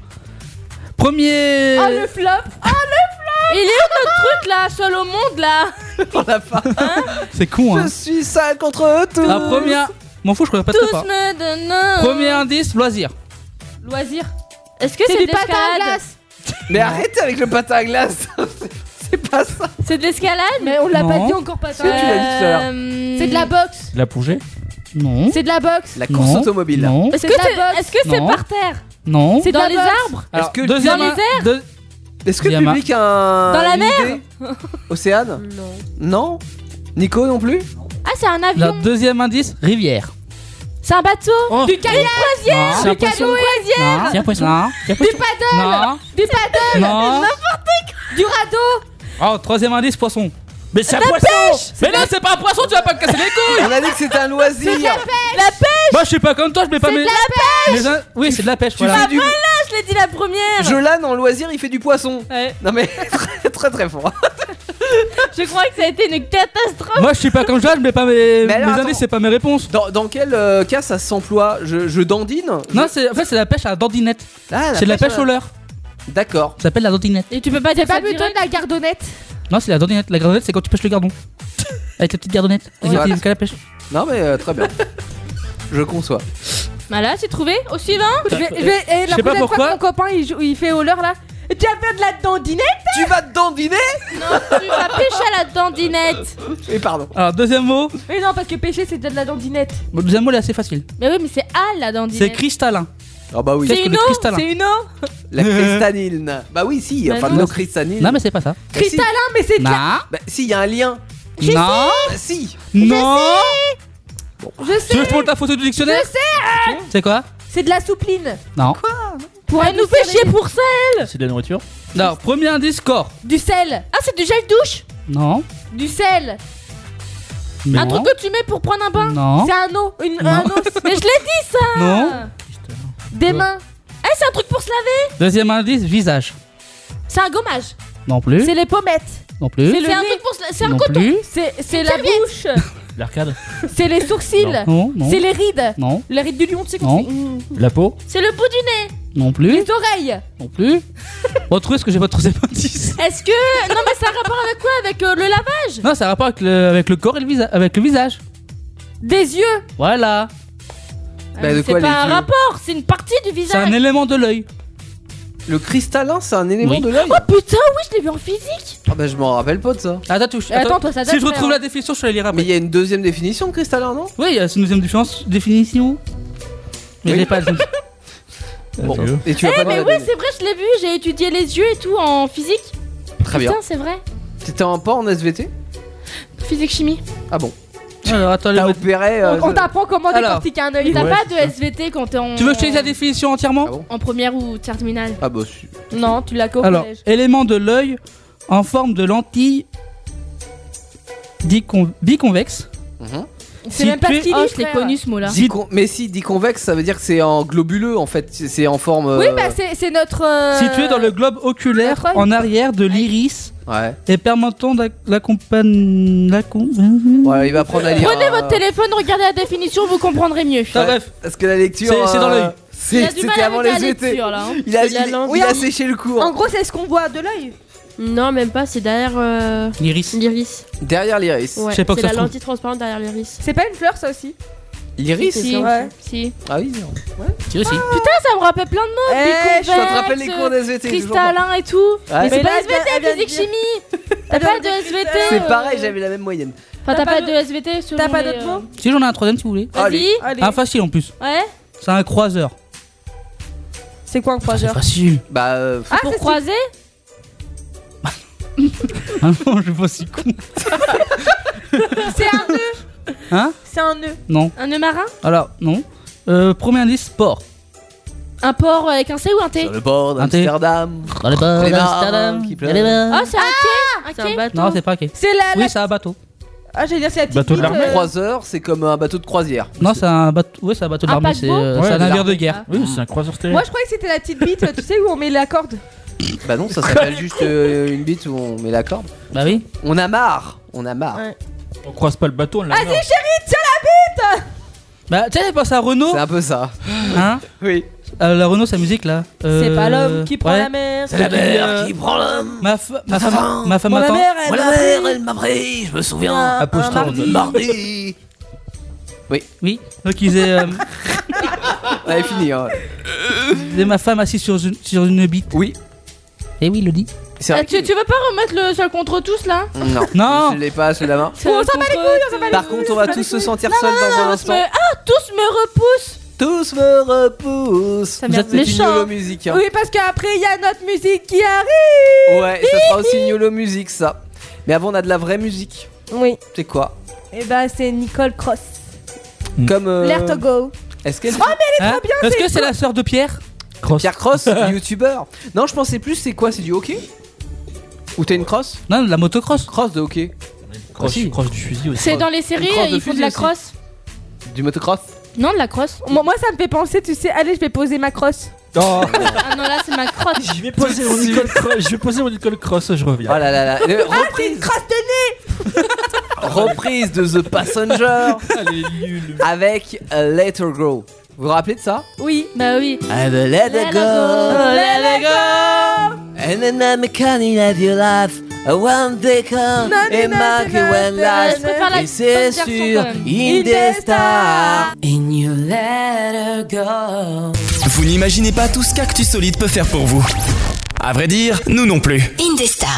Speaker 3: Premier.
Speaker 4: Ah,
Speaker 5: Oh, le flop.
Speaker 8: Il est où notre truc là Seul au monde là
Speaker 4: Oh la fin.
Speaker 3: C'est con, hein.
Speaker 4: Je suis sale contre eux tous.
Speaker 3: Un premier. M'en fous, je crois pas
Speaker 8: Tous
Speaker 3: très fort.
Speaker 8: me donnent
Speaker 3: Premier indice, loisir.
Speaker 8: Loisir Est-ce que
Speaker 5: C'est
Speaker 8: c'est
Speaker 5: du
Speaker 8: de
Speaker 5: patin à
Speaker 8: l'escalade
Speaker 5: glace.
Speaker 4: Mais arrêtez avec le patin à glace. c'est pas ça.
Speaker 8: C'est de l'escalade
Speaker 5: Mais on l'a pas
Speaker 3: Non.
Speaker 5: dit encore pas.
Speaker 4: que tu l'as dit tout à l'heure
Speaker 8: Euh,
Speaker 5: C'est de la boxe.
Speaker 6: La plongée
Speaker 3: Non.
Speaker 5: C'est de la boxe.
Speaker 4: La course
Speaker 3: Non.
Speaker 4: automobile.
Speaker 3: Non.
Speaker 8: Est-ce
Speaker 5: C'est
Speaker 8: que
Speaker 5: de la
Speaker 8: c'est
Speaker 5: boxe.
Speaker 8: est-ce que c'est
Speaker 3: Non.
Speaker 8: par terre
Speaker 3: Non.
Speaker 5: C'est de
Speaker 8: Dans
Speaker 5: la
Speaker 8: les
Speaker 5: boxe.
Speaker 8: arbres
Speaker 4: Est-ce que,
Speaker 3: deuxième.
Speaker 8: Dans les
Speaker 3: un- deux-
Speaker 4: est-ce que le
Speaker 3: Diamant.
Speaker 4: public a un.
Speaker 8: Dans la
Speaker 4: une
Speaker 8: mer
Speaker 4: idée Océane
Speaker 5: Non.
Speaker 4: Non Nico non plus
Speaker 8: Ah, c'est un
Speaker 3: la
Speaker 8: avion
Speaker 3: deuxième indice, rivière.
Speaker 8: C'est un bateau
Speaker 6: Oh.
Speaker 8: Du canoë
Speaker 3: Non.
Speaker 6: C'est un poisson
Speaker 3: Non.
Speaker 6: C'est un poisson.
Speaker 3: Non.
Speaker 5: Du paddle.
Speaker 3: Non.
Speaker 5: Du paddle.
Speaker 3: Non.
Speaker 5: Du radeau.
Speaker 3: Oh, troisième indice, poisson.
Speaker 6: Mais c'est un poisson
Speaker 3: Mais non, c'est pas un poisson, tu vas pas me casser les couilles
Speaker 4: On a dit que c'était un loisir.
Speaker 3: Moi, je suis pas comme toi, je mets pas mes. mes in- Oui, c'est de la pêche,
Speaker 4: Tu
Speaker 3: voilà.
Speaker 4: fais du
Speaker 8: Je l'ai dit la première
Speaker 4: Jolan en loisir, il fait du poisson. Non mais très très très fort.
Speaker 8: Je crois que ça a été une catastrophe
Speaker 3: Moi, je suis pas comme Jolan, je mets pas mes.
Speaker 4: Mais
Speaker 3: Mes
Speaker 4: alors, attends.
Speaker 3: indices, c'est pas mes réponses.
Speaker 4: Dans, dans quel euh, cas ça s'emploie je, je dandine
Speaker 3: Non, c'est en fait, c'est la pêche à la dandinette.
Speaker 4: Ah, euh,
Speaker 3: C'est de la pêche au leurre.
Speaker 4: D'accord.
Speaker 3: Ça s'appelle la dandinette.
Speaker 8: Et tu peux pas
Speaker 5: C'est
Speaker 8: dire
Speaker 5: pas
Speaker 8: ça
Speaker 5: plutôt de
Speaker 8: direct
Speaker 5: la gardonnette.
Speaker 3: Non, c'est la dandinette. La gardonnette, c'est quand tu pêches le gardon. Avec la petite gardonnette. Avec la
Speaker 4: Ouais.
Speaker 3: petite escale à pêche.
Speaker 4: Non mais euh, très bien. je conçois.
Speaker 8: Bah là, j'ai trouvé Au suivant
Speaker 5: Je vais- je vais- et
Speaker 6: Je
Speaker 5: la
Speaker 6: sais pas
Speaker 5: prochaine fois
Speaker 6: pourquoi.
Speaker 5: que mon copain il, joue- il fait au leurre là. Tu vas faire de la dandinette
Speaker 4: tu vas te dandiner
Speaker 8: Tu vas pêcher à la dandinette
Speaker 4: Et Eh, pardon.
Speaker 3: Alors, deuxième mot.
Speaker 5: Mais non, parce que pêcher c'est déjà de la dandinette.
Speaker 3: Bon, Le deuxième mot, il est assez facile.
Speaker 8: Mais oui, mais c'est à la
Speaker 3: C'est
Speaker 8: dandinette
Speaker 3: cristallin.
Speaker 4: Ah bah oui.
Speaker 3: Qu'est-ce que
Speaker 8: une
Speaker 3: le
Speaker 8: eau,
Speaker 3: cristallin
Speaker 5: C'est une eau
Speaker 4: La cristalline. Bah oui si.
Speaker 8: Bah
Speaker 4: enfin
Speaker 8: non.
Speaker 4: non cristalline.
Speaker 3: Non, mais c'est pas ça.
Speaker 4: Bah, si.
Speaker 5: cristallin, mais c'est de la.
Speaker 3: Non.
Speaker 4: Bah si, il y a un lien.
Speaker 3: Non.
Speaker 4: Bah, si.
Speaker 3: Non.
Speaker 5: Je sais,
Speaker 3: Tu veux que je te montre la photo du dictionnaire
Speaker 5: Je
Speaker 3: C'est quoi
Speaker 5: c'est de la soupline.
Speaker 3: Non.
Speaker 5: Pour
Speaker 8: Elle nous
Speaker 5: adoucir
Speaker 8: fait
Speaker 5: les-
Speaker 8: chier pour ça
Speaker 6: C'est de la nourriture
Speaker 3: Non, premier indice, corps.
Speaker 5: Du sel,
Speaker 8: Ah, c'est du gel douche
Speaker 3: Non.
Speaker 5: du sel.
Speaker 8: Un truc que tu mets pour prendre un bain
Speaker 3: Non.
Speaker 5: C'est un eau, une,
Speaker 3: Non.
Speaker 5: un os.
Speaker 8: Mais je l'ai dit
Speaker 3: Non.
Speaker 5: Des mains.
Speaker 8: Eh, c'est un truc pour se laver
Speaker 3: Deuxième indice, visage.
Speaker 8: C'est un gommage
Speaker 3: Non plus.
Speaker 5: C'est les pommettes.
Speaker 3: Non plus.
Speaker 5: C'est le
Speaker 8: C'est un
Speaker 5: nez.
Speaker 8: truc pour se laver C'est un
Speaker 3: Non
Speaker 8: coton
Speaker 3: plus.
Speaker 5: C'est c'est la bouche.
Speaker 6: L'arcade
Speaker 5: C'est les sourcils.
Speaker 3: Non, non.
Speaker 5: C'est les rides.
Speaker 3: Non.
Speaker 5: Les rides du lion, tu sais
Speaker 3: Non.
Speaker 5: qu'on fait. Mm.
Speaker 6: La peau
Speaker 8: C'est le bout du nez
Speaker 3: Non plus.
Speaker 5: Les oreilles.
Speaker 3: Non plus. Autre est-ce que j'ai pas trop indice
Speaker 8: Est-ce que... Non, mais ça a rapport avec quoi Avec euh, le lavage
Speaker 3: Non, ça a rapport avec le, avec le corps et le visage. Avec le visage.
Speaker 5: Des yeux.
Speaker 3: Voilà. Ah,
Speaker 4: Bah, de
Speaker 8: C'est
Speaker 4: quoi,
Speaker 8: pas
Speaker 4: les
Speaker 8: un
Speaker 4: yeux
Speaker 8: rapport C'est une partie du
Speaker 3: C'est un
Speaker 8: visage
Speaker 3: élément de l'œil.
Speaker 4: Le cristallin c'est un élément
Speaker 6: Oui.
Speaker 4: de l'œil.
Speaker 8: Putain, oui, je l'ai vu en physique
Speaker 4: Ah bah je m'en rappelle pas de ça.
Speaker 3: Attends, Ah, touche.
Speaker 5: Attends, toi, ça date.
Speaker 3: Si je retrouve
Speaker 5: frère.
Speaker 8: hein.
Speaker 3: la définition, je te la lirai
Speaker 4: Mais
Speaker 3: après.
Speaker 4: il y a une deuxième définition de cristallin non
Speaker 3: Oui, c'est une deuxième différence- définition.
Speaker 4: Oui.
Speaker 3: Mais je l'ai pas.
Speaker 4: Bon.
Speaker 6: Adieu.
Speaker 4: Et
Speaker 3: Eh,
Speaker 4: tu vas pas
Speaker 8: Mais
Speaker 4: dans la
Speaker 8: oui,
Speaker 4: deuxième.
Speaker 8: c'est vrai, je l'ai vu J'ai étudié les yeux et tout en physique
Speaker 4: Très bien.
Speaker 8: Putain, c'est vrai
Speaker 4: T'étais en pas en SVT
Speaker 8: Physique chimie
Speaker 4: Ah bon.
Speaker 3: Alors, attends,
Speaker 4: T'as
Speaker 3: les-
Speaker 4: opéré. euh,
Speaker 5: On, on
Speaker 4: je-
Speaker 5: t'apprend comment
Speaker 3: Alors.
Speaker 5: décortiquer un œil.
Speaker 8: T'as
Speaker 6: Ouais,
Speaker 8: pas
Speaker 6: c'est
Speaker 8: de
Speaker 6: ça.
Speaker 8: SVT quand t'es en...
Speaker 3: tu veux que je te dise la définition entièrement
Speaker 4: Ah bon
Speaker 8: En première ou terminale
Speaker 4: Ah bah si.
Speaker 5: Non, tu l'as qu'au
Speaker 3: Alors,
Speaker 5: collège.
Speaker 3: élément de l'œil en forme de lentille dicon- biconvexe.
Speaker 4: Mhm.
Speaker 5: C'est même pas ce
Speaker 3: situé-
Speaker 5: qu'il dit.
Speaker 8: Oh, je l'ai
Speaker 5: frère.
Speaker 8: connu ce mot-là
Speaker 3: Zit-
Speaker 4: Con- Mais si, dit convexe, ça veut dire que c'est en globuleux en fait, c'est c'est en forme. euh,
Speaker 5: Oui, bah c'est c'est notre. euh,
Speaker 3: Situé dans le globe oculaire
Speaker 5: la feuille.
Speaker 3: en arrière de l'iris
Speaker 4: Ouais.
Speaker 3: et permettant d'ac- l'accompagn- l'accom-
Speaker 4: Ouais, il va apprendre à lire.
Speaker 8: Prenez
Speaker 4: hein.
Speaker 8: votre téléphone, regardez la définition, vous comprendrez mieux.
Speaker 3: Ah, bref,
Speaker 4: Parce que la lecture.
Speaker 3: C'est- c'est dans
Speaker 4: euh,
Speaker 3: l'œil.
Speaker 4: c'est-
Speaker 8: Il a du
Speaker 4: C'était
Speaker 8: mal
Speaker 4: avant
Speaker 8: avec la
Speaker 4: les ET.
Speaker 8: lecture là. hein.
Speaker 4: Il a,
Speaker 8: C'est de la
Speaker 4: il-
Speaker 8: langue.
Speaker 4: oui, il a séché le cours.
Speaker 5: En gros, c'est ce qu'on voit de l'œil.
Speaker 11: Non, même pas, c'est derrière euh,
Speaker 3: l'iris.
Speaker 11: l'iris.
Speaker 4: Derrière l'iris.
Speaker 11: Ouais,
Speaker 3: Je sais pas où
Speaker 11: c'est
Speaker 3: ça
Speaker 11: la
Speaker 3: se trouve.
Speaker 11: lentille transparente derrière l'iris.
Speaker 5: C'est pas une fleur, ça aussi.
Speaker 4: L'iris
Speaker 8: Si,
Speaker 4: Ouais.
Speaker 8: si.
Speaker 4: Ah oui, ouais.
Speaker 3: Tu aussi.
Speaker 8: Putain, ça me rappelle plein de mots.
Speaker 4: Eh,
Speaker 8: Biconvexe,
Speaker 4: je te rappelle les cours d'SVT, toujours pas.
Speaker 8: Cristallin et tout.
Speaker 4: Ouais.
Speaker 8: hein. Mais c'est
Speaker 4: Mais
Speaker 8: pas
Speaker 4: là,
Speaker 5: elle vient
Speaker 8: SVT,
Speaker 5: de
Speaker 8: physique,
Speaker 5: dire-
Speaker 8: chimie. T'as pas de SVT.
Speaker 4: C'est
Speaker 8: euh,
Speaker 4: pareil, j'avais la même moyenne.
Speaker 8: Enfin, t'as pas de SVT. selon
Speaker 5: T'as pas
Speaker 8: les,
Speaker 5: d'autres
Speaker 8: euh,
Speaker 5: mots Ah,
Speaker 3: Si j'en ai un troisième si vous voulez.
Speaker 4: Ah,
Speaker 8: Vas-y. Allez.
Speaker 3: Un facile en plus.
Speaker 8: Ouais.
Speaker 3: C'est un croiseur.
Speaker 5: C'est quoi un croiseur
Speaker 3: Facile.
Speaker 4: Bah. Euh...
Speaker 8: C'est pour croiser
Speaker 3: Ah non, je vois si con.
Speaker 5: C'est un nœud.
Speaker 3: Hein
Speaker 5: C'est un nœud.
Speaker 3: Non.
Speaker 8: Un nœud marin
Speaker 3: Alors, non. Euh, premier indice, sport.
Speaker 8: Un port avec un C ou un T
Speaker 4: Le bord d'Amsterdam.
Speaker 3: Dans les bords
Speaker 4: Les
Speaker 3: d'Amsterdam,
Speaker 4: marins qui
Speaker 3: il y a des
Speaker 4: pleurent.
Speaker 8: Ah, c'est un quai
Speaker 11: C'est un bateau.
Speaker 3: Non, c'est pas ok.
Speaker 5: C'est la.
Speaker 3: Oui,
Speaker 5: Ah, la-
Speaker 3: c'est un bateau.
Speaker 5: Ah, j'allais dire, c'est la petite.
Speaker 3: Bateau de
Speaker 5: bite,
Speaker 3: l'armée.
Speaker 5: euh,
Speaker 4: Croiseur, c'est comme un bateau de croisière.
Speaker 3: Non, c'est un bateau. Oui, c'est un bateau de
Speaker 8: Un
Speaker 3: l'armée. C'est
Speaker 8: paquebot
Speaker 3: euh,
Speaker 6: Ouais,
Speaker 3: c'est un
Speaker 6: de
Speaker 3: navire de
Speaker 6: l'armée.
Speaker 3: guerre.
Speaker 6: Oui, c'est un croiseur stellaire.
Speaker 5: Moi, je croyais que c'était la petite bite, tu sais, où on met la corde.
Speaker 4: Bah non, ça s'appelle juste euh, une bite où on met la corde.
Speaker 3: Bah oui.
Speaker 4: On a marre. On a marre.
Speaker 6: On croise pas le bateau, on l'a.
Speaker 5: Vas-y,
Speaker 6: mort.
Speaker 5: chérie, tiens la bite
Speaker 3: Bah, tu sais, j'ai pensé à Renault.
Speaker 4: C'est un peu ça.
Speaker 3: Hein
Speaker 4: Oui.
Speaker 3: Euh, la Renault, sa musique là.
Speaker 5: C'est
Speaker 3: Euh,
Speaker 5: pas l'homme qui prend
Speaker 3: ouais. euh,
Speaker 5: la mer.
Speaker 1: C'est la mère qui prend l'homme.
Speaker 3: Ma, fa- ma
Speaker 1: T'as
Speaker 3: femme,
Speaker 1: faim
Speaker 3: ma femme
Speaker 5: Bon, la
Speaker 3: attend.
Speaker 5: mer, elle
Speaker 1: Moi, la
Speaker 5: m'a
Speaker 1: mère,
Speaker 5: pris.
Speaker 1: elle m'a pris, je me souviens.
Speaker 5: Un- un
Speaker 3: Apostrophe.
Speaker 5: mardi.
Speaker 1: Mardi.
Speaker 3: Oui. Donc ils disaient, euh,
Speaker 4: Ouais, fini. Hein.
Speaker 3: ils disaient ma femme assise sur une, sur une bite.
Speaker 4: Oui.
Speaker 3: Et oui, il le dit.
Speaker 4: C'est
Speaker 8: Ah,
Speaker 4: vrai.
Speaker 8: tu,
Speaker 4: que-
Speaker 8: tu veux pas remettre le seul contre tous là
Speaker 4: Non.
Speaker 3: Non.
Speaker 4: Je l'ai pas sous la main.
Speaker 8: On s'en bat les couilles, on s'en bat les
Speaker 4: Par contre, on va tous se sentir seuls dans un instant.
Speaker 8: couilles. Ah, tous me repoussent
Speaker 4: Tous me repoussent.
Speaker 8: Vous m'a êtes
Speaker 4: C'est une
Speaker 8: méchant.
Speaker 4: YOLO musique. hein.
Speaker 5: Ah. Oui, parce qu'après, il y a notre musique qui arrive.
Speaker 4: Ouais, ça sera aussi une YOLO musique ça. Mais avant, on a de la vraie musique.
Speaker 5: Oui.
Speaker 4: C'est quoi
Speaker 5: Et bah, c'est Nicole Cross.
Speaker 4: Comme. euh,
Speaker 5: L'Air to go.
Speaker 4: Est-ce qu'elle.
Speaker 3: Hein Est-ce que c'est la sœur de Pierre
Speaker 6: Cross.
Speaker 4: Pierre Cross, youtubeur. Non, je pensais plus, c'est quoi C'est du hockey Ou t'es une cross
Speaker 3: Non, la motocross.
Speaker 4: Cross de hockey
Speaker 6: Cross,
Speaker 4: Aussi.
Speaker 6: cross du fusil aussi.
Speaker 8: C'est dans les séries,
Speaker 4: Une crosse de
Speaker 8: ils font de la
Speaker 4: fusil
Speaker 8: crosse.
Speaker 4: Du motocross
Speaker 8: Non, de la crosse.
Speaker 5: Moi, moi, ça me fait penser, tu sais, allez, je vais poser ma crosse.
Speaker 6: Oh,
Speaker 8: Ah non, là c'est ma crotte.
Speaker 6: je vais poser mon Nicole Cross, je vais poser mon Nicole Cross, je reviens.
Speaker 4: Oh là là là. Le-
Speaker 8: Ah,
Speaker 5: C'est une
Speaker 4: reprise,
Speaker 5: crosse de nez.
Speaker 4: reprise de The Passenger
Speaker 6: Ah, Elle est nulle.
Speaker 4: avec A Later Grow. Vous vous rappelez de ça
Speaker 5: Oui.
Speaker 8: Bah oui.
Speaker 4: I'm a let
Speaker 8: Let
Speaker 4: it
Speaker 8: it go.
Speaker 4: go.
Speaker 5: Let it go.
Speaker 4: And then I'm a cunning at your life. A one decker. Et
Speaker 5: non,
Speaker 4: marque
Speaker 5: non,
Speaker 4: when
Speaker 5: non,
Speaker 4: last.
Speaker 8: Je préfère la
Speaker 4: Et c'est
Speaker 8: bonne version,
Speaker 4: sur
Speaker 8: quand même.
Speaker 4: Indestar.
Speaker 12: In your letter go.
Speaker 10: Vous n'imaginez pas tout ce qu'Actu Solide peut faire pour vous. À vrai dire, nous non plus.
Speaker 2: Indestar.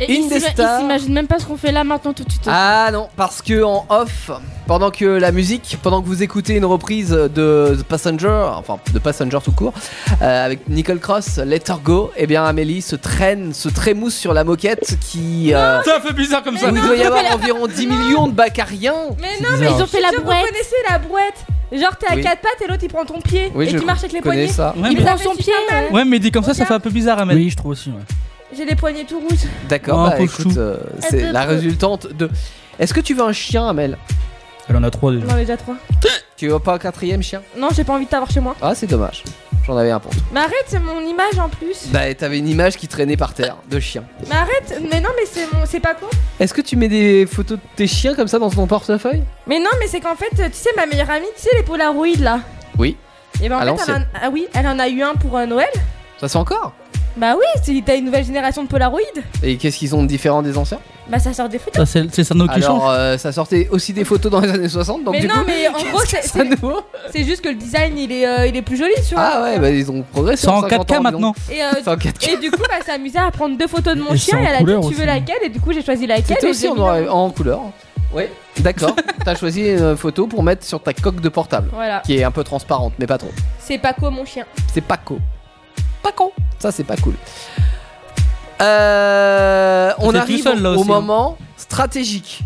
Speaker 8: Et ils s'ima-
Speaker 4: Indestar.
Speaker 8: ils s'imaginent même pas ce qu'on fait là maintenant tout de suite.
Speaker 4: Ah non, parce que en off, pendant que la musique, pendant que vous écoutez une reprise de The Passenger, enfin de Passenger tout court, euh, avec Nicole Cross, Let Her Go, eh bien Amélie se traîne, se trémousse sur la moquette qui... euh,
Speaker 6: Ça fait bizarre comme ça.
Speaker 4: où il doit y avoir environ 10 millions de bacs à rien.
Speaker 5: Mais
Speaker 6: C'est
Speaker 5: non,
Speaker 8: Mais
Speaker 6: bizarre.
Speaker 8: ils ont fait la
Speaker 5: Vous
Speaker 8: brouette.
Speaker 5: connaissez la brouette Genre, t'es à
Speaker 4: Oui.
Speaker 5: quatre pattes et l'autre, il prend ton pied.
Speaker 4: Oui,
Speaker 5: et
Speaker 4: je
Speaker 5: tu marches avec les
Speaker 4: connais
Speaker 5: poignets.
Speaker 4: ça.
Speaker 3: Ouais,
Speaker 8: Il
Speaker 3: mais,
Speaker 8: prend son pied. ouais.
Speaker 3: ouais, mais dit comme ça, ça fait un peu bizarre, Amel.
Speaker 6: Oui, je trouve aussi. Ouais.
Speaker 5: J'ai les poignets tout rouges.
Speaker 4: D'accord,
Speaker 3: Oh,
Speaker 4: bah
Speaker 3: pauvre
Speaker 4: écoute,
Speaker 3: chou.
Speaker 4: euh, c'est la résultante de... Est-ce que tu veux un chien, Amel
Speaker 6: Elle en a trois déjà.
Speaker 5: J'en ai déjà trois.
Speaker 4: Tu veux pas un quatrième chien
Speaker 5: Non, j'ai pas envie de t'avoir chez moi.
Speaker 4: Ah c'est dommage, j'en avais un pour toi.
Speaker 5: Mais arrête, c'est mon image en plus.
Speaker 4: Bah t'avais une image qui traînait par terre de chien.
Speaker 5: Mais arrête, mais non, mais c'est mon... c'est pas con.
Speaker 4: Est-ce que tu mets des photos de tes chiens comme ça dans ton portefeuille
Speaker 5: Mais non, mais c'est qu'en fait, tu sais, ma meilleure amie, tu sais, les polaroïdes là.
Speaker 4: Oui.
Speaker 5: Et ben en
Speaker 4: À
Speaker 5: fait, elle en,
Speaker 4: l'ancienne.
Speaker 5: ah oui, elle en a eu un pour euh, Noël.
Speaker 4: Ça c'est encore
Speaker 5: Bah oui, c'est- t'as une nouvelle génération de polaroïdes.
Speaker 4: Et qu'est-ce qu'ils ont de différent des anciens
Speaker 5: Bah ça sort des photos.
Speaker 3: Ça, c'est c'est Sano qui change.
Speaker 4: Alors, euh, ça sortait aussi des photos dans les années 60, donc
Speaker 5: mais
Speaker 4: du
Speaker 5: non,
Speaker 4: coup,
Speaker 5: mais en gros, c'est-
Speaker 4: c'est
Speaker 5: c'est
Speaker 4: nouveau.
Speaker 5: c'est juste que le design, il est, euh, il est plus joli, tu vois.
Speaker 4: Ah ouais, bah ils ont progressé.
Speaker 3: C'est en
Speaker 4: 50
Speaker 3: 4K
Speaker 4: environ.
Speaker 3: maintenant.
Speaker 5: Et, euh,
Speaker 4: C'est en 4K.
Speaker 5: et du coup, elle s'est amusée à prendre deux photos de mon
Speaker 6: Et c'est
Speaker 5: chien
Speaker 6: en
Speaker 5: et elle a dit
Speaker 6: couleur
Speaker 5: tu veux
Speaker 6: aussi.
Speaker 5: laquelle et du coup j'ai choisi laquelle.
Speaker 4: C'était
Speaker 5: et
Speaker 4: aussi
Speaker 5: j'ai
Speaker 4: en,
Speaker 5: mis
Speaker 4: noir-
Speaker 5: la-
Speaker 4: en couleur. Oui. D'accord. T'as choisi une photo pour mettre sur ta coque de portable,
Speaker 5: Voilà,
Speaker 4: qui est un peu transparente, mais pas trop.
Speaker 5: c'est Paco mon chien.
Speaker 4: C'est Paco. Paco. Ça c'est pas cool. Euh, on
Speaker 3: T'es
Speaker 4: arrive
Speaker 3: tout seul, là,
Speaker 4: au
Speaker 3: aussi, hein.
Speaker 4: moment stratégique.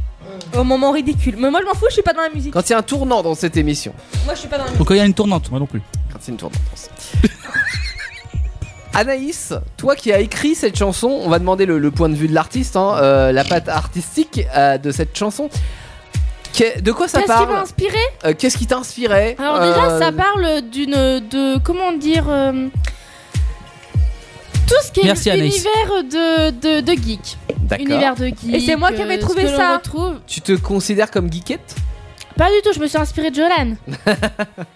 Speaker 5: Au moment ridicule. Mais moi je m'en fous, je suis pas dans la musique.
Speaker 4: Quand il y a un tournant dans cette émission.
Speaker 5: Moi je suis pas dans la musique.
Speaker 3: Donc, il y a une tournante.
Speaker 6: Moi non plus.
Speaker 4: Quand c'est une tournante. on sait. Anaïs, toi qui as écrit cette chanson, on va demander le, le point de vue de l'artiste, hein, euh, la patte artistique euh, de cette chanson. Que- de quoi ça
Speaker 8: Qu'est-ce qui m'a
Speaker 4: parle
Speaker 8: inspiré
Speaker 4: Euh, Qu'est-ce qui t'inspirait
Speaker 8: Alors déjà,
Speaker 4: Euh,
Speaker 8: ça parle d'une de comment dire euh, tout ce qui est
Speaker 3: Merci, Anaïs.
Speaker 8: univers de, de, de geek,
Speaker 4: D'accord.
Speaker 8: univers de geek.
Speaker 5: Et c'est moi qui
Speaker 8: euh,
Speaker 5: avais
Speaker 8: ce
Speaker 5: trouvé
Speaker 8: que l'on
Speaker 5: ça.
Speaker 8: retrouve.
Speaker 4: Tu te considères comme geekette
Speaker 13: Pas du tout, je me suis inspirée de Jolan.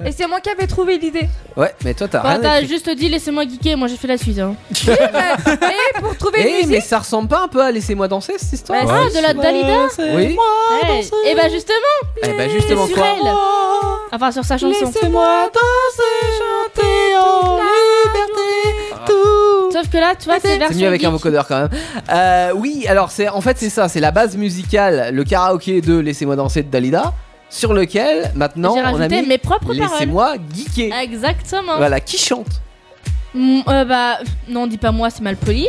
Speaker 5: Et c'est moi qui avais trouvé l'idée.
Speaker 4: Ouais, mais toi t'as
Speaker 8: Bah,
Speaker 13: Enfin,
Speaker 4: rien.
Speaker 13: t'as
Speaker 4: écrit.
Speaker 13: juste dit laissez-moi geeker, moi j'ai fait la suite. hein.
Speaker 5: Et pour trouver
Speaker 4: Eh,
Speaker 5: une
Speaker 4: mais
Speaker 5: musique.
Speaker 4: ça ressemble pas un peu à Laissez-moi danser cette histoire
Speaker 13: Bah, Ah, de
Speaker 8: Euh,
Speaker 13: la Dalida
Speaker 4: Oui.
Speaker 13: Et bah justement
Speaker 4: Eh bah, justement,
Speaker 13: C'est sur
Speaker 4: quoi
Speaker 13: elle. Enfin, sur sa chanson.
Speaker 5: Laissez-moi danser, chanter
Speaker 3: oh,
Speaker 5: en liberté. Tout.
Speaker 13: Sauf que là, tu vois, c'est
Speaker 4: C'est mieux
Speaker 13: version.
Speaker 4: avec un
Speaker 13: geek.
Speaker 4: vocodeur quand même. Euh, oui, alors c'est en fait c'est ça, c'est la base musicale, le karaoké de Laissez-moi danser de Dalida, sur lequel maintenant
Speaker 13: J'ai
Speaker 4: on a
Speaker 13: rajouté
Speaker 4: mis
Speaker 13: mes propres paroles.
Speaker 4: Laissez-moi geeker.
Speaker 6: Ah,
Speaker 13: Exactement.
Speaker 4: Voilà, qui chante
Speaker 13: Mm, euh, bah, non, dis pas moi, c'est mal poli.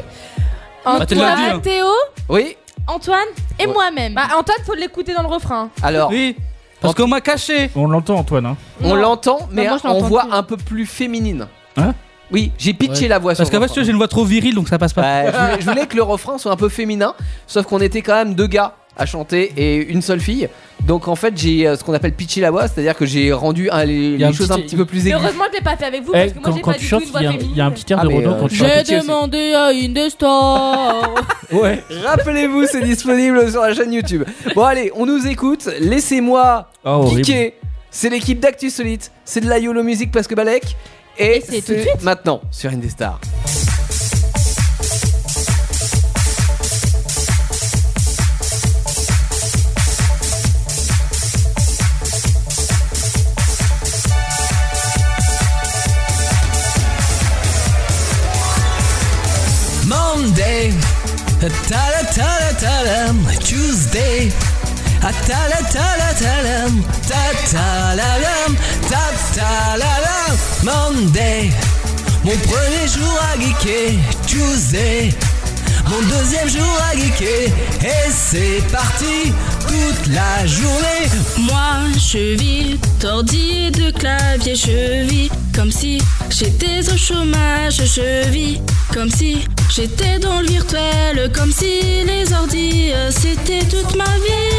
Speaker 4: Bah, tu l'as
Speaker 13: Antoine,
Speaker 4: dit,
Speaker 13: Théo,
Speaker 4: Oui.
Speaker 13: Antoine et
Speaker 4: Ouais.
Speaker 13: moi-même.
Speaker 5: Bah, Antoine, faut l'écouter dans le refrain.
Speaker 4: Alors.
Speaker 3: Oui. Parce qu'on m'a caché.
Speaker 6: On l'entend, Antoine. Hein.
Speaker 4: On
Speaker 6: Non.
Speaker 4: l'entend, mais
Speaker 6: Non, moi, je
Speaker 4: on
Speaker 6: l'entends
Speaker 4: voit un peu plus féminine.
Speaker 6: Hein
Speaker 4: Oui, j'ai pitché
Speaker 3: Ouais.
Speaker 4: la voix.
Speaker 3: Parce qu'en fait, j'ai une voix trop virile donc ça passe pas.
Speaker 4: je, voulais, je voulais que le refrain soit un peu féminin, sauf qu'on était quand même deux gars à chanter et une seule fille. Donc en fait, j'ai euh, ce qu'on appelle pitché la voix, c'est-à-dire que j'ai rendu hein, les,
Speaker 6: y a
Speaker 4: les
Speaker 6: un
Speaker 4: choses un
Speaker 6: petit-
Speaker 4: petit peu plus
Speaker 5: Mais
Speaker 4: aiguës.
Speaker 5: heureusement que je l'ai pas fait avec vous
Speaker 6: Eh,
Speaker 5: parce que moi
Speaker 6: quand,
Speaker 5: j'ai
Speaker 6: quand
Speaker 5: pas
Speaker 6: tu
Speaker 5: du tout
Speaker 6: chantes,
Speaker 5: une
Speaker 6: il
Speaker 5: voix
Speaker 6: y, a- il y a un
Speaker 5: féminine.
Speaker 6: petit air
Speaker 4: Ah,
Speaker 6: de
Speaker 4: mais,
Speaker 6: Renaud
Speaker 4: euh,
Speaker 6: quand tu
Speaker 4: je-
Speaker 13: J'ai
Speaker 4: Compliqué aussi.
Speaker 13: demandé à Indestar.
Speaker 6: Ouais.
Speaker 4: Rappelez-vous, c'est disponible sur la chaîne YouTube. Bon allez, on nous écoute. Laissez-moi
Speaker 6: Ah, horrible.
Speaker 4: geeker. C'est l'équipe d'Actu Solite. C'est de la YOLO Music parce que Balek. Et,
Speaker 13: c'est tout de suite.
Speaker 4: maintenant sur Indestar.
Speaker 2: Monday, tala tala talam. Tuesday, Ah, tala tala talam. Ta talalam, ta talalam. Monday, mon premier jour à geeker. Tuesday, mon deuxième jour à geeker. Et c'est parti toute la journée.
Speaker 8: Moi, je vis tordi de clavier, je vis comme si j'étais au chômage, je vis comme si j'étais dans le virtuel, comme si les ordi euh, c'était toute ma vie.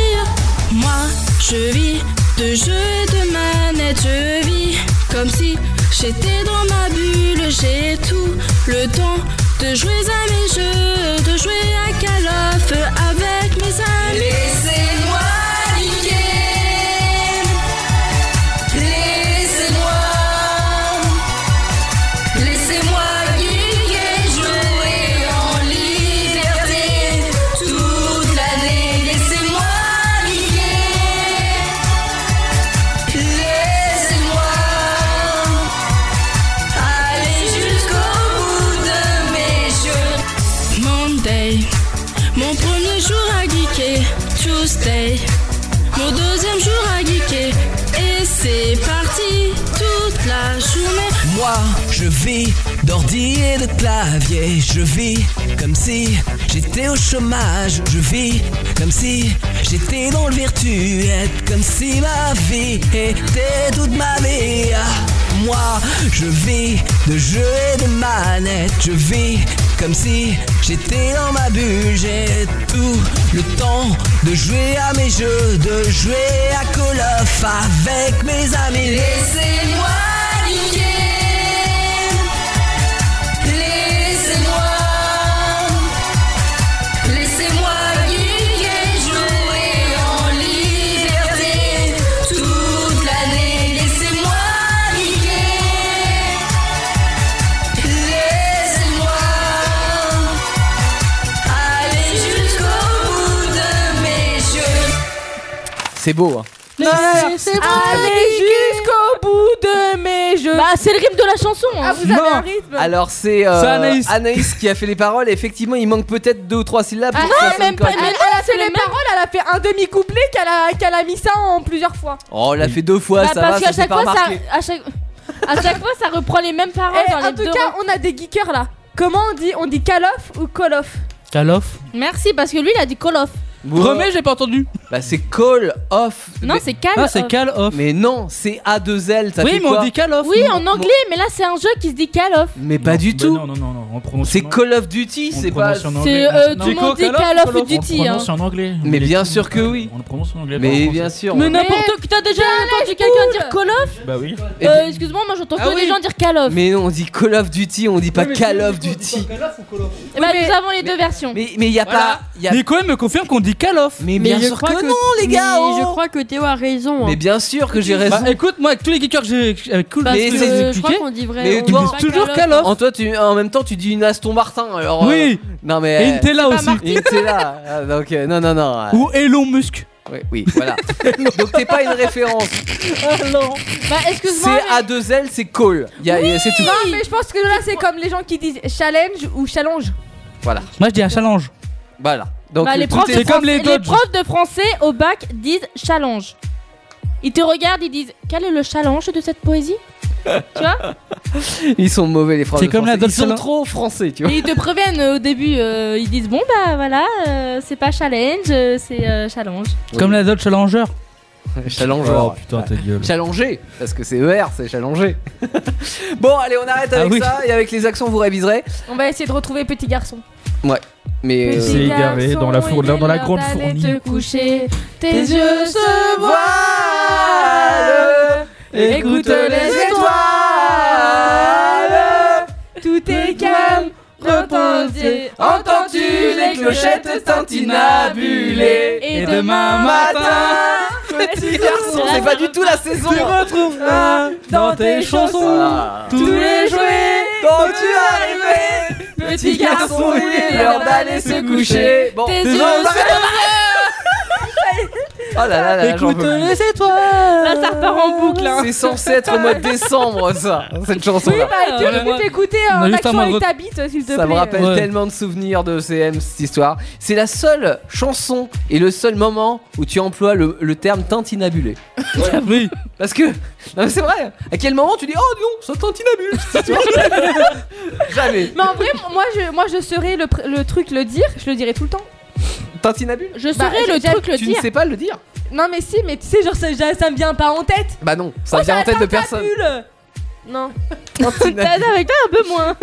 Speaker 8: Moi, je vis de jeux et de manettes, je vis comme si j'étais dans ma bulle, j'ai tout le temps de jouer à mes jeux, de jouer à Call of avec mes amis.
Speaker 2: Laissez-moi geeker. Laissez-moi. Laissez-moi geeker, jouer en liberté toute l'année. Laissez-moi geeker. Laissez-moi.
Speaker 8: Aller jusqu'au bout de mes jeux. Monday, mon premier jour à geeker. Tuesday, mon deuxième jour à geeker. Et c'est parti toute la journée.
Speaker 2: Moi, je vis d'ordi et de clavier. Je vis comme si j'étais au chômage. Je vis comme si j'étais dans le virtuel. Comme si ma vie était toute ma vie. Ah, Moi, je vis de jeux et de manettes. Je vis comme si j'étais dans ma bulle. J'ai tout le temps de jouer à mes jeux, de jouer à Call of avec mes amis.
Speaker 8: Laissez-moi
Speaker 2: geeker.
Speaker 8: Laissez-moi.
Speaker 2: Laissez-moi geeker, jouer en liberté toute l'année. Laissez-moi geeker. Laissez-moi aller jusqu'au bout de mes jeux.
Speaker 4: C'est beau. hein.
Speaker 5: Allez jusqu'au bout de mes jeux.
Speaker 13: Bah, c'est le rythme de la chanson. hein.
Speaker 5: Ah, vous avez un rythme.
Speaker 4: Alors c'est euh,
Speaker 5: C'est Anaïs.
Speaker 4: Anaïs qui a fait les paroles. Effectivement, il manque peut-être deux ou trois syllabes.
Speaker 5: Ah
Speaker 4: pour que ça
Speaker 5: non,
Speaker 4: sonne
Speaker 5: même pas.
Speaker 4: correct.
Speaker 5: Elle, a fait les paroles, elle a fait un demi-couplet qu'elle a, qu'elle a mis ça en plusieurs fois.
Speaker 4: Oh, on l'a fait deux fois,
Speaker 13: Bah,
Speaker 4: ça
Speaker 13: parce
Speaker 4: va.
Speaker 13: qu'à chaque
Speaker 4: Ça fait pas
Speaker 13: fois, ça,
Speaker 4: remarquer.
Speaker 13: à chaque, à chaque fois, ça reprend les mêmes
Speaker 4: Ah
Speaker 13: paroles
Speaker 5: Eh,
Speaker 13: dans les
Speaker 5: en tout
Speaker 13: deux
Speaker 5: cas, on a des geekers là. Comment on dit On dit call off ou call off
Speaker 3: Call off.
Speaker 13: Merci, parce que lui, il a dit call off.
Speaker 3: Remets, j'ai pas entendu.
Speaker 4: Bah c'est call off.
Speaker 13: Non,
Speaker 4: Mais-
Speaker 13: c'est call Ah, c'est off.
Speaker 3: call off.
Speaker 4: Mais non, c'est A 2 L.
Speaker 13: Oui, mais on dit
Speaker 3: call
Speaker 13: Oui, en anglais, mais là, c'est un jeu qui se dit call off.
Speaker 4: Mais pas du tout.
Speaker 6: bah Non, non, non, non. on prononce
Speaker 4: C'est Call of Duty,
Speaker 6: on
Speaker 4: c'est
Speaker 6: le
Speaker 4: pas.
Speaker 6: prononce en anglais. C'est, euh, tout le monde dit Call of Duty, On le prononce hein. en anglais. On
Speaker 4: Mais
Speaker 6: les
Speaker 4: bien
Speaker 6: dit,
Speaker 4: sûr que oui.
Speaker 6: On le prononce en anglais.
Speaker 4: Mais bien sûr.
Speaker 8: Mais n'importe que t'as déjà entendu quelqu'un dire Call of
Speaker 6: Bah oui.
Speaker 8: Euh, Excuse-moi, moi j'entends
Speaker 4: Ah
Speaker 8: que des
Speaker 4: oui.
Speaker 8: gens dire Call of.
Speaker 4: Mais non, on dit Call of Duty, on dit pas
Speaker 8: Oui, mais
Speaker 4: Call
Speaker 8: c'est-
Speaker 4: of Duty.
Speaker 8: Eh ben, nous avons les deux versions.
Speaker 4: Mais il y a pas. y a-
Speaker 3: Mais Cohen me confirme qu'on dit Call of.
Speaker 4: Mais bien sûr que non, les gars,
Speaker 11: Mais
Speaker 4: oh
Speaker 11: je crois que Théo a raison. hein.
Speaker 4: Mais bien sûr que j'ai
Speaker 3: Bah,
Speaker 4: raison.
Speaker 3: écoute, moi, avec tous les geekers que j'ai. avec tous les
Speaker 11: Parce
Speaker 3: geekers
Speaker 11: que
Speaker 3: que j'ai
Speaker 11: je crois
Speaker 3: cliqués,
Speaker 11: qu'on dit
Speaker 8: eh,
Speaker 11: vrai.
Speaker 4: Mais
Speaker 11: on
Speaker 4: toi,
Speaker 11: dit pas
Speaker 3: toujours
Speaker 11: Call of.
Speaker 4: En toi, tu, en même temps, tu dis une Aston Martin. Alors,
Speaker 3: Oui.
Speaker 4: euh, non mais.
Speaker 3: Et une Tella C'est pas aussi. Martin.
Speaker 4: Et Une Tella. Ah, Donc euh, non, non, non. euh,
Speaker 3: Ou Elon Musk.
Speaker 4: Oui, oui, voilà. Donc t'es pas une référence.
Speaker 8: Oh,
Speaker 5: Bah,
Speaker 4: C'est
Speaker 5: excuse-moi. mais-
Speaker 4: A2L, c'est call. Y a- y a- C'est tout.
Speaker 5: Non, mais je pense que là, c'est comme les gens qui disent challenge ou challenge.
Speaker 4: Voilà.
Speaker 3: Moi, je dis un challenge.
Speaker 4: Voilà. Donc
Speaker 8: Bah, les
Speaker 4: tout
Speaker 8: profs
Speaker 4: est-
Speaker 8: de français- les profs de français au bac disent challenge. Ils te regardent, ils disent quel est le challenge de cette poésie Tu vois
Speaker 4: euh, Ils sont mauvais les Français.
Speaker 3: C'est comme la
Speaker 4: Ils sont
Speaker 3: Dolce-
Speaker 4: trop français, tu vois.
Speaker 8: Et ils te préviennent euh, au début, euh, ils disent bon bah voilà, euh, c'est pas challenge, euh, c'est euh, challenge.
Speaker 3: Comme la Dodge Challenger.
Speaker 4: Challenger.
Speaker 6: Oh putain, ta gueule.
Speaker 4: Challenger, parce que c'est ER, c'est challenger. bon, allez, on arrête avec
Speaker 6: Ah oui.
Speaker 4: ça et avec les accents, vous réviserez.
Speaker 5: On va essayer de retrouver petit garçon.
Speaker 4: Ouais, mais.
Speaker 6: Il
Speaker 4: euh,
Speaker 6: s'est égaré dans la fourrure, dans la grande
Speaker 5: Allez
Speaker 6: fourmi.
Speaker 5: te coucher, tes yeux se
Speaker 4: voilent.
Speaker 5: Écoute les étoiles. Tout est calme, repentir.
Speaker 4: Entends-tu les clochettes tintinabulées
Speaker 5: Et demain matin, petit
Speaker 4: garçon, c'est pas du tout la saison.
Speaker 5: Tu
Speaker 3: Ah,
Speaker 5: retrouveras dans tes chansons tous les jouets
Speaker 3: Ah,
Speaker 4: dont tu
Speaker 5: es arrivé. Petit garçon, il est l'heure d'aller se coucher.
Speaker 4: Bon,
Speaker 5: tes
Speaker 4: non,
Speaker 5: yeux
Speaker 4: arrête. Oh là là là, là, j'en
Speaker 3: Écoute
Speaker 4: peux plus.
Speaker 3: les étoiles.
Speaker 8: Là ça repart en boucle. hein.
Speaker 4: C'est censé être au mois de décembre, ça, cette chanson.
Speaker 5: Oui, bah, tu
Speaker 3: Voilà,
Speaker 5: peux
Speaker 3: moi-
Speaker 5: t'écouter
Speaker 3: On a
Speaker 5: en
Speaker 3: juste un
Speaker 5: action avec
Speaker 3: moindre-
Speaker 5: ta bite, s'il te plaît.
Speaker 4: Ça me rappelle
Speaker 3: Ouais.
Speaker 4: tellement de souvenirs de CM cette histoire. C'est la seule chanson et le seul moment où tu emploies le, le terme tintinabulé.
Speaker 3: Ah, Oui.
Speaker 4: Parce que, non mais c'est vrai, à quel moment tu dis oh non, ça tintinabule Tu vois Jamais.
Speaker 5: Mais en vrai, moi je, moi, je serais le, pr- le truc le dire, je le dirais tout le temps.
Speaker 4: Tintinabule
Speaker 8: Je
Speaker 5: Bah,
Speaker 8: saurais
Speaker 5: j'ai
Speaker 8: le
Speaker 5: déjà-
Speaker 8: truc le
Speaker 4: Tu
Speaker 8: dire.
Speaker 4: ne sais pas le dire
Speaker 5: Non, mais si, mais tu sais, genre ça, ça, ça me vient pas en tête.
Speaker 4: Bah non, ça
Speaker 5: Oh,
Speaker 4: vient en
Speaker 5: t'as
Speaker 4: tête de
Speaker 5: la
Speaker 4: personne.
Speaker 5: tintinabule.
Speaker 8: Non.
Speaker 4: Tintinabule.
Speaker 8: T'as avec toi un peu moins.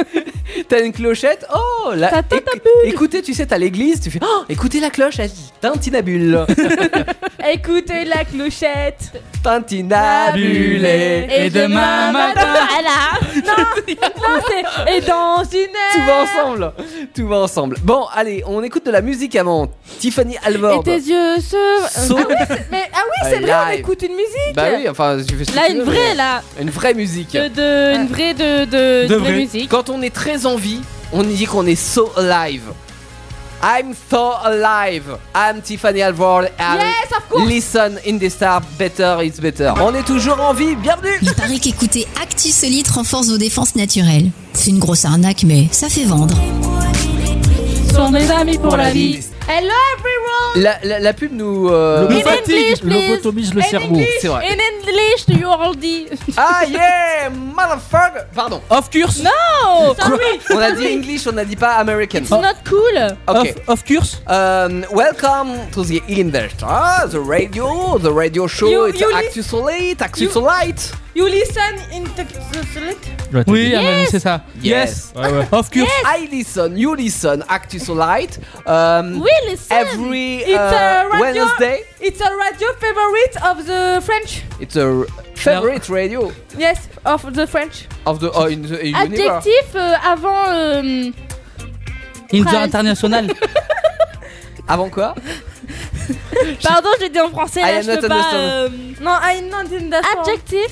Speaker 4: T'as une clochette, oh la...
Speaker 8: Ta
Speaker 4: éc- Écoutez, tu sais, t'as l'église, tu fais oh, écoutez la cloche, elle dit tintinabule.
Speaker 5: Écoute la clochette.
Speaker 4: tintinabulé.
Speaker 3: Et demain matin.
Speaker 8: Voilà.
Speaker 5: Non, c'est- Et dans une
Speaker 4: Tout
Speaker 5: heure.
Speaker 4: va ensemble, tout va ensemble. Bon, allez, on écoute de la musique avant. Tiffany Alvord.
Speaker 8: Et tes yeux se.
Speaker 4: So-
Speaker 5: Mais ah oui, c'est
Speaker 4: Euh,
Speaker 5: vrai, on
Speaker 4: live.
Speaker 5: écoute une musique.
Speaker 4: Bah oui, enfin, tu fais ce que
Speaker 8: Là
Speaker 4: tu
Speaker 8: une
Speaker 4: veux,
Speaker 8: vraie
Speaker 4: mais-
Speaker 8: là.
Speaker 4: Une vraie musique.
Speaker 8: De, de- une vraie de de,
Speaker 3: De
Speaker 8: de vraie
Speaker 3: vrai.
Speaker 8: musique.
Speaker 4: Quand on est très en vie, on dit qu'on est so alive. I'm so alive. I'm Tiffany Alvord. and
Speaker 5: Yes, of course.
Speaker 4: Listen in the star, better is better. On est toujours en vie, bienvenue.
Speaker 2: Il paraît qu'écouter Actu Solite renforce vos défenses naturelles. C'est une grosse arnaque, mais ça fait vendre.
Speaker 8: Sont des amis pour la vie.
Speaker 5: Hello everyone.
Speaker 4: La, la- la pub nous. euh,
Speaker 8: In English, please.
Speaker 6: lobotomise le
Speaker 8: In
Speaker 6: cerveau.
Speaker 8: English.
Speaker 4: C'est vrai.
Speaker 8: In English, you already.
Speaker 4: Ah yeah, motherfucker. Pardon.
Speaker 3: Off curse.
Speaker 8: No.
Speaker 5: Oh,
Speaker 8: Sorry.
Speaker 4: On a dit English, on n'a dit pas American.
Speaker 8: It's not cool.
Speaker 4: Ok.
Speaker 3: Off, off curse.
Speaker 4: Um, welcome to the industry, the radio, the radio show.
Speaker 5: You-
Speaker 4: it's
Speaker 5: you li-
Speaker 4: Actu Solite, Actu
Speaker 5: you-
Speaker 4: Solite.
Speaker 5: You listen in the- the- the-
Speaker 6: Ouais, t'as
Speaker 3: Oui,
Speaker 6: dit.
Speaker 3: ah, mais c'est ça.
Speaker 4: Yes.
Speaker 6: Ouais, ouais.
Speaker 3: Off curse.
Speaker 4: I listen, you listen, Actu Solite. Um,
Speaker 8: Oui, listen.
Speaker 4: every
Speaker 5: It's
Speaker 4: uh,
Speaker 5: a radio-
Speaker 4: Wednesday.
Speaker 5: It's a radio favorite of the French.
Speaker 4: It's a r- favorite radio
Speaker 5: Yes, of the French.
Speaker 4: of the oh, in the universe.
Speaker 8: Adjectif euh, avant. euh,
Speaker 3: Inter
Speaker 8: Price.
Speaker 3: international.
Speaker 4: Avant quoi
Speaker 8: pardon, je l'ai dit en français.
Speaker 4: I
Speaker 8: Là,
Speaker 4: am
Speaker 8: je
Speaker 4: not
Speaker 8: peux pas. euh,
Speaker 4: understand.
Speaker 5: No, I'm not in the song.
Speaker 8: Adjectif.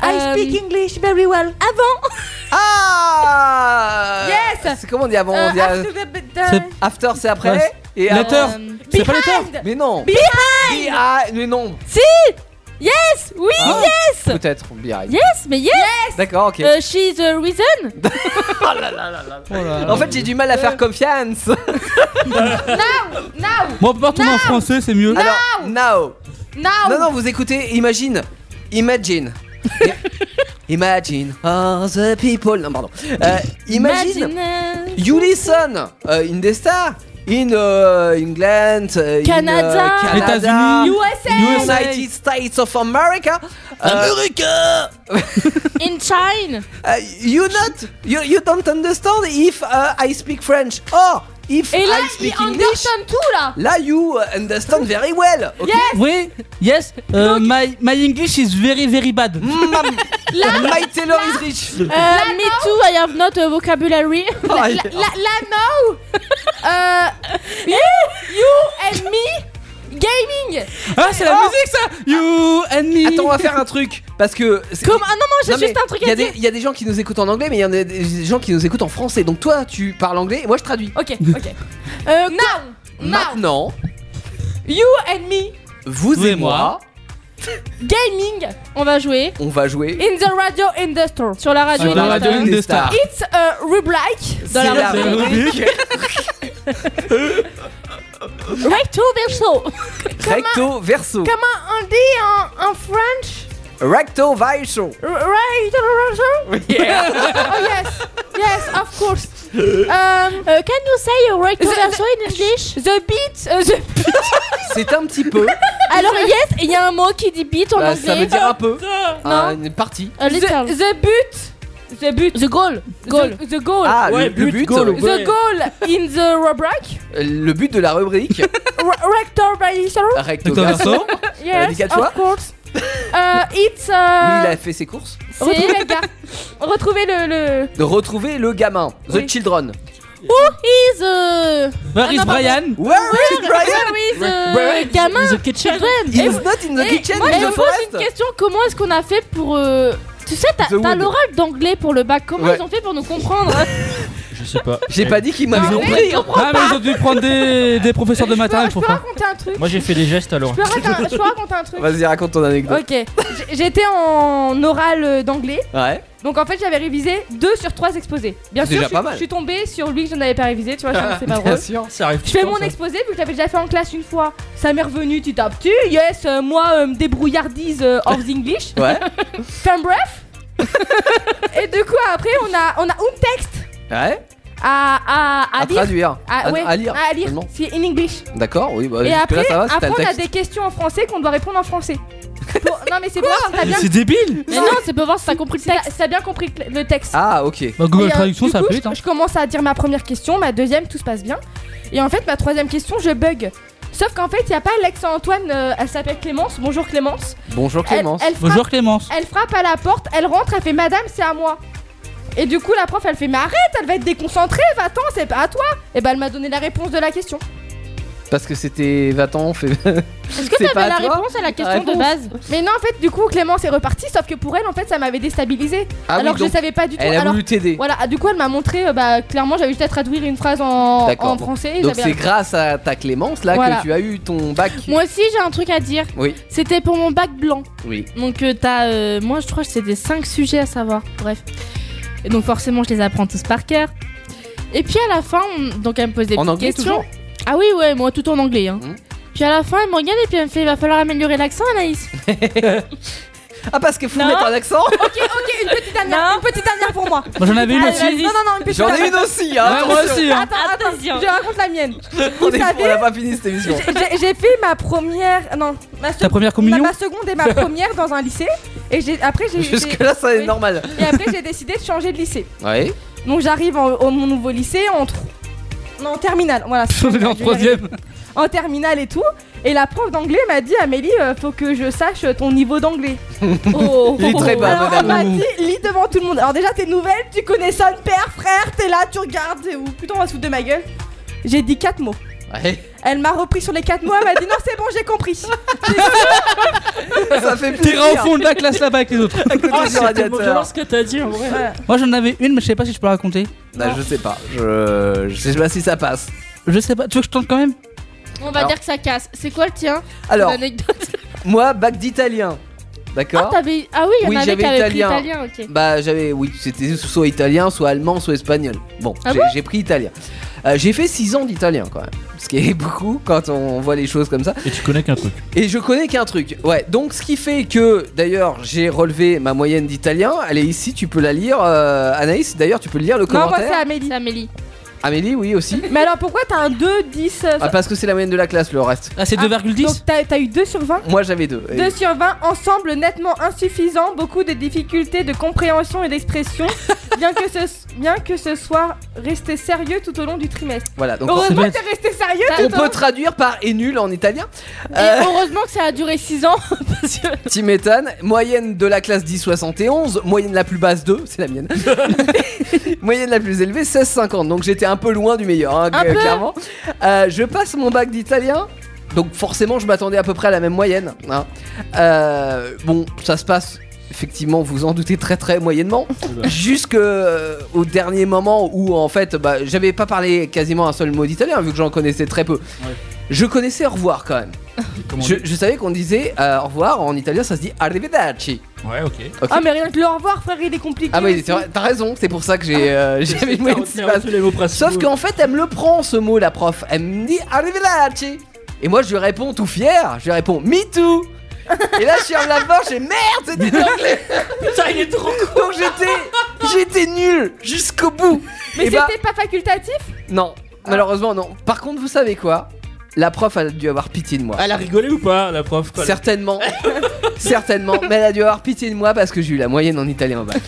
Speaker 5: I speak
Speaker 8: euh,
Speaker 5: English very well.
Speaker 8: Avant.
Speaker 4: Ah
Speaker 5: Yes.
Speaker 4: C'est comment on dit avant
Speaker 5: Euh,
Speaker 4: On dit euh,
Speaker 5: after the- the-
Speaker 3: Oh, C'est-
Speaker 4: after, c'est après
Speaker 3: Ouais.
Speaker 4: et
Speaker 3: Letter.
Speaker 4: avant-
Speaker 8: Euh,
Speaker 3: C'est pas l'auteur.
Speaker 5: behind.
Speaker 4: Mais non.
Speaker 5: Behind.
Speaker 4: Behind. Mais non.
Speaker 8: Yes. Oui.
Speaker 4: Ah,
Speaker 8: yes.
Speaker 4: Peut-être behind.
Speaker 8: Yes, mais yes.
Speaker 4: D'accord, ok.
Speaker 8: Euh, she's the reason.
Speaker 5: Oh
Speaker 4: en fait, j'ai du mal à faire confiance.
Speaker 5: Now,
Speaker 3: Bon, on peut pas retourner en français, c'est mieux.
Speaker 4: Alors, now.
Speaker 5: now.
Speaker 4: Non, non, vous écoutez, imagine. Imagine. imagine all the people. Non, pardon. Euh, imagine.
Speaker 8: Imagine.
Speaker 4: You listen euh, in the star in euh, England, euh, in,
Speaker 8: Canada.
Speaker 4: euh, Canada,
Speaker 3: États-Unis.
Speaker 5: USA.
Speaker 4: United States of America, Euh,
Speaker 1: America
Speaker 8: In China
Speaker 4: euh, You not you, you don't understand if uh, I speak French or if
Speaker 5: Et là,
Speaker 4: I
Speaker 5: il
Speaker 4: speak English.
Speaker 5: understand tout là
Speaker 4: Là, you uh, understand very well. Okay?
Speaker 3: Oui, yes, euh, my, my English is very very bad.
Speaker 8: Là- My
Speaker 4: tailor is rich.
Speaker 8: Euh, me too, I have not a vocabulary.
Speaker 5: La, la, la now euh, you, you and me Gaming
Speaker 3: Ah, c'est la musique ça You and me
Speaker 4: Attends, on va faire un truc parce que. c'est-
Speaker 5: Comme- ah non, non, j'ai juste
Speaker 4: mais
Speaker 5: un truc
Speaker 4: il y
Speaker 5: à
Speaker 4: a des-
Speaker 5: dire.
Speaker 4: Il y a des gens qui nous écoutent en anglais, mais il y en a des gens qui nous écoutent en français. Donc toi, tu parles anglais et moi je traduis.
Speaker 5: Ok, ok. Euh, now Now
Speaker 4: Maintenant,
Speaker 5: You and me
Speaker 4: vous et moi,
Speaker 5: Gaming
Speaker 8: On va jouer.
Speaker 4: on va jouer.
Speaker 5: In the radio industry
Speaker 8: Sur la radio
Speaker 4: Sur la
Speaker 8: Indestar.
Speaker 4: radio Indestar.
Speaker 5: It's a rubric
Speaker 4: C'est la rubrique.
Speaker 5: Recto verso
Speaker 4: Recto verso.
Speaker 5: Comment on dit en, en French
Speaker 4: Recto verso.
Speaker 5: R- Recto verso
Speaker 4: Yeah.
Speaker 5: Oh yes Yes, of course
Speaker 8: Um, uh, can you say a recto
Speaker 5: The-
Speaker 8: verso in English
Speaker 5: The beat euh, The
Speaker 4: C'est un petit peu.
Speaker 8: Alors, yes, il y a un mot qui dit beat en
Speaker 4: Bah,
Speaker 8: anglais.
Speaker 4: ça veut dire un peu.
Speaker 8: Non.
Speaker 4: Un- Une partie.
Speaker 8: A little.
Speaker 5: The, the but The but
Speaker 8: The goal. Goal.
Speaker 5: The, the goal
Speaker 4: Ah, le- le but,
Speaker 5: The goal in the rubric
Speaker 4: Euh, Le but de la rubrique.
Speaker 5: R- Recto verso
Speaker 4: Recto verso. On l'a dit
Speaker 5: Yes,
Speaker 4: quatre fois.
Speaker 5: of course Euh, It's
Speaker 4: Oui,
Speaker 5: euh,
Speaker 4: il a fait ses courses.
Speaker 5: Retrouvez les gars. Retrouvez le. le...
Speaker 4: De retrouver le gamin. The children.
Speaker 8: Who is. euh,
Speaker 3: Where is
Speaker 8: non, pardon.
Speaker 3: Brian
Speaker 4: Where is Brian?
Speaker 8: Where is. euh, gamin
Speaker 3: The kitchen.
Speaker 8: Children.
Speaker 4: He
Speaker 8: Et
Speaker 4: is
Speaker 8: vous-
Speaker 4: not in the
Speaker 5: Eh,
Speaker 8: et
Speaker 4: kitchen,
Speaker 8: moi,
Speaker 4: in
Speaker 8: je
Speaker 4: the
Speaker 8: me pose
Speaker 4: forest.
Speaker 8: une question comment est-ce qu'on a fait pour. euh, Tu sais, t'as
Speaker 4: The wood.
Speaker 8: t'as l'oral d'anglais pour le bac. Comment
Speaker 4: Ouais.
Speaker 8: ils ont fait pour nous comprendre
Speaker 6: Je sais pas.
Speaker 4: J'ai pas dit qu'il hein. m'avait
Speaker 6: Ils ont-
Speaker 4: compris.
Speaker 3: Ah, mais ils ont dû prendre des, des professeurs de matin pour faire.
Speaker 5: raconter un truc.
Speaker 6: Moi j'ai fait des gestes alors.
Speaker 5: Je peux raconter un- je peux raconter un truc.
Speaker 4: Vas-y, raconte ton anecdote.
Speaker 5: Ok. J- J'étais en oral euh, d'anglais.
Speaker 4: Ouais.
Speaker 5: Donc en fait, j'avais révisé 2 sur 3 exposés. Bien
Speaker 6: C'est
Speaker 5: sûr,
Speaker 6: déjà
Speaker 5: je, suis-
Speaker 6: pas mal.
Speaker 5: je suis tombée sur lui que je n'avais pas révisé, tu vois, je me suis dit, c'est
Speaker 4: Ah,
Speaker 5: pas drôle.
Speaker 6: sûr, ça arrive.
Speaker 5: Je fais mon exposé, vu que j'avais déjà fait en classe une fois. Ça m'est revenu, tu tapes tu Yes, euh, moi, euh, me débrouillardise euh, of the English.
Speaker 4: Ouais.
Speaker 5: Enfin bref. Et du coup, après, on a, on a un texte
Speaker 4: Ouais.
Speaker 5: à, à, à,
Speaker 4: À
Speaker 5: lire.
Speaker 4: traduire.
Speaker 5: À,
Speaker 4: À-
Speaker 5: ouais,
Speaker 4: à lire,
Speaker 5: À lire.
Speaker 4: seulement.
Speaker 5: C'est in English.
Speaker 4: D'accord, oui. Bah,
Speaker 5: Et
Speaker 4: jusque-là,
Speaker 5: après,
Speaker 4: ça va, c'était
Speaker 5: après
Speaker 4: un
Speaker 5: on a
Speaker 4: texte.
Speaker 5: des questions en français qu'on doit répondre en français. Pour- Non, mais c'est pour voir si t'as bien.
Speaker 3: débile
Speaker 8: Mais non, c'est pour voir si t'as compris le
Speaker 5: si t'as-
Speaker 8: texte.
Speaker 5: si t'as bien compris le- le texte.
Speaker 4: Ah, ok.
Speaker 3: Bah, Google
Speaker 5: Et, euh,
Speaker 3: Traduction,
Speaker 5: du
Speaker 3: ça
Speaker 5: coup,
Speaker 3: peut
Speaker 5: je-
Speaker 3: être. hein.
Speaker 5: Je commence à dire ma première question, ma deuxième, tout se passe bien. Et en fait, ma troisième question, je bug. Sauf qu'en fait, il n'y a pas Lex-Antoine, euh, elle s'appelle Clémence. Bonjour Clémence.
Speaker 4: Bonjour
Speaker 5: Elle-
Speaker 4: Clémence.
Speaker 5: elle frappe-
Speaker 3: Bonjour Clémence.
Speaker 5: Elle frappe à la porte, elle rentre, elle fait Madame, c'est à moi. Et du coup, la prof, elle fait Mais arrête, elle va être déconcentrée, va-t'en, c'est pas à toi. Et bah, elle m'a donné la réponse de la question.
Speaker 4: Parce que c'était va-t'en, fait.
Speaker 8: Est-ce que
Speaker 4: C'est pas
Speaker 8: t'avais la
Speaker 4: à toi
Speaker 8: réponse à la question de
Speaker 4: réponse.
Speaker 8: base
Speaker 5: Mais non, en fait, du coup, Clémence est repartie, sauf que pour elle, en fait, ça m'avait déstabilisée.
Speaker 4: Ah oui,
Speaker 5: alors que je
Speaker 4: donc,
Speaker 5: savais pas du tout.
Speaker 4: elle a
Speaker 5: alors,
Speaker 4: voulu t'aider.
Speaker 5: Voilà, ah, du coup, elle m'a montré, euh, bah, clairement, j'avais juste à traduire une phrase en,
Speaker 4: D'accord.
Speaker 5: en
Speaker 4: bon.
Speaker 5: français. et
Speaker 4: Donc
Speaker 5: j'avais
Speaker 4: c'est
Speaker 5: la-
Speaker 4: grâce à ta Clémence là
Speaker 8: Voilà.
Speaker 4: que tu as eu ton bac.
Speaker 8: Moi aussi, j'ai un truc à dire.
Speaker 4: Oui,
Speaker 8: C'était pour mon bac blanc.
Speaker 4: oui.
Speaker 8: Donc euh, t'as, euh, moi je crois que c'était 5 sujets à savoir, bref. Et donc forcément je les apprends tous par cœur. Et puis à la fin, on- donc elle me pose des
Speaker 4: En
Speaker 8: petites
Speaker 4: anglais,
Speaker 8: questions.
Speaker 4: toujours Mmh.
Speaker 8: ah oui ouais, moi tout en anglais. Hein. Puis à la fin elle me regarde et puis elle me fait il va falloir améliorer l'accent Anaïs.
Speaker 4: Ah parce que faut
Speaker 8: Non.
Speaker 4: mettre un accent.
Speaker 5: Ok, ok, une petite dernière, une petite dernière pour moi.
Speaker 3: Moi, j'en avais une
Speaker 5: Allez,
Speaker 3: aussi.
Speaker 5: vas-y. Non, non, non, une petite
Speaker 4: J'en ai
Speaker 5: dernière.
Speaker 4: une aussi. Hein,
Speaker 3: Ouais, moi
Speaker 4: attention.
Speaker 3: aussi, hein.
Speaker 5: Attends, attends, je raconte la mienne.
Speaker 4: On
Speaker 5: Vous
Speaker 4: est-
Speaker 5: savez,
Speaker 4: on a pas fini cette émission.
Speaker 5: j'ai- j'ai- j'ai fait ma première. Non, ma
Speaker 3: Ta
Speaker 5: seconde.
Speaker 3: première
Speaker 5: Ma,
Speaker 3: communion
Speaker 5: ma seconde et ma première dans un lycée. Et j'ai- après, j'ai.
Speaker 4: Jusque là ça est
Speaker 5: oui.
Speaker 4: normal.
Speaker 5: j'ai- Et après, j'ai décidé de changer de lycée.
Speaker 4: Ouais.
Speaker 5: Donc, j'arrive en- au mon nouveau lycée en. tro- Non, en terminale. Voilà. c'est
Speaker 3: On
Speaker 5: ça, je
Speaker 3: est en
Speaker 5: vais y arriver.
Speaker 3: troisième.
Speaker 5: En terminale et tout. Et la prof d'anglais m'a dit Amélie, euh, faut que je sache ton niveau d'anglais. Oh.
Speaker 4: Il est très bas,
Speaker 5: Alors, elle
Speaker 4: madame.
Speaker 5: m'a dit, lis devant tout le monde. Alors déjà, t'es nouvelle, tu connais ça, de père, frère, t'es là, tu regardes, ou putain, on va se foutre de ma gueule. J'ai dit quatre mots.
Speaker 4: Ouais.
Speaker 5: Elle m'a repris sur les quatre mots, elle m'a dit non, c'est bon, j'ai compris.
Speaker 4: Ça fait plaisir.
Speaker 3: T'iras au fond de la classe là-bas avec les autres.
Speaker 4: À côté du radiateur.
Speaker 7: que t'as dit en vrai.
Speaker 5: Voilà.
Speaker 3: Moi j'en avais une, mais je sais pas si je peux la raconter.
Speaker 4: Bah, je sais pas. Je... je sais pas si ça passe.
Speaker 3: Je sais pas, tu veux que je tente quand même
Speaker 8: On va
Speaker 4: Alors.
Speaker 8: dire que ça casse. C'est quoi le tien
Speaker 4: Alors
Speaker 8: L'anecdote.
Speaker 4: moi bac d'italien.
Speaker 8: Ah
Speaker 4: D'accord.
Speaker 8: t'avais ah oui il y en
Speaker 4: Oui,
Speaker 8: avait qui
Speaker 4: j'avais
Speaker 8: avaient pris
Speaker 4: italien.
Speaker 8: italien ok.
Speaker 4: Bah j'avais oui c'était soit italien soit allemand soit espagnol. Bon
Speaker 8: Ah
Speaker 4: j'ai-
Speaker 8: bon
Speaker 4: j'ai pris italien. Euh, j'ai fait 6 ans d'italien quand même. Ce qui est beaucoup quand on voit les choses comme ça.
Speaker 6: Et tu connais qu'un truc.
Speaker 4: Et je connais qu'un truc. Ouais donc ce qui fait que d'ailleurs j'ai relevé ma moyenne d'italien. Elle est ici tu peux la lire euh, Anaïs. D'ailleurs tu peux lire le
Speaker 5: Non, moi c'est
Speaker 4: commentaire.
Speaker 5: Amélie.
Speaker 8: C'est Amélie.
Speaker 4: Amélie, oui aussi.
Speaker 5: Mais alors pourquoi t'as un 2, 10 euh,
Speaker 4: Ah, parce que c'est la moyenne de la classe le reste.
Speaker 3: Ah, c'est
Speaker 5: Ah, Donc t'as t'as eu 2 sur 20
Speaker 4: Moi j'avais 2.
Speaker 5: 2 sur 20, ensemble nettement insuffisant, beaucoup de difficultés de compréhension et d'expression, bien, que ce- bien que ce soit resté sérieux tout au long du trimestre.
Speaker 4: Voilà, donc
Speaker 5: heureusement que
Speaker 4: on,
Speaker 5: t'es resté sérieux tout
Speaker 4: on
Speaker 5: au long.
Speaker 4: peut traduire par est nul en italien.
Speaker 5: Et
Speaker 4: Euh.
Speaker 5: heureusement que ça a duré 6 ans.
Speaker 4: Petit méthane, moyenne de la classe 10,71, moyenne la plus basse 2, c'est la mienne. moyenne la plus élevée 16,50, donc j'étais un peu loin du meilleur, hein,
Speaker 5: Un
Speaker 4: cl-
Speaker 5: peu.
Speaker 4: clairement. Euh, je passe mon bac d'italien, donc forcément je m'attendais à peu près à la même moyenne. hein. Euh, bon, ça se passe. Effectivement, vous en doutez très très moyennement, jusque euh, au dernier moment où en fait, bah, j'avais pas parlé quasiment un seul mot d'italien vu que j'en connaissais très peu. Je connaissais au revoir quand même. Je, je savais qu'on disait euh, au revoir en italien, ça se dit arrivederci.
Speaker 6: Ouais, ok.
Speaker 5: Ah, mais rien que le au revoir, frère, il est compliqué.
Speaker 4: Ah oui,
Speaker 5: aussi.
Speaker 4: c'est vrai, t'as raison, c'est pour ça que j'ai euh, j'ai mis
Speaker 6: T'as retenu- t'as retenu les mots principaux.
Speaker 4: Sauf qu'en fait, elle me le prend ce mot, la prof. Elle me dit arrivederci. Et moi, je lui réponds tout fier, je lui réponds me too. Et là, je suis en lavant, j'ai merde, c'était de l'anglais.
Speaker 5: Putain, il est trop con.
Speaker 4: Donc j'étais, j'étais nul jusqu'au bout.
Speaker 5: Mais
Speaker 4: Et
Speaker 5: c'était
Speaker 4: bah,
Speaker 5: pas facultatif
Speaker 4: non, malheureusement non. Par contre, vous savez quoi La prof elle a dû avoir pitié de moi.
Speaker 6: Elle a rigolé ou pas, la prof quoi, là
Speaker 4: Certainement, certainement. Mais elle a dû avoir pitié de moi parce que j'ai eu la moyenne en italien au bac.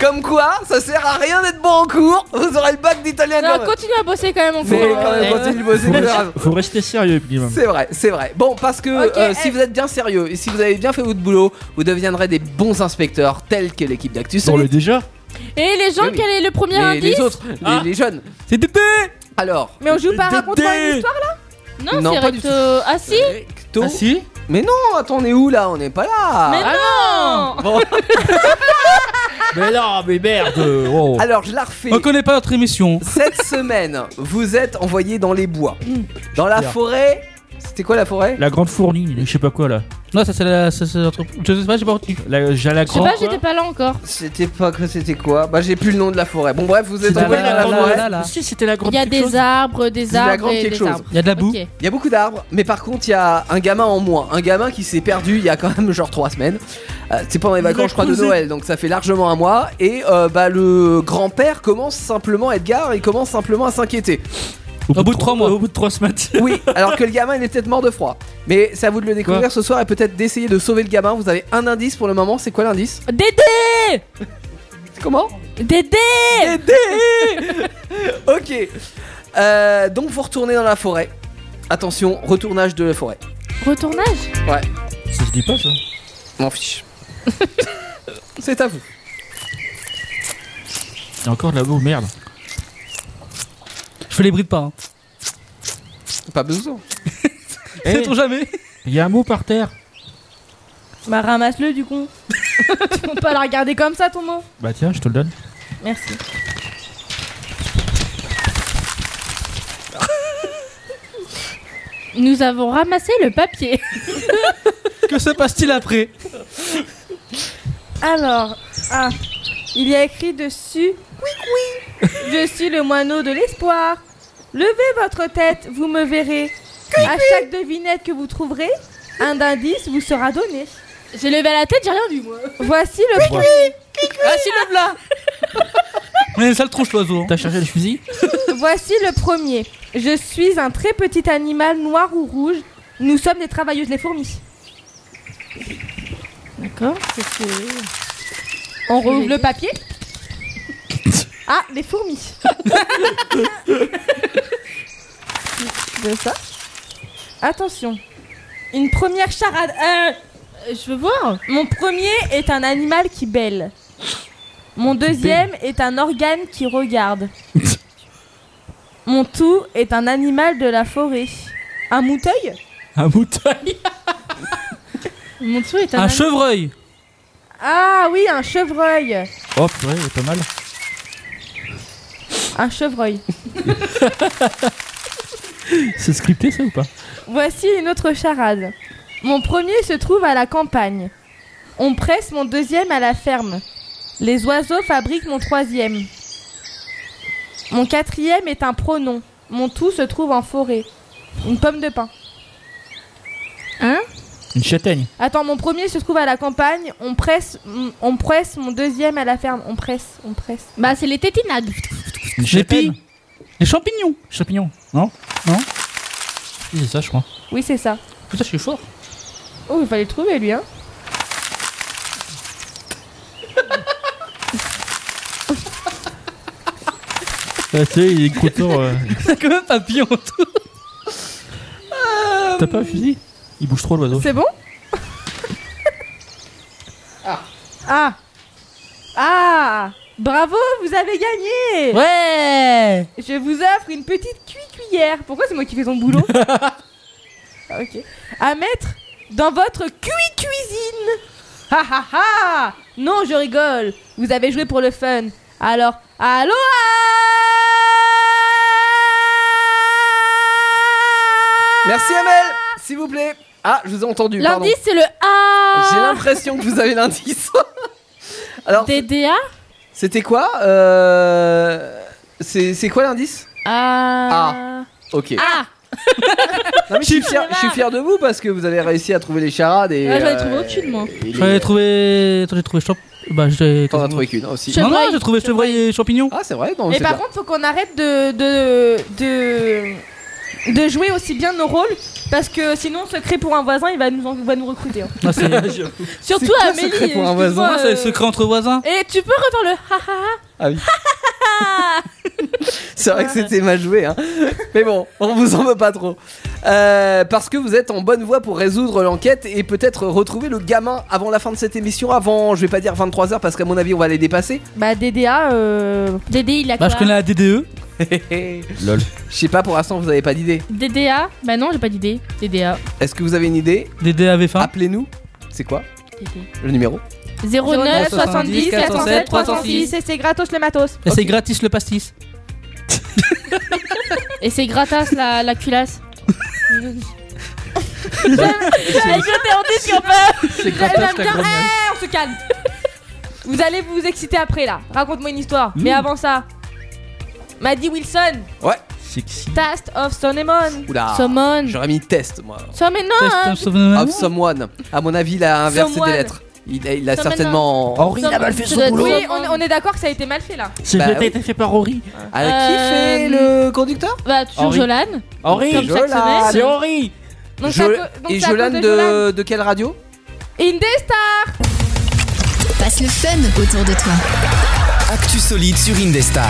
Speaker 4: Comme quoi, ça sert à rien d'être bon en cours. Vous aurez le bac d'italien.
Speaker 8: Non,
Speaker 4: quand même.
Speaker 8: continue à bosser quand même en
Speaker 4: Mais
Speaker 8: cours.
Speaker 4: quand même, continue de bosser,
Speaker 6: Faut
Speaker 4: c'est
Speaker 6: rester-
Speaker 4: grave.
Speaker 6: Faut rester sérieux, minimum.
Speaker 4: C'est vrai, c'est vrai. Bon, parce que
Speaker 6: Ok,
Speaker 4: euh,
Speaker 6: eh.
Speaker 4: si vous êtes bien sérieux et si vous avez bien fait votre boulot, vous deviendrez des bons inspecteurs tels que l'équipe d'Actus.
Speaker 6: On le déjà
Speaker 8: Et les gens,
Speaker 4: Oui, oui.
Speaker 8: quel est le premier
Speaker 4: les,
Speaker 8: indice
Speaker 4: les autres, les- les, jeunes.
Speaker 6: C'est Dédé
Speaker 4: Alors.
Speaker 5: Mais on joue pas à raconter une
Speaker 4: Dédé
Speaker 5: histoire là
Speaker 8: Non,
Speaker 4: Non,
Speaker 8: c'est
Speaker 4: pas du
Speaker 8: recto. Ah si
Speaker 4: Tôt.
Speaker 6: Ah si
Speaker 4: Mais non, attends, on est où là On n'est pas là
Speaker 8: Mais non
Speaker 4: Bon.
Speaker 6: Mais non, mais merde oh.
Speaker 4: Alors, je la refais.
Speaker 3: On connaît pas notre émission.
Speaker 4: Cette semaine, vous êtes envoyé dans les bois. Dans la
Speaker 6: Bien.
Speaker 4: forêt. C'était quoi la forêt
Speaker 6: La grande fournie, je sais pas quoi là.
Speaker 3: Non, ça c'est la. ça, c'est notre- Je sais pas, j'ai pas retenu.
Speaker 6: La, j'ai la
Speaker 8: Je sais
Speaker 6: grande.
Speaker 8: pas, j'étais pas là encore.
Speaker 4: C'était pas que c'était quoi Bah, j'ai plus le nom de la forêt. Bon, bref, vous êtes
Speaker 3: C'était
Speaker 4: envoyé
Speaker 3: la
Speaker 4: dans la
Speaker 3: grande-
Speaker 4: forêt.
Speaker 3: là, là.
Speaker 6: Si, c'était la grande.
Speaker 8: Il y a des arbres, des
Speaker 4: C'est la
Speaker 8: arbres
Speaker 4: grande
Speaker 8: et
Speaker 4: quelque
Speaker 8: des
Speaker 4: chose.
Speaker 8: arbres.
Speaker 3: Il y a de la boue.
Speaker 8: Ok.
Speaker 4: Il y a beaucoup d'arbres, mais par contre, il y a un gamin en moins. Un gamin qui s'est perdu il y a quand même genre 3 semaines. Euh, c'est pendant les vacances, je crois, de
Speaker 6: creusé.
Speaker 4: Noël, donc ça fait largement un mois. Et euh, bah, le grand-père commence simplement, Edgar, il commence simplement à s'inquiéter.
Speaker 3: Au bout de 3 mois.
Speaker 6: Au bout de 3 semaines.
Speaker 4: Oui, alors que le gamin, il est peut-être mort de froid. Mais c'est à vous de le découvrir ce soir et peut-être d'essayer de sauver le gamin. Vous avez un indice pour le moment, c'est quoi l'indice
Speaker 8: Dédé
Speaker 4: Comment
Speaker 8: Dédé
Speaker 4: Dédé Ok. Euh, donc vous retournez dans la forêt. Attention, retournage de la forêt.
Speaker 8: Retournage
Speaker 4: Ouais,
Speaker 6: Ça se dit pas ça
Speaker 4: m'en fiche. c'est à vous.
Speaker 6: Il y a encore de la boue, merde.
Speaker 3: Je fais les bruits de pas. hein.
Speaker 4: Pas besoin.
Speaker 6: Eh,
Speaker 3: Sait-on jamais
Speaker 6: Il y a un mot par terre.
Speaker 5: Bah ramasse-le du coup. On peut pas la regarder comme ça ton mot.
Speaker 6: Bah tiens, je te le donne.
Speaker 5: Merci.
Speaker 8: Nous avons ramassé le papier.
Speaker 3: Que se passe-t-il après
Speaker 5: Alors, ah, il y a écrit dessus Oui, oui. Je suis le moineau de l'espoir. Levez votre tête, vous me verrez. À chaque devinette que vous trouverez, un indice vous sera donné.
Speaker 8: J'ai levé la tête, j'ai rien vu moi.
Speaker 5: Voici le
Speaker 6: Oui,
Speaker 5: Voici le blanc.
Speaker 3: On est une sale tronche hein. d'oiseau.
Speaker 6: T'as chargé le fusil
Speaker 5: Voici le premier. Je suis un très petit animal noir ou rouge. Nous sommes des travailleuses les fourmis.
Speaker 8: D'accord, qu'est-ce que.
Speaker 5: On rouvre le papier. Ah, les fourmis. De ça. Attention. Une première charade. Euh,
Speaker 8: Je veux voir.
Speaker 5: mon premier est un animal qui bêle. Mon deuxième est un organe qui regarde. Mon tout est un animal de la forêt. Un mouteuil
Speaker 6: Un moutaille
Speaker 8: Mon dessous est un.
Speaker 3: Un chevreuil.
Speaker 5: Ah oui, un chevreuil.
Speaker 6: Hop, ouais, Oh, pas mal.
Speaker 5: Un chevreuil.
Speaker 6: C'est scripté ça ou pas
Speaker 5: Voici une autre charade. Mon premier se trouve à la campagne. On presse mon deuxième à la ferme. Les oiseaux fabriquent mon troisième. Mon quatrième est un pronom. Mon tout se trouve en forêt. Une pomme de pin.
Speaker 8: Hein
Speaker 6: Une châtaigne.
Speaker 5: Attends, mon premier se trouve à la campagne. On presse, on presse. Mon deuxième à la ferme. On presse, on presse.
Speaker 8: Bah, c'est les tétinades.
Speaker 6: Une châtaigne. Les champignons. Champignons. Non Non Oui, C'est ça, je crois.
Speaker 5: Oui, c'est ça.
Speaker 6: Putain, je suis fort.
Speaker 5: Oh, il fallait le trouver, lui, hein.
Speaker 6: Ah, tu sais, il est content. euh.
Speaker 3: T'as quand même papillon en tout.
Speaker 6: T'as pas un fusil Il bouge trop l'oiseau.
Speaker 5: C'est bon
Speaker 4: Ah.
Speaker 5: Ah. Ah. Bravo, vous avez gagné.
Speaker 3: Ouais.
Speaker 5: Je vous offre une petite cuillère. Pourquoi c'est moi qui fais ton boulot Ah, Ok. À mettre dans votre cuit cuisine. Ha ha ha. Non, je rigole. Vous avez joué pour le fun. Alors, allô
Speaker 4: Merci Amel, s'il vous plaît. Ah, je vous ai entendu. pardon.
Speaker 8: Ah. L'indice, ah. c'est le A.
Speaker 4: J'ai l'impression que vous avez l'indice. Alors,
Speaker 8: DDA
Speaker 4: c'était quoi euh... C'est c'est quoi l'indice
Speaker 8: Ah.
Speaker 4: Ok. Non, mais je, suis fier, je suis fier de vous parce que vous avez réussi à trouver les charades et.
Speaker 8: Ah, j'en ai
Speaker 4: euh,
Speaker 8: trouvé aucune, moi.
Speaker 4: et les-
Speaker 3: J'en ai trouvé. Attends, j'ai trouvé. champ- Bah, j'ai.
Speaker 4: T'en as trouvé qu'une aussi.
Speaker 3: Non, non,
Speaker 5: Chevreuil.
Speaker 3: j'ai trouvé chevreuil et champignons.
Speaker 4: Ah, c'est vrai non,
Speaker 5: Mais par contre, faut qu'on arrête de, de, de, de jouer aussi bien nos rôles parce que sinon, on se crée pour un voisin, il va nous, en- va nous recruter. hein.
Speaker 3: Ah, c'est-
Speaker 5: Surtout
Speaker 3: C'est quoi,
Speaker 5: Amélie,
Speaker 3: secret pour
Speaker 5: excuse-moi,
Speaker 3: un voisin.
Speaker 5: euh,
Speaker 3: C'est secret entre voisins.
Speaker 5: Et tu peux refaire le ha ha ha
Speaker 4: Ah oui. C'est vrai que c'était mal joué, hein. mais bon, on vous en veut pas trop. Euh, parce que vous êtes en bonne voie pour résoudre l'enquête et peut-être retrouver le gamin avant la fin de cette émission, avant, je vais pas dire 23h parce qu'à mon avis on va les dépasser.
Speaker 5: Bah, DDA. Euh...
Speaker 8: DD, il a
Speaker 4: Bah,
Speaker 8: quoi
Speaker 4: je connais
Speaker 3: La E, DDE.
Speaker 4: Lol. Je sais pas, pour l'instant vous avez pas d'idée.
Speaker 8: DDA Bah non, j'ai pas d'idée. DDA.
Speaker 4: Est-ce que vous avez une idée
Speaker 3: DDA V1
Speaker 4: Appelez-nous. C'est quoi Le numéro
Speaker 5: 09 70
Speaker 3: 407
Speaker 5: 407 306 et c'est gratos le matos.
Speaker 3: Et c'est gratis le pastis.
Speaker 8: Et c'est gratas la, la culasse.
Speaker 5: J'aime bien tes disques un peu.
Speaker 3: C'est gratos,
Speaker 5: J'aime
Speaker 3: la
Speaker 5: bien-
Speaker 3: grogne.
Speaker 5: Eh, on se calme. Vous allez vous exciter après là. Raconte-moi une histoire.
Speaker 4: Mm.
Speaker 5: Mais avant ça, Maddy Wilson,
Speaker 4: Ouais.
Speaker 6: Sexy.
Speaker 5: Taste of Sonemon.
Speaker 4: Oula.
Speaker 8: Someone.
Speaker 4: J'aurais mis test moi.
Speaker 8: Ça, mais non hein.
Speaker 6: Ah,
Speaker 4: Of someone. À mon avis, il a inversé
Speaker 5: Someone.
Speaker 4: des lettres. Il a, il a
Speaker 5: Someone.
Speaker 4: certainement.
Speaker 6: Henri, il a mal fait son boulot.
Speaker 5: Oui, on, on est d'accord que ça a été mal fait là.
Speaker 6: C'est
Speaker 4: Bah
Speaker 6: peut-être
Speaker 4: oui.
Speaker 6: été fait par Rory.
Speaker 4: Alors, qui
Speaker 5: Euh,
Speaker 4: fait le conducteur
Speaker 8: Bah, toujours
Speaker 6: Henri.
Speaker 8: Jolan.
Speaker 6: Henri,
Speaker 8: Comme chaque
Speaker 4: Jolan.
Speaker 8: semaine.
Speaker 4: C'est Henri.
Speaker 5: Donc,
Speaker 4: Jo-
Speaker 5: c'est à co- donc
Speaker 4: Et
Speaker 5: c'est à
Speaker 4: Jolan
Speaker 5: cause
Speaker 4: de,
Speaker 5: de Jolan.
Speaker 4: de quelle radio
Speaker 5: Indestar
Speaker 2: Passe le fun autour de toi.
Speaker 10: Actu solide sur Indestar.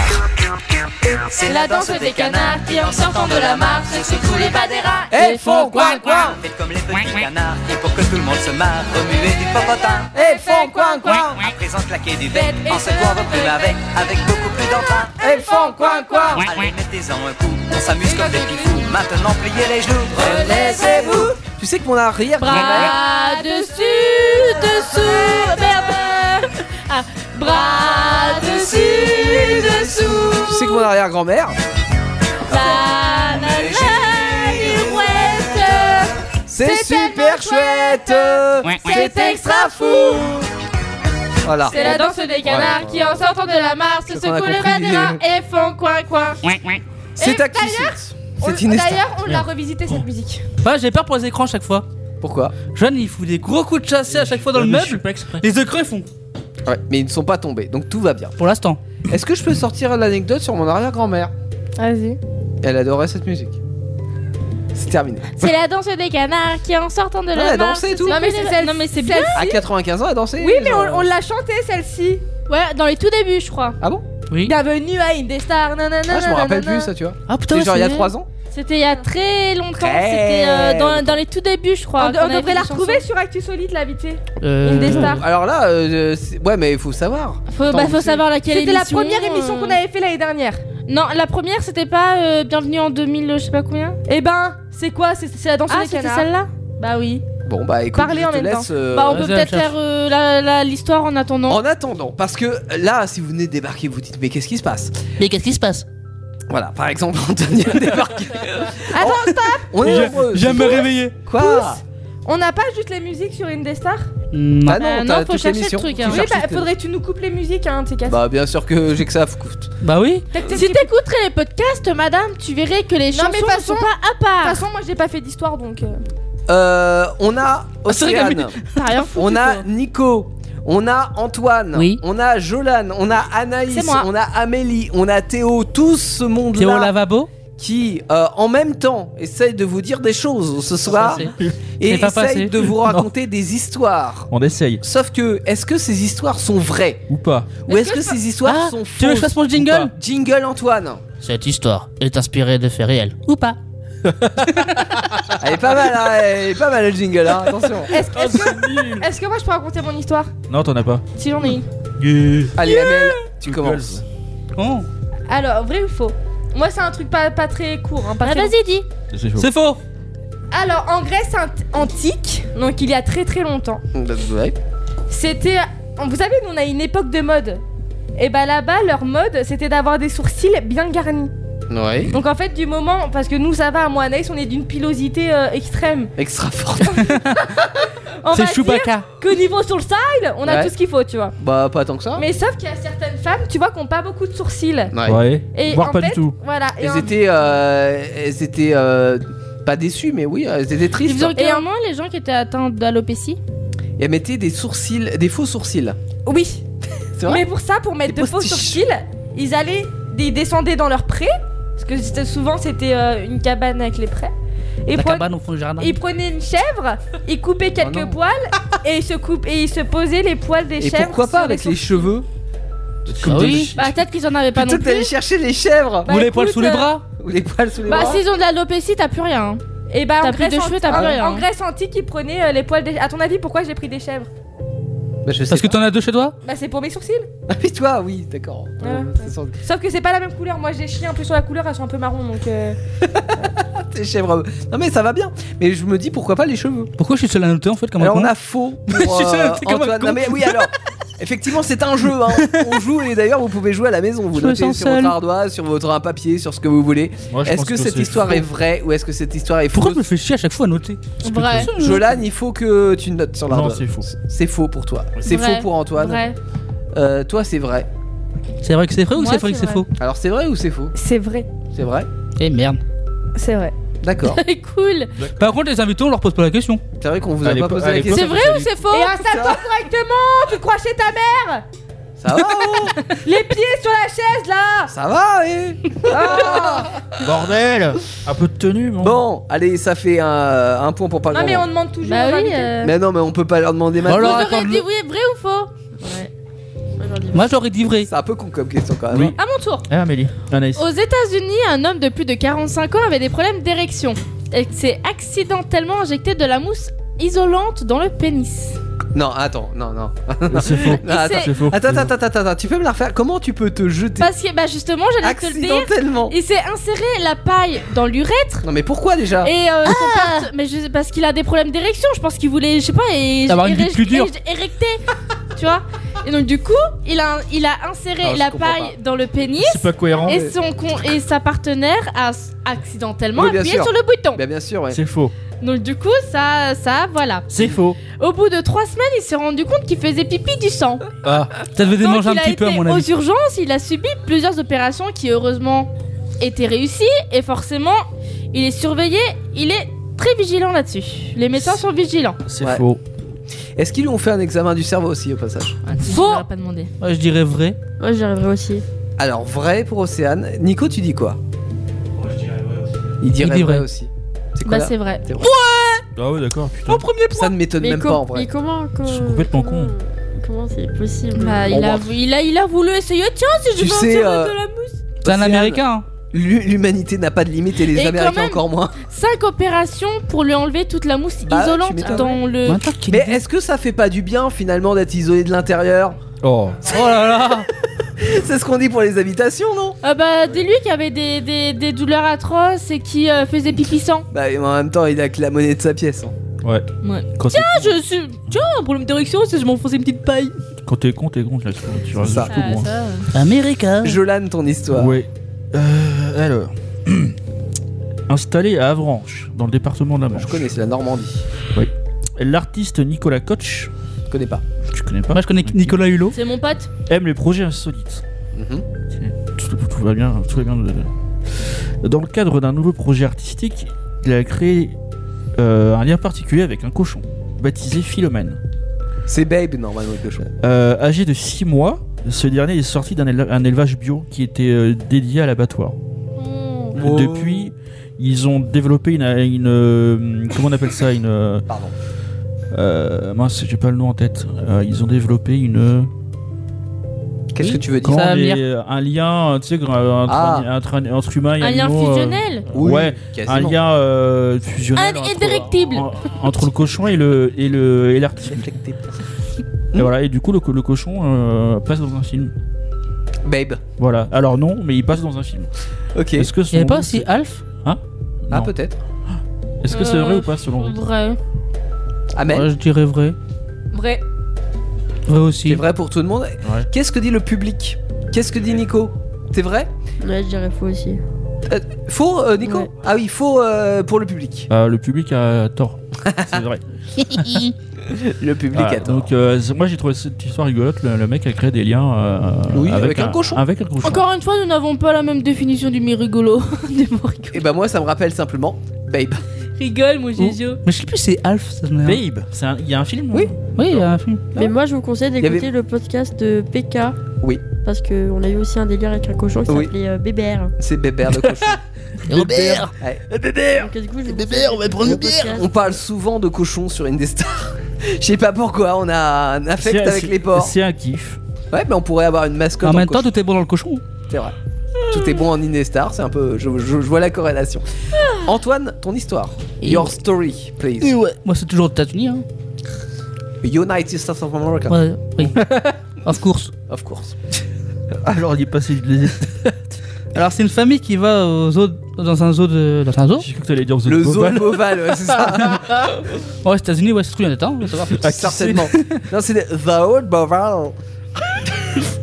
Speaker 5: C'est la danse des canards qui en sortant de la mare se secouent tous les pas des rats.
Speaker 4: Et font coin coin
Speaker 14: Faites comme les petits canards et pour que tout le monde se marre, remuez du popotin.
Speaker 4: Et font coin coin
Speaker 14: À présent claquer du bec en secouant vos plumes avec, avec beaucoup plus d'entrain.
Speaker 4: Et font coin coin
Speaker 14: Allez, mettez-en un coup, on s'amuse comme des pifous. Maintenant, pliez les genoux, relaissez-vous.
Speaker 4: Tu sais que mon arrière.
Speaker 5: Bras dessus, dessous, merde. Ah, bras dessus, dessous.
Speaker 4: Tu sais que mon arrière-grand-mère. C'est
Speaker 5: C'est
Speaker 4: super chouette. C'est extra fou. Voilà.
Speaker 5: C'est la danse des canards qui en sortant de la mare se
Speaker 4: Je crois qu'on a
Speaker 5: secouent les
Speaker 4: compris
Speaker 5: rats des rats et font coin coin.
Speaker 4: C'est
Speaker 5: Et
Speaker 4: actu
Speaker 5: d'ailleurs, on-
Speaker 4: C'est Inestar.
Speaker 5: D'ailleurs, on l'a revisité cette musique.
Speaker 3: Bah, j'ai peur pour les écrans à chaque fois.
Speaker 4: Pourquoi
Speaker 3: Jeanne, il fout des gros coups de chassé à chaque fois dans le
Speaker 6: Euh,
Speaker 4: Mais je
Speaker 3: meuble.
Speaker 4: suis pas
Speaker 3: Les écrans, ils font.
Speaker 4: Ouais, mais ils ne sont pas tombés, donc tout va bien.
Speaker 3: Pour l'instant.
Speaker 4: Est-ce que je peux sortir l'anecdote sur mon arrière-grand-mère
Speaker 5: Vas-y.
Speaker 4: Elle adorait cette musique. C'est terminé.
Speaker 8: C'est la danse des canards qui en sortant de
Speaker 4: Non,
Speaker 8: la
Speaker 4: elle
Speaker 8: mare.
Speaker 4: dansait et
Speaker 8: se
Speaker 4: tout.
Speaker 8: secouent
Speaker 4: Non, mais
Speaker 8: les
Speaker 4: c'est
Speaker 8: ra-
Speaker 5: celle-
Speaker 8: Non, mais c'est bien.
Speaker 5: celle-
Speaker 4: À 95 ans, elle dansait
Speaker 5: Oui, mais
Speaker 4: genre.
Speaker 5: on, on l'a chantée celle-ci.
Speaker 8: Ouais, dans les tout débuts, je crois.
Speaker 4: Ah bon
Speaker 3: Oui.
Speaker 5: Bienvenue à Indestar. nanana,
Speaker 4: Ah, je me rappelle plus
Speaker 5: nanana.
Speaker 4: ça, tu vois.
Speaker 8: Ah, putain,
Speaker 4: C'est genre il y a
Speaker 8: c'est-
Speaker 4: 3 ans
Speaker 8: C'était il y a très longtemps.
Speaker 4: Très
Speaker 8: C'était euh, dans,
Speaker 4: longtemps.
Speaker 8: dans les tout débuts, je
Speaker 5: On,
Speaker 8: crois.
Speaker 5: on
Speaker 8: qu'on avait
Speaker 5: devrait
Speaker 8: fait
Speaker 5: la
Speaker 8: des
Speaker 5: retrouver
Speaker 8: chansons.
Speaker 5: sur Actu Solide, la vite fait.
Speaker 3: Euh,
Speaker 5: Indestar.
Speaker 4: Alors là, euh, c'est- ouais, mais il faut savoir.
Speaker 8: Faut, bah,
Speaker 4: Attends,
Speaker 8: faut
Speaker 4: c'est-
Speaker 8: savoir laquelle
Speaker 5: C'était la
Speaker 8: émission.
Speaker 5: première émission qu'on avait fait l'année dernière.
Speaker 8: Non, la première, c'était pas euh, Bienvenue en 2000, euh, je sais pas combien.
Speaker 5: Eh ben, c'est quoi C'est c'est la danse
Speaker 8: Ah,
Speaker 5: des
Speaker 8: c'était
Speaker 5: canards.
Speaker 8: celle-là
Speaker 5: Bah oui.
Speaker 4: Bon, bah écoute,
Speaker 5: Parler
Speaker 4: je
Speaker 5: en
Speaker 4: te
Speaker 5: même
Speaker 4: laisse.
Speaker 5: temps.
Speaker 4: euh,
Speaker 8: Bah, on peut
Speaker 4: vas-y,
Speaker 8: peut-être
Speaker 4: cherche.
Speaker 8: faire euh, la- la- l'histoire en attendant.
Speaker 3: Oh,
Speaker 4: En attendant, parce que là, si vous venez de débarquer, vous dites, mais qu'est-ce qui se passe
Speaker 3: Mais qu'est-ce qui se passe
Speaker 4: Voilà, par exemple, Anthony a débarqué. Oh,
Speaker 5: Attends, stop
Speaker 4: On est nombreux.
Speaker 3: J'aime me
Speaker 4: Pousse.
Speaker 3: réveiller.
Speaker 4: Quoi
Speaker 5: On n'a pas juste les musiques sur Indestar
Speaker 3: Non.
Speaker 4: Ah non,
Speaker 8: Euh,
Speaker 4: t'as
Speaker 8: non, faut
Speaker 4: toute
Speaker 8: chercher le
Speaker 4: l'émission.
Speaker 8: truc,
Speaker 4: Tu
Speaker 8: hein.
Speaker 4: cherches
Speaker 5: Oui, bah
Speaker 4: toute-
Speaker 5: faudrait que tu nous coupes les musiques, hein, de ces quatre.
Speaker 4: Bah, bien sûr que j'ai que ça à foutre.
Speaker 3: Bah oui.
Speaker 8: Si t'écouterais les podcasts, madame, tu verrais que les
Speaker 5: Non,
Speaker 8: chansons
Speaker 5: mais
Speaker 8: ne
Speaker 5: façon-
Speaker 8: sont pas à
Speaker 5: De toute
Speaker 8: part.
Speaker 5: façon, moi j'ai pas fait d'histoire donc. euh.
Speaker 4: Euh, on a
Speaker 3: Ah, c'est vrai qu'elle
Speaker 4: Océane,
Speaker 3: T'as rien foutu,
Speaker 4: on a
Speaker 3: toi.
Speaker 4: Nico, on a Antoine,
Speaker 3: Oui.
Speaker 4: on a Jolan, on a Anaïs,
Speaker 3: C'est moi.
Speaker 4: on a Amélie, on a Théo, tout ce monde-là.
Speaker 3: Théo Lavabo
Speaker 4: qui, euh, en même temps, essaye de vous dire des choses ce soir
Speaker 3: passé.
Speaker 4: et
Speaker 3: C'est pas
Speaker 4: essaye
Speaker 3: passé.
Speaker 4: de vous
Speaker 3: Non.
Speaker 4: raconter des histoires.
Speaker 6: On essaye.
Speaker 4: Sauf que, est-ce que ces histoires sont vraies
Speaker 6: Ou pas
Speaker 4: Ou est-ce que ces histoires
Speaker 15: Ah, tu
Speaker 4: sont fausses
Speaker 15: veux que je fasse mon jingle
Speaker 4: Ou pas Jingle Antoine
Speaker 15: Cette histoire est inspirée de faits réels.
Speaker 3: Ou pas
Speaker 4: Elle est pas mal, hein, elle est pas mal le jingle, hein, attention.
Speaker 5: Est-ce que- est-ce que, est-ce que moi je peux raconter mon histoire
Speaker 6: Non, t'en as pas.
Speaker 5: Si j'en ai une.
Speaker 4: Allez, Amel, tu commences. Oh.
Speaker 5: Alors, vrai ou faux Moi, c'est un truc pas, pas très court. Hein,
Speaker 8: Bah,
Speaker 11: Ah, vas-y,
Speaker 5: dis.
Speaker 6: C'est faux.
Speaker 3: C'est faux
Speaker 5: Alors, en Grèce ant- antique, donc il y a très très longtemps,
Speaker 4: Ouais.
Speaker 5: c'était. Vous savez, nous on a une époque de mode. Et bah là-bas, leur mode, c'était d'avoir des sourcils bien garnis.
Speaker 4: Ouais.
Speaker 5: Donc en fait, du moment, parce que nous, ça va, moi, Anaïs, on est d'une pilosité euh, extrême.
Speaker 4: Extra fort.
Speaker 5: On
Speaker 4: C'est
Speaker 5: va dire
Speaker 4: Chewbacca.
Speaker 5: Que niveau sur le side, on a
Speaker 4: Ouais.
Speaker 5: tout ce qu'il faut, tu vois.
Speaker 4: Bah, pas tant que ça.
Speaker 5: Mais sauf qu'il y a certaines femmes, tu vois, qui ont pas beaucoup de sourcils.
Speaker 6: Ouais.
Speaker 5: Et
Speaker 6: Voire
Speaker 5: en
Speaker 6: pas
Speaker 5: fait,
Speaker 6: du tout.
Speaker 5: Voilà. et en-
Speaker 4: Elles étaient, euh, elles étaient euh, pas déçues, mais oui, elles étaient
Speaker 8: Ils
Speaker 4: tristes.
Speaker 8: faisaient aucun moment les gens qui étaient atteints d'alopécie
Speaker 4: Et elles mettaient des sourcils, des faux sourcils.
Speaker 5: Oui.
Speaker 4: C'est vrai
Speaker 5: Mais pour ça, pour mettre de faux sourcils, ils allaient, ils descendaient dans leurs prés, parce que c'était- souvent c'était euh, une cabane avec les prés. Et
Speaker 15: La
Speaker 5: pre-
Speaker 15: cabane au fond du
Speaker 4: hein.
Speaker 15: jardin.
Speaker 5: Ils prenaient une chèvre, ils
Speaker 4: Oh
Speaker 5: coupaient quelques poils et ils se coupent et ils se posaient les poils des
Speaker 4: Et
Speaker 5: chèvres.
Speaker 4: pourquoi pas avec les cheveux Comme
Speaker 3: Ah
Speaker 4: des chi-
Speaker 8: Bah peut-être qu'ils en avaient pas non
Speaker 4: Peut-être
Speaker 8: plus.
Speaker 4: aller chercher les chèvres
Speaker 8: Bah, Ou les poils écoute, sous les euh, bras
Speaker 4: Ou les poils sous les
Speaker 8: Bah
Speaker 4: bras
Speaker 8: s'ils ont de l'alopécie, t'as plus rien.
Speaker 5: Et bah
Speaker 8: t'as
Speaker 5: en
Speaker 8: plus
Speaker 5: Grèce
Speaker 8: de cheveux,
Speaker 5: anti-
Speaker 8: t'as plus
Speaker 5: en-
Speaker 8: rien.
Speaker 4: hein
Speaker 5: En Grèce antique, ils prenaient euh, les poils des. À ton avis, pourquoi j'ai pris des chèvres
Speaker 3: Parce que t'en as deux chez toi
Speaker 5: Bah c'est pour mes sourcils.
Speaker 4: Bah, Ah oui, toi, oui, d'accord. Euh,
Speaker 5: Ouais.
Speaker 4: Ça sent-
Speaker 5: Sauf que c'est pas la même couleur. Moi, j'ai chié un peu sur la couleur, elles sont un peu marron, donc. euh,
Speaker 4: Tes chèvres. Non, mais ça va bien. Mais je me dis pourquoi pas les cheveux
Speaker 3: Pourquoi je suis seul à noter en fait comme
Speaker 4: Alors,
Speaker 3: un
Speaker 4: on
Speaker 3: con
Speaker 4: a faux.
Speaker 3: Je
Speaker 4: Pour,
Speaker 3: suis seul à
Speaker 4: euh,
Speaker 3: noter comme un
Speaker 4: Antoine.
Speaker 3: con.
Speaker 4: Non, mais oui, alors. Effectivement, c'est un jeu. hein. On joue et d'ailleurs, vous pouvez jouer à la maison. Vous
Speaker 3: Je me
Speaker 4: notez sur
Speaker 3: sens seule.
Speaker 4: votre ardoise, sur votre papier, sur ce que vous voulez.
Speaker 3: Moi, je
Speaker 4: Est-ce
Speaker 3: pense
Speaker 4: que,
Speaker 3: que
Speaker 4: cette
Speaker 3: c'est
Speaker 4: histoire
Speaker 3: faux.
Speaker 4: est vraie ou est-ce que cette histoire est
Speaker 3: Pourquoi
Speaker 4: fausse
Speaker 3: tu me fais chier à chaque fois à noter
Speaker 8: Vrai.
Speaker 4: Jolan, il faut que tu notes sur l'ardoise.
Speaker 6: Mm. c'est faux.
Speaker 4: C'est faux pour toi. C'est
Speaker 8: Vrai.
Speaker 4: faux pour Antoine.
Speaker 8: Vrai.
Speaker 4: Euh, toi, c'est vrai.
Speaker 3: C'est vrai que c'est vrai ou
Speaker 5: Moi,
Speaker 3: c'est vrai que
Speaker 5: c'est
Speaker 3: c'est faux
Speaker 4: Alors, c'est vrai ou c'est faux
Speaker 5: C'est vrai.
Speaker 4: C'est vrai
Speaker 3: Eh merde.
Speaker 5: C'est vrai.
Speaker 4: D'accord.
Speaker 8: cool.
Speaker 3: Par contre, les invités, on leur pose pas la question.
Speaker 4: C'est vrai qu'on vous
Speaker 6: a À pas l'époque- posé la à l'époque, question.
Speaker 8: C'est vrai ou c'est
Speaker 11: Oh,
Speaker 8: faux
Speaker 5: Et ah, installe-toi correctement, tu crois chez ta mère
Speaker 4: Ça va oh,
Speaker 5: Les pieds sur la chaise là
Speaker 4: Ça va, eh
Speaker 5: Ah
Speaker 6: Bordel Un peu de tenue, mon.
Speaker 4: Bon, allez, ça fait un, un point pour pas
Speaker 5: Non
Speaker 4: grand
Speaker 5: mais on
Speaker 4: monde.
Speaker 5: demande toujours.
Speaker 8: Bah
Speaker 5: aux
Speaker 8: oui.
Speaker 5: invités.
Speaker 8: euh,
Speaker 4: Mais non, mais on peut pas leur demander
Speaker 8: Vous
Speaker 4: maintenant.
Speaker 8: auriez dit oui, vrai ou faux
Speaker 3: Moi, j'aurais dit vrai.
Speaker 4: C'est un peu con comme question quand même.
Speaker 8: À mon tour.
Speaker 6: Ah, Amélie. Anaïs.
Speaker 8: Aux États-Unis, un homme de plus de 45 ans avait des problèmes d'érection et s'est accidentellement injecté de la mousse isolante dans le pénis.
Speaker 4: Non, attends, non, non.
Speaker 6: C'est faux.
Speaker 4: Non, attends.
Speaker 6: C'est faux.
Speaker 4: Attends, attends, attends, attends, attends, tu peux me la refaire Comment tu peux te jeter
Speaker 8: Parce que bah justement, j'allais te le
Speaker 4: Accidentellement.
Speaker 8: dire. Il s'est inséré la paille dans l'urètre
Speaker 4: Non, mais pourquoi déjà
Speaker 8: et euh, son part- mais je sais- parce qu'il a des problèmes d'érection, je pense qu'il voulait je sais pas et
Speaker 4: Avoir une bite plus dure.
Speaker 8: érecté, tu vois. Et donc du coup, il a il a inséré
Speaker 6: Ah, je
Speaker 8: la
Speaker 6: comprends
Speaker 8: paille dans le pénis.
Speaker 6: C'est pas cohérent.
Speaker 8: Et son con- et sa partenaire a s- accidentellement
Speaker 4: Oui, bien
Speaker 8: appuyé
Speaker 4: sûr.
Speaker 8: sur le bouton.
Speaker 4: Bah, bien sûr, ouais.
Speaker 6: C'est faux.
Speaker 8: Donc du coup, ça, ça, voilà.
Speaker 6: C'est faux.
Speaker 8: Au bout de trois semaines, il s'est rendu compte qu'il faisait pipi du sang.
Speaker 3: Ah, ça devait
Speaker 8: Donc
Speaker 3: démanger un
Speaker 8: il a
Speaker 3: petit peu à
Speaker 8: été
Speaker 3: mon
Speaker 8: Aux
Speaker 3: avis.
Speaker 8: urgences, il a subi plusieurs opérations qui heureusement étaient réussies et forcément, il est surveillé, il est très vigilant là-dessus. Les médecins sont vigilants.
Speaker 6: C'est
Speaker 4: faux. Est-ce qu'ils lui ont fait un examen du cerveau aussi au passage
Speaker 8: Faux. pas demandé.
Speaker 3: Moi, je dirais vrai.
Speaker 11: Moi, j'y arriverai aussi.
Speaker 4: Alors, vrai pour Océane. Nico, tu dis quoi Moi, je dirais vrai aussi. Il dirait
Speaker 3: dit
Speaker 4: vrai.
Speaker 3: vrai.
Speaker 4: aussi.
Speaker 11: Bah,
Speaker 4: là
Speaker 11: c'est vrai.
Speaker 4: C'est
Speaker 6: Ah, ouais, d'accord. Putain,
Speaker 4: Au premier point Ça ne m'étonne même pas en vrai.
Speaker 11: Mais comment, co-
Speaker 6: complètement con.
Speaker 11: comment c'est possible
Speaker 8: Bah, il,
Speaker 4: Bon,
Speaker 8: a,
Speaker 4: bah.
Speaker 8: il, a, il a voulu essayer, tiens, si je
Speaker 4: Tu
Speaker 8: vais en
Speaker 4: sais,
Speaker 8: tirer
Speaker 4: euh,
Speaker 8: de la mousse.
Speaker 3: C'est un
Speaker 4: Océane,
Speaker 3: américain. hein.
Speaker 4: l'hu- L'humanité n'a pas de limite et les
Speaker 8: Et quand
Speaker 4: Américains
Speaker 8: même-
Speaker 4: encore moins.
Speaker 8: Cinq opérations pour lui enlever toute la mousse
Speaker 4: Bah, tu
Speaker 8: isolante
Speaker 4: m'étonnes.
Speaker 8: dans le...
Speaker 4: Mais est-ce que ça fait pas du bien finalement d'être isolé de l'intérieur
Speaker 6: Oh.
Speaker 3: Oh là là
Speaker 4: C'est ce qu'on dit pour les habitations, non
Speaker 8: Ah bah, dis lui qui avait des, des, des douleurs atroces et qui euh, faisait pipi sang.
Speaker 4: Bah, mais en même temps, il a que la monnaie de sa pièce. hein.
Speaker 6: Ouais.
Speaker 8: Ouais.
Speaker 6: Quand
Speaker 8: Tiens, je suis. Tiens, un problème d'érection, c'est que je m'enfonçais une petite paille.
Speaker 6: Quand t'es con, t'es con. là, tu- Tu restes
Speaker 4: ça.
Speaker 11: Ah,
Speaker 6: jusqu'au bout, hein.
Speaker 3: Américain.
Speaker 4: Jolan, ton histoire.
Speaker 6: Ouais. Euh, alors. Installé à Avranches, dans le département de la Manche.
Speaker 4: Je connais, c'est la Normandie.
Speaker 6: Oui. L'artiste Nicolas Koch.
Speaker 4: Je connais pas.
Speaker 6: Tu connais pas
Speaker 3: Moi, je connais Nicolas Hulot.
Speaker 8: C'est mon pote.
Speaker 6: Aime les projets insolites. Mhm. tout, tout va bien, tout va bien. Dans le cadre d'un nouveau projet artistique, il a créé euh, un lien particulier avec un cochon, baptisé Philomène.
Speaker 4: C'est Babe, normalement, le cochon.
Speaker 6: Euh, âgé de 6 mois, ce dernier est sorti d'un éle- un élevage bio qui était euh, dédié à l'abattoir.
Speaker 11: Bah,
Speaker 4: Oh.
Speaker 6: Depuis, ils ont développé une, une, euh, comment on appelle ça une euh, euh, mince, j'ai pas le nom en tête. Euh, ils ont développé une
Speaker 4: Qu'est-ce que tu veux dire
Speaker 6: Comment
Speaker 4: Ça va
Speaker 6: des-
Speaker 4: venir.
Speaker 6: un lien, tu sais, gra- entre,
Speaker 4: Ah.
Speaker 6: entre- entre humains et
Speaker 8: Un lien
Speaker 6: animaux, euh,
Speaker 8: fusionnel
Speaker 4: Oui,
Speaker 6: ouais, un
Speaker 4: quasiment.
Speaker 6: lien euh, fusionnel
Speaker 8: Un indirectible.
Speaker 6: entre le cochon et le et le et l'article. Et voilà, et du coup le, co- le cochon euh, passe dans un film.
Speaker 4: Babe.
Speaker 6: Voilà. Alors non, mais il passe dans un film.
Speaker 4: Ok.
Speaker 6: Est-ce que
Speaker 4: Il y avait pas
Speaker 6: aussi
Speaker 3: Alf
Speaker 6: Hein
Speaker 4: Ah,
Speaker 6: Non.
Speaker 4: peut-être. Euh,
Speaker 6: Est-ce que c'est vrai ou pas selon vous
Speaker 8: Vrai.
Speaker 4: Amen.
Speaker 3: Ouais, je dirais vrai.
Speaker 5: Vrai.
Speaker 3: Vrai aussi.
Speaker 4: C'est vrai pour tout le monde. Qu'est-ce que dit le public Qu'est-ce que dit Nico C'est vrai
Speaker 11: Ouais, je dirais faux aussi.
Speaker 4: Euh, faux, euh, Nico Ah oui, faux euh, pour le public.
Speaker 6: Euh, Le public a tort. c'est vrai.
Speaker 4: le public
Speaker 6: Voilà,
Speaker 4: a tort.
Speaker 6: Donc euh, c'est- moi j'ai trouvé cette histoire rigolote. Le, le mec a créé des liens euh,
Speaker 4: Oui, avec un cochon.
Speaker 6: Avec un cochon.
Speaker 8: Encore une fois, nous n'avons pas la même définition du mi-rigolo.
Speaker 4: Et bah, moi, ça me rappelle simplement Babe.
Speaker 8: Rigole, mon
Speaker 11: Oh.
Speaker 8: Jojo.
Speaker 3: Mais je sais plus, c'est Alf, ça me dit.
Speaker 6: Babe, Hein. c'est un- il y a un film.
Speaker 11: Oui.
Speaker 3: Oui, il y a un film.
Speaker 11: Mais moi, je vous conseille
Speaker 4: Il y avait-
Speaker 11: d'écouter le podcast de PK.
Speaker 4: Oui.
Speaker 11: Parce qu'on a eu aussi un délire avec un cochon qui
Speaker 4: Oui.
Speaker 11: s'appelait euh, Bébert.
Speaker 4: C'est Bébert le cochon.
Speaker 11: Bébert.
Speaker 4: Ouais. Bébert
Speaker 11: Donc, du coup, je vous
Speaker 4: Bébert, on va prendre une bière On parle souvent de cochons sur Indestar. Je sais pas pourquoi, on a un affect
Speaker 6: C'est-
Speaker 4: avec
Speaker 6: c'est-
Speaker 4: les porcs.
Speaker 6: C'est un kiff.
Speaker 4: Ouais, mais on pourrait avoir une mascotte.
Speaker 3: En même
Speaker 4: cochon.
Speaker 3: temps, tout est bon dans le cochon.
Speaker 4: C'est vrai. Tout est bon en Indestar, c'est un peu. Je, je- je vois la corrélation. Antoine, ton histoire. Your story, please.
Speaker 3: Et ouais, moi c'est toujours aux États-Unis. Hein.
Speaker 4: United States of America.
Speaker 3: Ouais, oui. of course.
Speaker 4: Of course.
Speaker 6: Alors il est passé de
Speaker 3: Alors c'est une famille qui va au zoo- dans un zoo de dans un zoo.
Speaker 6: J'ai cru que t'allais dire
Speaker 4: Le zoo ovale, ouais, c'est ça.
Speaker 3: Ouais, aux États-Unis, ouais, Ah, c'est trop bien d'être. hein, on va savoir.
Speaker 6: Ah,
Speaker 4: Certainement. non, c'est le- The Old Boval.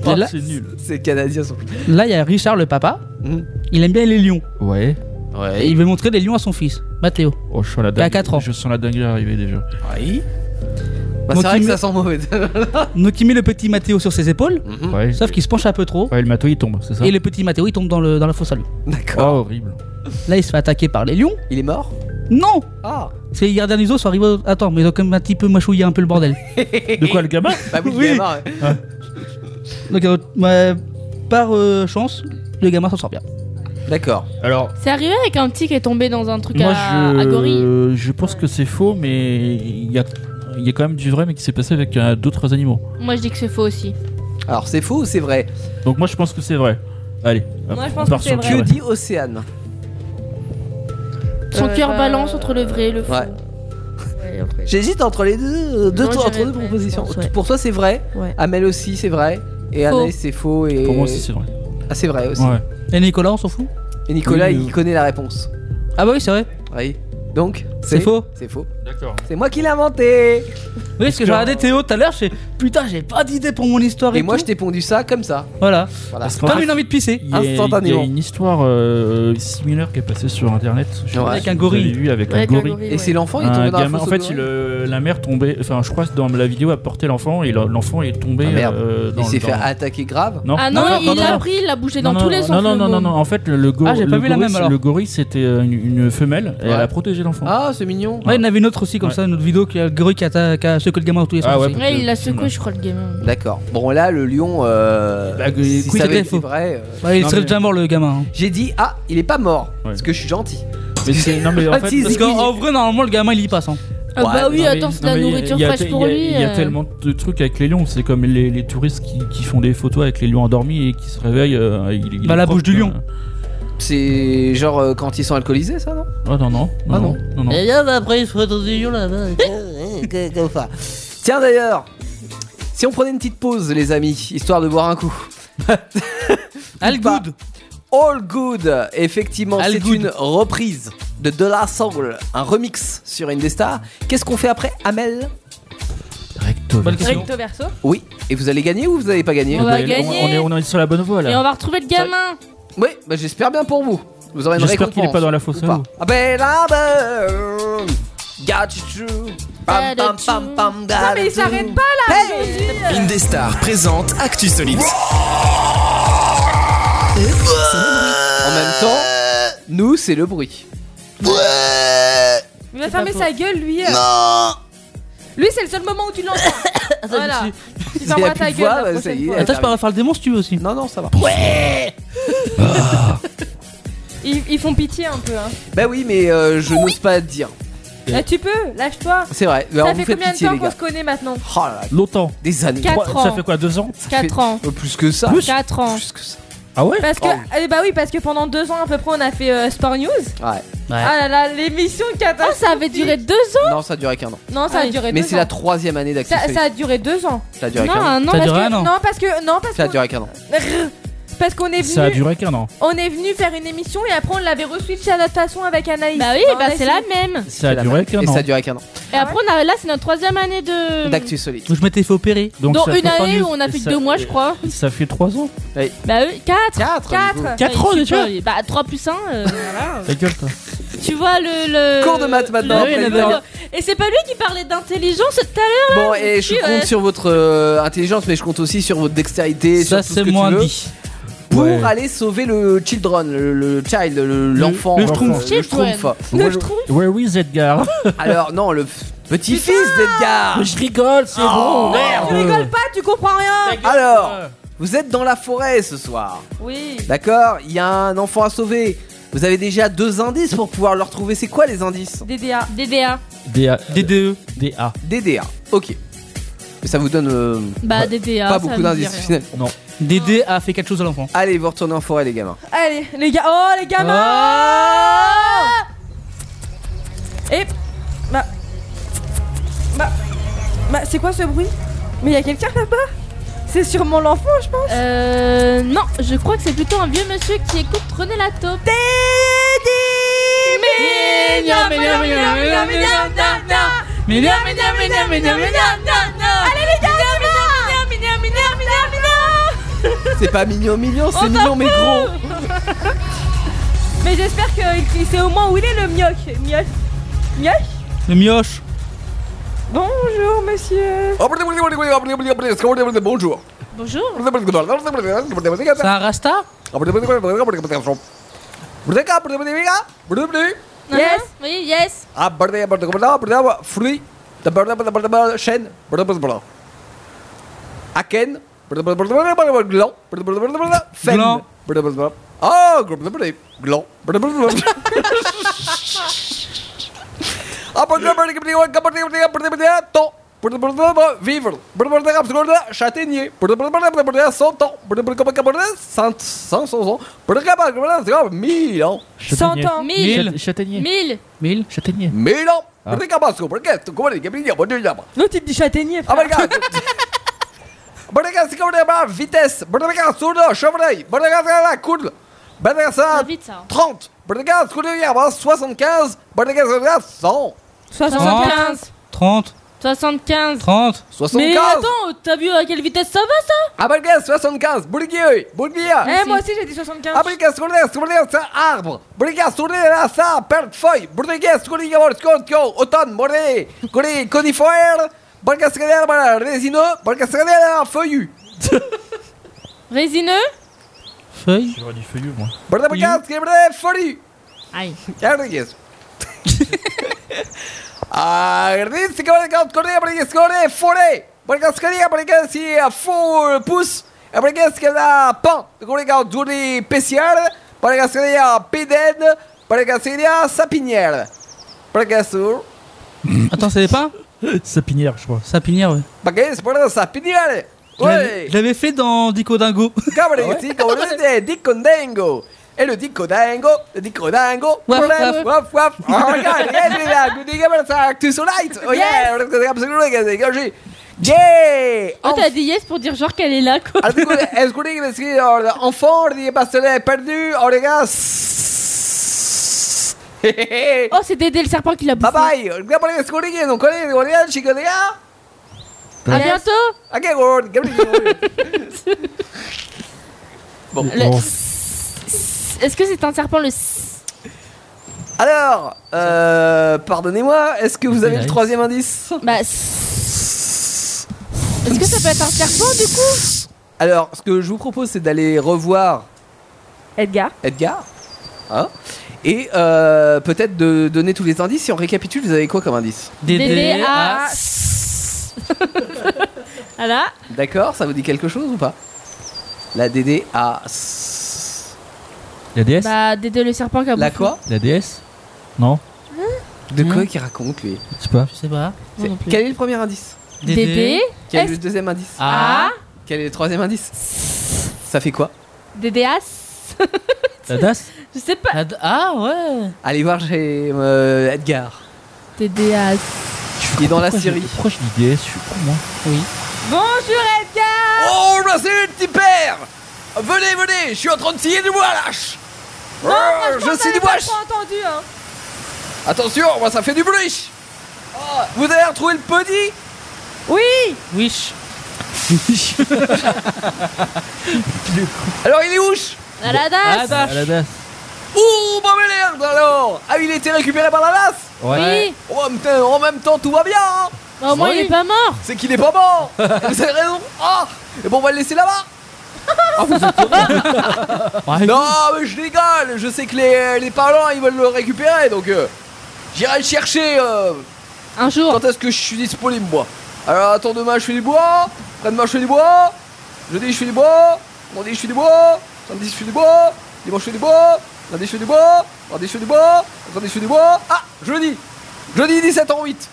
Speaker 3: Et là-
Speaker 6: Ah, c'est nul.
Speaker 4: C'est canadien, son
Speaker 3: Là, il y a Richard le papa. Il aime bien les lions.
Speaker 6: Mhm. Ouais.
Speaker 3: Et il veut montrer les lions à son fils, Mathéo.
Speaker 6: Oh, je sens
Speaker 3: Il y
Speaker 6: la
Speaker 3: a
Speaker 6: dingue.
Speaker 3: quatre ans.
Speaker 6: Je sens la dinguerie arriver déjà.
Speaker 4: Oui. Bah,
Speaker 3: Donc,
Speaker 4: c'est vrai
Speaker 3: il
Speaker 4: que
Speaker 3: met-
Speaker 4: ça sent mauvais.
Speaker 3: Donc il met le petit Mathéo sur ses épaules,
Speaker 4: Mm-hmm.
Speaker 6: Ouais.
Speaker 3: sauf qu'il se penche un peu trop.
Speaker 6: Mhm. Ouais, le matos il tombe, c'est ça
Speaker 3: Et le petit Mathéo il tombe dans, le, dans la fosse à lui.
Speaker 6: Oh, horrible.
Speaker 3: Là il se fait attaquer par les lions.
Speaker 4: Il est mort
Speaker 3: Non
Speaker 4: Ah
Speaker 3: C'est les gardiens du zoo sont arrivés. au- Attends, mais ils ont quand même un petit peu mâchouillé un peu le bordel.
Speaker 6: De quoi le gamin
Speaker 4: Bah oui,
Speaker 3: Oui.
Speaker 4: il est mort. ouais.
Speaker 3: Donc euh, ouais, par euh, chance, le gamin s'en sort bien.
Speaker 4: D'accord.
Speaker 6: Alors,
Speaker 8: C'est arrivé avec un petit qui est tombé dans un truc
Speaker 6: moi
Speaker 8: à... à gorille.
Speaker 6: je... je pense que c'est faux, mais il y a... il y a quand même du vrai, mais qui s'est passé avec euh, d'autres animaux.
Speaker 8: Moi, je dis que c'est faux aussi.
Speaker 4: Alors, c'est faux ou c'est vrai
Speaker 6: Donc moi je pense que c'est vrai. Allez, hop,
Speaker 8: Moi, je
Speaker 6: on
Speaker 8: pense
Speaker 6: part
Speaker 8: que
Speaker 6: sur
Speaker 8: c'est
Speaker 6: le
Speaker 8: vrai.
Speaker 4: Que
Speaker 6: vrai.
Speaker 4: dit Océane
Speaker 8: Son
Speaker 11: Euh,
Speaker 8: cœur
Speaker 11: bah,
Speaker 8: balance entre le vrai et le faux.
Speaker 4: Ouais.
Speaker 11: Ouais, après.
Speaker 4: J'hésite entre les deux, deux
Speaker 11: Non,
Speaker 4: entre
Speaker 11: j'irais
Speaker 4: deux
Speaker 11: vrai,
Speaker 4: propositions.
Speaker 11: je pense, ouais.
Speaker 4: Pour toi, c'est vrai.
Speaker 11: Ouais.
Speaker 4: Amel aussi, c'est vrai. Et
Speaker 8: Faux.
Speaker 4: Anaïs, c'est faux. Et...
Speaker 6: Pour moi aussi c'est vrai.
Speaker 4: Ah, c'est vrai aussi.
Speaker 6: Ouais.
Speaker 3: Et Nicolas, on s'en fout
Speaker 4: Et Nicolas,
Speaker 6: Oui, euh.
Speaker 4: il
Speaker 6: oui.
Speaker 4: connaît la réponse.
Speaker 3: Ah bah oui, c'est vrai.
Speaker 4: Oui. Donc,
Speaker 3: C'est faux.
Speaker 4: C'est faux.
Speaker 6: D'accord.
Speaker 4: C'est moi qui l'ai inventé.
Speaker 3: Oui, parce que j'ai regardé Théo tout à l'heure, je fais putain, j'ai pas d'idée pour mon histoire. Et,
Speaker 4: Et moi,
Speaker 3: tout.
Speaker 4: je t'ai pondu ça comme ça.
Speaker 3: Voilà.
Speaker 4: Voilà.
Speaker 6: Parce qu'en
Speaker 3: Comme
Speaker 6: fait,
Speaker 3: une envie de pisser.
Speaker 6: Il y, a- il y
Speaker 4: Instantanément.
Speaker 6: a une histoire euh, similaire qui est passée sur internet. Je sais
Speaker 4: Ouais.
Speaker 6: pas
Speaker 4: Avec
Speaker 6: si
Speaker 3: un
Speaker 6: vous
Speaker 3: gorille.
Speaker 6: avez vu, avec
Speaker 11: Avec
Speaker 6: un gorille.
Speaker 4: Et c'est l'enfant, il est
Speaker 6: Un
Speaker 4: tombé dans la
Speaker 6: gamin-
Speaker 4: fosse
Speaker 6: en
Speaker 4: au
Speaker 6: fait,
Speaker 4: gorille.
Speaker 6: il, euh, la mère tombait. Enfin, je crois que dans la vidéo, elle portait l'enfant et le- l'enfant est tombé.
Speaker 4: Ah, merde.
Speaker 6: euh, dans
Speaker 4: Il s'est
Speaker 6: le-
Speaker 4: fait
Speaker 6: dans-
Speaker 4: attaquer grave.
Speaker 6: Non.
Speaker 8: Ah non, il
Speaker 6: non,
Speaker 8: l'a
Speaker 6: non.
Speaker 8: pris, il l'a bougé
Speaker 6: Non,
Speaker 8: dans
Speaker 6: non,
Speaker 8: tous les sens.
Speaker 6: Non, non,
Speaker 8: le
Speaker 6: non, non,
Speaker 8: môme.
Speaker 6: non. En fait, le, le go-
Speaker 3: Ah, j'ai
Speaker 6: le
Speaker 3: pas vu la
Speaker 6: gorille,
Speaker 3: même, alors.
Speaker 6: le gorille, c'était euh, une, une femelle et
Speaker 4: Ouais.
Speaker 6: elle a protégé l'enfant.
Speaker 4: Ah, c'est mignon.
Speaker 3: Ouais, il y en avait une autre aussi comme
Speaker 6: Ouais.
Speaker 3: ça, une autre vidéo qui a le gorille qui a, qui a secoué le gamin dans tous les sens.
Speaker 6: Ah ouais,
Speaker 3: aussi.
Speaker 8: Ouais, il l'a
Speaker 6: Ouais.
Speaker 8: secoué, je crois, le gamin.
Speaker 4: D'accord. Bon, là, le lion. Euh...
Speaker 6: Bah,
Speaker 4: si
Speaker 6: écoute,
Speaker 4: ça avait
Speaker 3: c'était
Speaker 4: été
Speaker 3: faux.
Speaker 4: vrai. euh,
Speaker 3: Ouais, il
Speaker 6: Non,
Speaker 3: serait
Speaker 6: mais-
Speaker 3: déjà mort le gamin. hein.
Speaker 4: J'ai dit, ah, il est pas mort.
Speaker 6: Ouais.
Speaker 4: Parce que je suis gentil.
Speaker 6: Mais c'est- non, mais en
Speaker 4: Ah,
Speaker 6: fait,
Speaker 4: si,
Speaker 6: parce
Speaker 3: Parce
Speaker 4: si,
Speaker 3: qu'en
Speaker 4: si.
Speaker 3: en vrai, normalement, le gamin il y passe. hein.
Speaker 8: Ah
Speaker 4: Ouais,
Speaker 8: bah
Speaker 4: mais
Speaker 8: oui,
Speaker 4: non,
Speaker 8: attends,
Speaker 6: mais-
Speaker 8: c'est de
Speaker 6: non,
Speaker 8: la
Speaker 6: mais il y a-
Speaker 8: nourriture
Speaker 6: il y a
Speaker 8: fraîche
Speaker 6: te-
Speaker 8: pour
Speaker 6: il y a-
Speaker 8: lui.
Speaker 6: Il y a
Speaker 8: euh.
Speaker 6: tellement de trucs avec les lions, c'est comme les, les touristes qui, qui font des photos avec les lions endormis et qui se réveillent. euh, il- il
Speaker 3: Bah,
Speaker 6: est
Speaker 3: la
Speaker 6: propre,
Speaker 3: bouche du lion.
Speaker 6: euh.
Speaker 4: C'est genre euh, quand ils sont alcoolisés, ça, non
Speaker 6: Ah non, non.
Speaker 4: Ah, non.
Speaker 6: non. non, non.
Speaker 15: Et là, bah, après, il se fait dans des lions là-bas.
Speaker 3: Eh,
Speaker 4: Comme ça. Tiens, d'ailleurs, si on prenait une petite pause, les amis, histoire de boire un coup.
Speaker 3: All good.
Speaker 4: All Good, effectivement,
Speaker 3: All
Speaker 4: c'est
Speaker 3: Good.
Speaker 4: une reprise de De La Soul, un remix sur Indestar. Qu'est-ce qu'on fait après, Amel
Speaker 6: Recto.
Speaker 3: Bonne question.
Speaker 5: Recto verso.
Speaker 4: Oui, et vous allez gagner ou vous n'allez pas gagner
Speaker 8: On va
Speaker 6: Eh ben, On est-
Speaker 8: gagner.
Speaker 6: On est, on est sur la bonne voie
Speaker 8: Et
Speaker 6: là.
Speaker 8: on va retrouver le gamin.
Speaker 4: Oui, bah, j'espère bien pour vous. Vous aurez une récompense.
Speaker 6: J'espère qu'il est pas dans la fosse
Speaker 4: ou
Speaker 6: à
Speaker 4: pas.
Speaker 6: loups.
Speaker 4: Ah ben là, ben, got you true. Pam, pam, pam, pam,
Speaker 5: Non,
Speaker 4: got
Speaker 5: mais il
Speaker 4: you.
Speaker 5: s'arrête pas là, Josie.
Speaker 10: Indestar présente Actu Solide.
Speaker 4: En même temps, nous, c'est le bruit.
Speaker 5: Il va
Speaker 8: C'est
Speaker 5: fermer
Speaker 8: pas
Speaker 5: sa
Speaker 8: faux.
Speaker 5: gueule, lui. euh.
Speaker 8: Non
Speaker 5: Lui, c'est le seul moment où tu l'entends. voilà. Tu
Speaker 3: Il
Speaker 5: fermeras ta gueule. la prochaine fois.
Speaker 3: Attends, je peux refaire le démon si tu veux aussi.
Speaker 16: Non, non, ça va.
Speaker 3: Ouais
Speaker 5: Ils, ils font pitié un peu. Hein.
Speaker 16: Bah oui, mais euh, je n'ose pas dire.
Speaker 5: Là, tu peux, lâche-toi.
Speaker 4: Bah,
Speaker 16: C'est vrai, alors
Speaker 5: Ça
Speaker 16: vous
Speaker 5: fait
Speaker 16: faites
Speaker 5: combien
Speaker 16: pitié,
Speaker 5: de temps
Speaker 16: les gars.
Speaker 5: qu'on se connaît maintenant
Speaker 16: Oh là là.
Speaker 6: Longtemps.
Speaker 16: Des années.
Speaker 5: Quatre Trois- ça ans. fait
Speaker 6: quoi, deux ans
Speaker 5: 4 ans.
Speaker 16: Euh, Plus que ça.
Speaker 5: 4 ans.
Speaker 6: Ah ouais
Speaker 5: Parce que, eh bah oui, parce que pendant 2 ans à peu près, on a fait euh, Sport News.
Speaker 16: Ouais.
Speaker 5: Ah là là, l'émission catastrophique.
Speaker 8: ça avait duré 2 ans
Speaker 16: Non, ça a duré qu'un an.
Speaker 5: Non,
Speaker 11: Ah
Speaker 5: ça a duré
Speaker 16: Mais
Speaker 5: Bah, deux
Speaker 16: c'est
Speaker 5: ans.
Speaker 16: la troisième année d'accès.
Speaker 5: Ça, ça a duré 2 ans.
Speaker 16: Ça a duré
Speaker 5: non,
Speaker 16: qu'un an.
Speaker 5: non,
Speaker 16: Ça a
Speaker 5: parce
Speaker 16: duré
Speaker 5: que,
Speaker 16: un an.
Speaker 5: Non, parce que. Non, parce
Speaker 16: Ça a
Speaker 5: que.
Speaker 16: duré qu'un an.
Speaker 5: Parce qu'on est venu.
Speaker 6: Ça a duré qu'un an.
Speaker 5: On est venu faire une émission et après on l'avait re-switché à notre façon avec Anaïs.
Speaker 8: Bah oui,
Speaker 5: Enfin, on
Speaker 8: bah
Speaker 5: a
Speaker 8: c'est
Speaker 5: essayé.
Speaker 8: la même.
Speaker 6: Ça a duré qu'un an.
Speaker 16: Et ça a duré qu'un an.
Speaker 8: Et après, on a, là, c'est notre troisième année
Speaker 5: Euh,
Speaker 8: de.
Speaker 16: D'actu solide.
Speaker 3: Je m'étais fait opérer.
Speaker 8: Donc
Speaker 6: ça
Speaker 8: une
Speaker 6: fait pas
Speaker 8: année
Speaker 6: du-
Speaker 8: où on a fait que
Speaker 6: ça-
Speaker 8: deux mois, je crois.
Speaker 6: Ça fait trois ans.
Speaker 8: Bah oui, 4
Speaker 16: 4
Speaker 8: 4
Speaker 6: Quatre ans, déjà
Speaker 8: Bah 3 plus 1, voilà.
Speaker 6: Ta gueule, toi.
Speaker 8: Tu vois le. le
Speaker 16: Cours de maths maintenant,
Speaker 8: le-
Speaker 16: président.
Speaker 8: le- le- Et c'est pas lui qui parlait d'intelligence tout à l'heure là
Speaker 16: Bon, et je
Speaker 8: Oui, ouais.
Speaker 16: compte sur votre euh, intelligence, mais je compte aussi sur votre dextérité. sur tout
Speaker 3: Ça, c'est
Speaker 16: ce que tu
Speaker 3: moins
Speaker 16: veux,
Speaker 3: dit.
Speaker 16: Pour
Speaker 3: Ouais.
Speaker 16: aller sauver le children, le, le child, le- l'enfant.
Speaker 6: Le
Speaker 16: l'enfant,
Speaker 6: schtroumpf.
Speaker 16: Le schtroumpf.
Speaker 6: Where- Where is Edgar
Speaker 16: Alors, non, le f- petit-fils d'Edgar.
Speaker 6: Mais je rigole, c'est bon, Euh, merde.
Speaker 5: Tu rigoles pas, tu comprends rien.
Speaker 16: Alors, vous êtes dans la forêt ce soir.
Speaker 5: Oui.
Speaker 16: D'accord Il y a un enfant à sauver. Vous avez déjà deux indices pour pouvoir le retrouver. C'est quoi les indices
Speaker 5: DDA.
Speaker 8: DDA.
Speaker 6: DA.
Speaker 3: DDE.
Speaker 6: DA.
Speaker 16: DDA. Ok. Mais ça vous donne. euh,
Speaker 8: Bah DDA.
Speaker 16: pas
Speaker 8: ça
Speaker 16: beaucoup
Speaker 8: me dit
Speaker 16: d'indices
Speaker 8: rien.
Speaker 16: finalement.
Speaker 6: Non.
Speaker 3: Dédé E a fait quelque chose à l'enfant.
Speaker 16: Allez, vous retournez en forêt, les gamins.
Speaker 5: Allez, les gars. Oh, les gamins
Speaker 6: Ah.
Speaker 5: Et. Bah. Bah. Bah, c'est quoi ce bruit Mais y a quelqu'un là-bas C'est sûrement l'enfant, je pense.
Speaker 8: Euh. Non, je crois que c'est plutôt un vieux monsieur qui écoute René Lato.
Speaker 5: Mignon, mignon, mignon, mignon, mignon, nan, nan. Mignon, mignon, mignon, mignon, mignon, nan, nan. Allez, les gars, on y va.
Speaker 16: C'est pas mignon, mignon,
Speaker 5: On
Speaker 8: Oh,
Speaker 16: c'est mignon,
Speaker 5: s'en
Speaker 16: mais gros.
Speaker 5: fout. Mais j'espère qu'il sait au moins où il est le mioche. Mioche Mioche
Speaker 3: Le mioche.
Speaker 5: Bonjour monsieur.
Speaker 4: Bonjour.
Speaker 8: Bonjour.
Speaker 4: C'est
Speaker 3: un rasta
Speaker 8: Yes Oui, yes
Speaker 4: Ah, Fruit. Chêne. Aken. Gland. Fen. Oh, gland. Ah, Vivre. Châtaignier. 100 ans. 500 ans. 1000 ans.
Speaker 5: 100 ans.
Speaker 6: Mille. Châtaignier.
Speaker 8: 1000
Speaker 6: 1000 Châtaignier.
Speaker 4: 1000 ans.
Speaker 6: Ah.
Speaker 5: L'autre il te dit châtaignier. frère.
Speaker 4: Vitesse. Chevreuil. Coudre.
Speaker 8: vite, ça.
Speaker 4: 30. 75. 100.
Speaker 8: 75
Speaker 3: 30.
Speaker 8: 75
Speaker 3: 30.
Speaker 8: Mais attends, t'as vu à quelle vitesse ça va ça
Speaker 4: Abalgas 75, Bourguier, Bourguier.
Speaker 5: Eh, moi aussi j'ai dit
Speaker 16: Ah,
Speaker 5: 75.
Speaker 4: Abalgas Cournet, Cournet, ça arbre. Bourguier, Cournet, là, ça perd feuille. Bourguier, Cournet, Scorpio, automne, moré, Cournet, conifère. Bourguier, Cournet, voilà, résineux. Bourguier, Cournet, feuillu.
Speaker 8: Résineux
Speaker 3: Feuille.
Speaker 6: J'aurais dit feuillu, moi.
Speaker 4: Bourguier, Cournet, feuillu.
Speaker 8: Aïe.
Speaker 4: Abalgas. Ardis, Cournet, Cournet, Bourguier, Cournet, forêt. Bourguier, Cournet, Bourguier, si à fond pousse. Bourguier, Cournet, pan. Cournet, Cournet, spécial. Bourguier, Cournet, pédène. Bourguier, Cournet, sapinière. Bourguier, Cournet,
Speaker 3: Attends, ça n'est pas
Speaker 6: Sapinière, je crois.
Speaker 3: Sapinière, ouais.
Speaker 4: Baguette, voilà, ça pignale.
Speaker 3: Je l'avais-
Speaker 4: Ouais.
Speaker 3: Je l'avais fait dans Dico Dingo.
Speaker 4: Cabre, si, comme on dit, dicondengo. Et le dicondengo, le dicondengo.
Speaker 3: Waf,
Speaker 4: Waf,
Speaker 3: waf.
Speaker 4: waf, waf. Oh my god, yes, yes, yes, good day, cabre, ça, actu solite. Oh yeah, absolument, yes, yes, yes. Yeah!
Speaker 8: Oh, t'as dit yes pour dire genre qu'elle est là quoi.
Speaker 4: Alors, du coup, Est-ce qu'on dit parce que euh, enfant, on dit parce qu'elle est perdue, oh les gars.
Speaker 8: Oh, c'est Dédé le serpent qui l'a
Speaker 4: bouffé. Ah. Bye bye. Regarde ce qu'on dit, on connaît, on regarde, chico, Ah, les gars.
Speaker 8: À bientôt
Speaker 4: Ok, on regarde. Bon.
Speaker 8: Le- Est-ce que c'est un serpent le.
Speaker 4: Alors, euh, pardonnez-moi, est-ce que vous avez le troisième indice
Speaker 8: Bah. Est-ce que ça peut être un serpent du coup
Speaker 4: Alors, ce que je vous propose, c'est d'aller revoir
Speaker 5: Edgar.
Speaker 4: Edgar. hein,
Speaker 17: Et euh, peut-être de donner tous les indices. Si on récapitule, vous avez quoi comme indice
Speaker 8: Dédé à. Voilà.
Speaker 17: D'accord, ça vous dit quelque chose ou pas La DD a.
Speaker 6: La déesse
Speaker 8: Bah, Dédé le serpent qui a
Speaker 17: La
Speaker 8: bouffé.
Speaker 17: quoi
Speaker 6: La déesse Non
Speaker 17: De quoi qu'il raconte lui
Speaker 6: Je sais pas.
Speaker 3: Je sais pas.
Speaker 17: C'est- Quel est le premier indice
Speaker 8: Dédé. Dédé.
Speaker 17: Quel est
Speaker 8: Est-ce-
Speaker 17: le deuxième indice
Speaker 8: Ah.
Speaker 17: Quel est le troisième indice Ça fait quoi
Speaker 8: Dédé as.
Speaker 17: La DAS
Speaker 8: Je sais pas.
Speaker 3: Ah ouais
Speaker 17: Allez voir chez euh, Edgar.
Speaker 8: Dédé as.
Speaker 17: Il est dans la
Speaker 6: Pourquoi
Speaker 17: série.
Speaker 6: j'ai- Pourquoi je dis déesse Je suis con, moi.
Speaker 3: Oui.
Speaker 8: Bonjour Edgar
Speaker 4: Oh là c'est le petit père Venez, venez, je suis en train de scier du bois lâche
Speaker 5: Non,
Speaker 4: Oh,
Speaker 8: Ah,
Speaker 5: franchement,
Speaker 4: Je scie du
Speaker 5: t'avais
Speaker 4: bois
Speaker 5: pas trop entendu, hein.
Speaker 4: Attention, moi ça fait du bruit Oh, Vous avez retrouvé le petit
Speaker 5: Oui
Speaker 3: Wish
Speaker 4: Alors il est ouche
Speaker 8: À la DAS.
Speaker 4: À la DAS Ouh, bah merde alors Ah, il a été récupéré par la DAS
Speaker 8: Ouais. Oui.
Speaker 4: Oh, en même temps- en même temps, tout va bien hein.
Speaker 8: Bah, au moins, il est pas mort
Speaker 4: C'est qu'il est pas mort Vous avez raison Ah Et bon, on va le laisser là-bas Ah, Non, mais je rigole Je sais que les, les parents, ils veulent le récupérer, donc... euh, J'irai le chercher... euh,
Speaker 8: Un jour
Speaker 4: Quand est-ce que je suis disponible, moi Alors, attends, demain, je fais du bois Après-demain, je fais du bois Jeudi, je fais du bois Mardi, je fais du bois Samedi, je fais du bois Dimanche, je fais du bois Lundi, je fais du bois Mardi, je fais du bois Vendredi, je fais du bois Ah Jeudi Jeudi, 17 en 8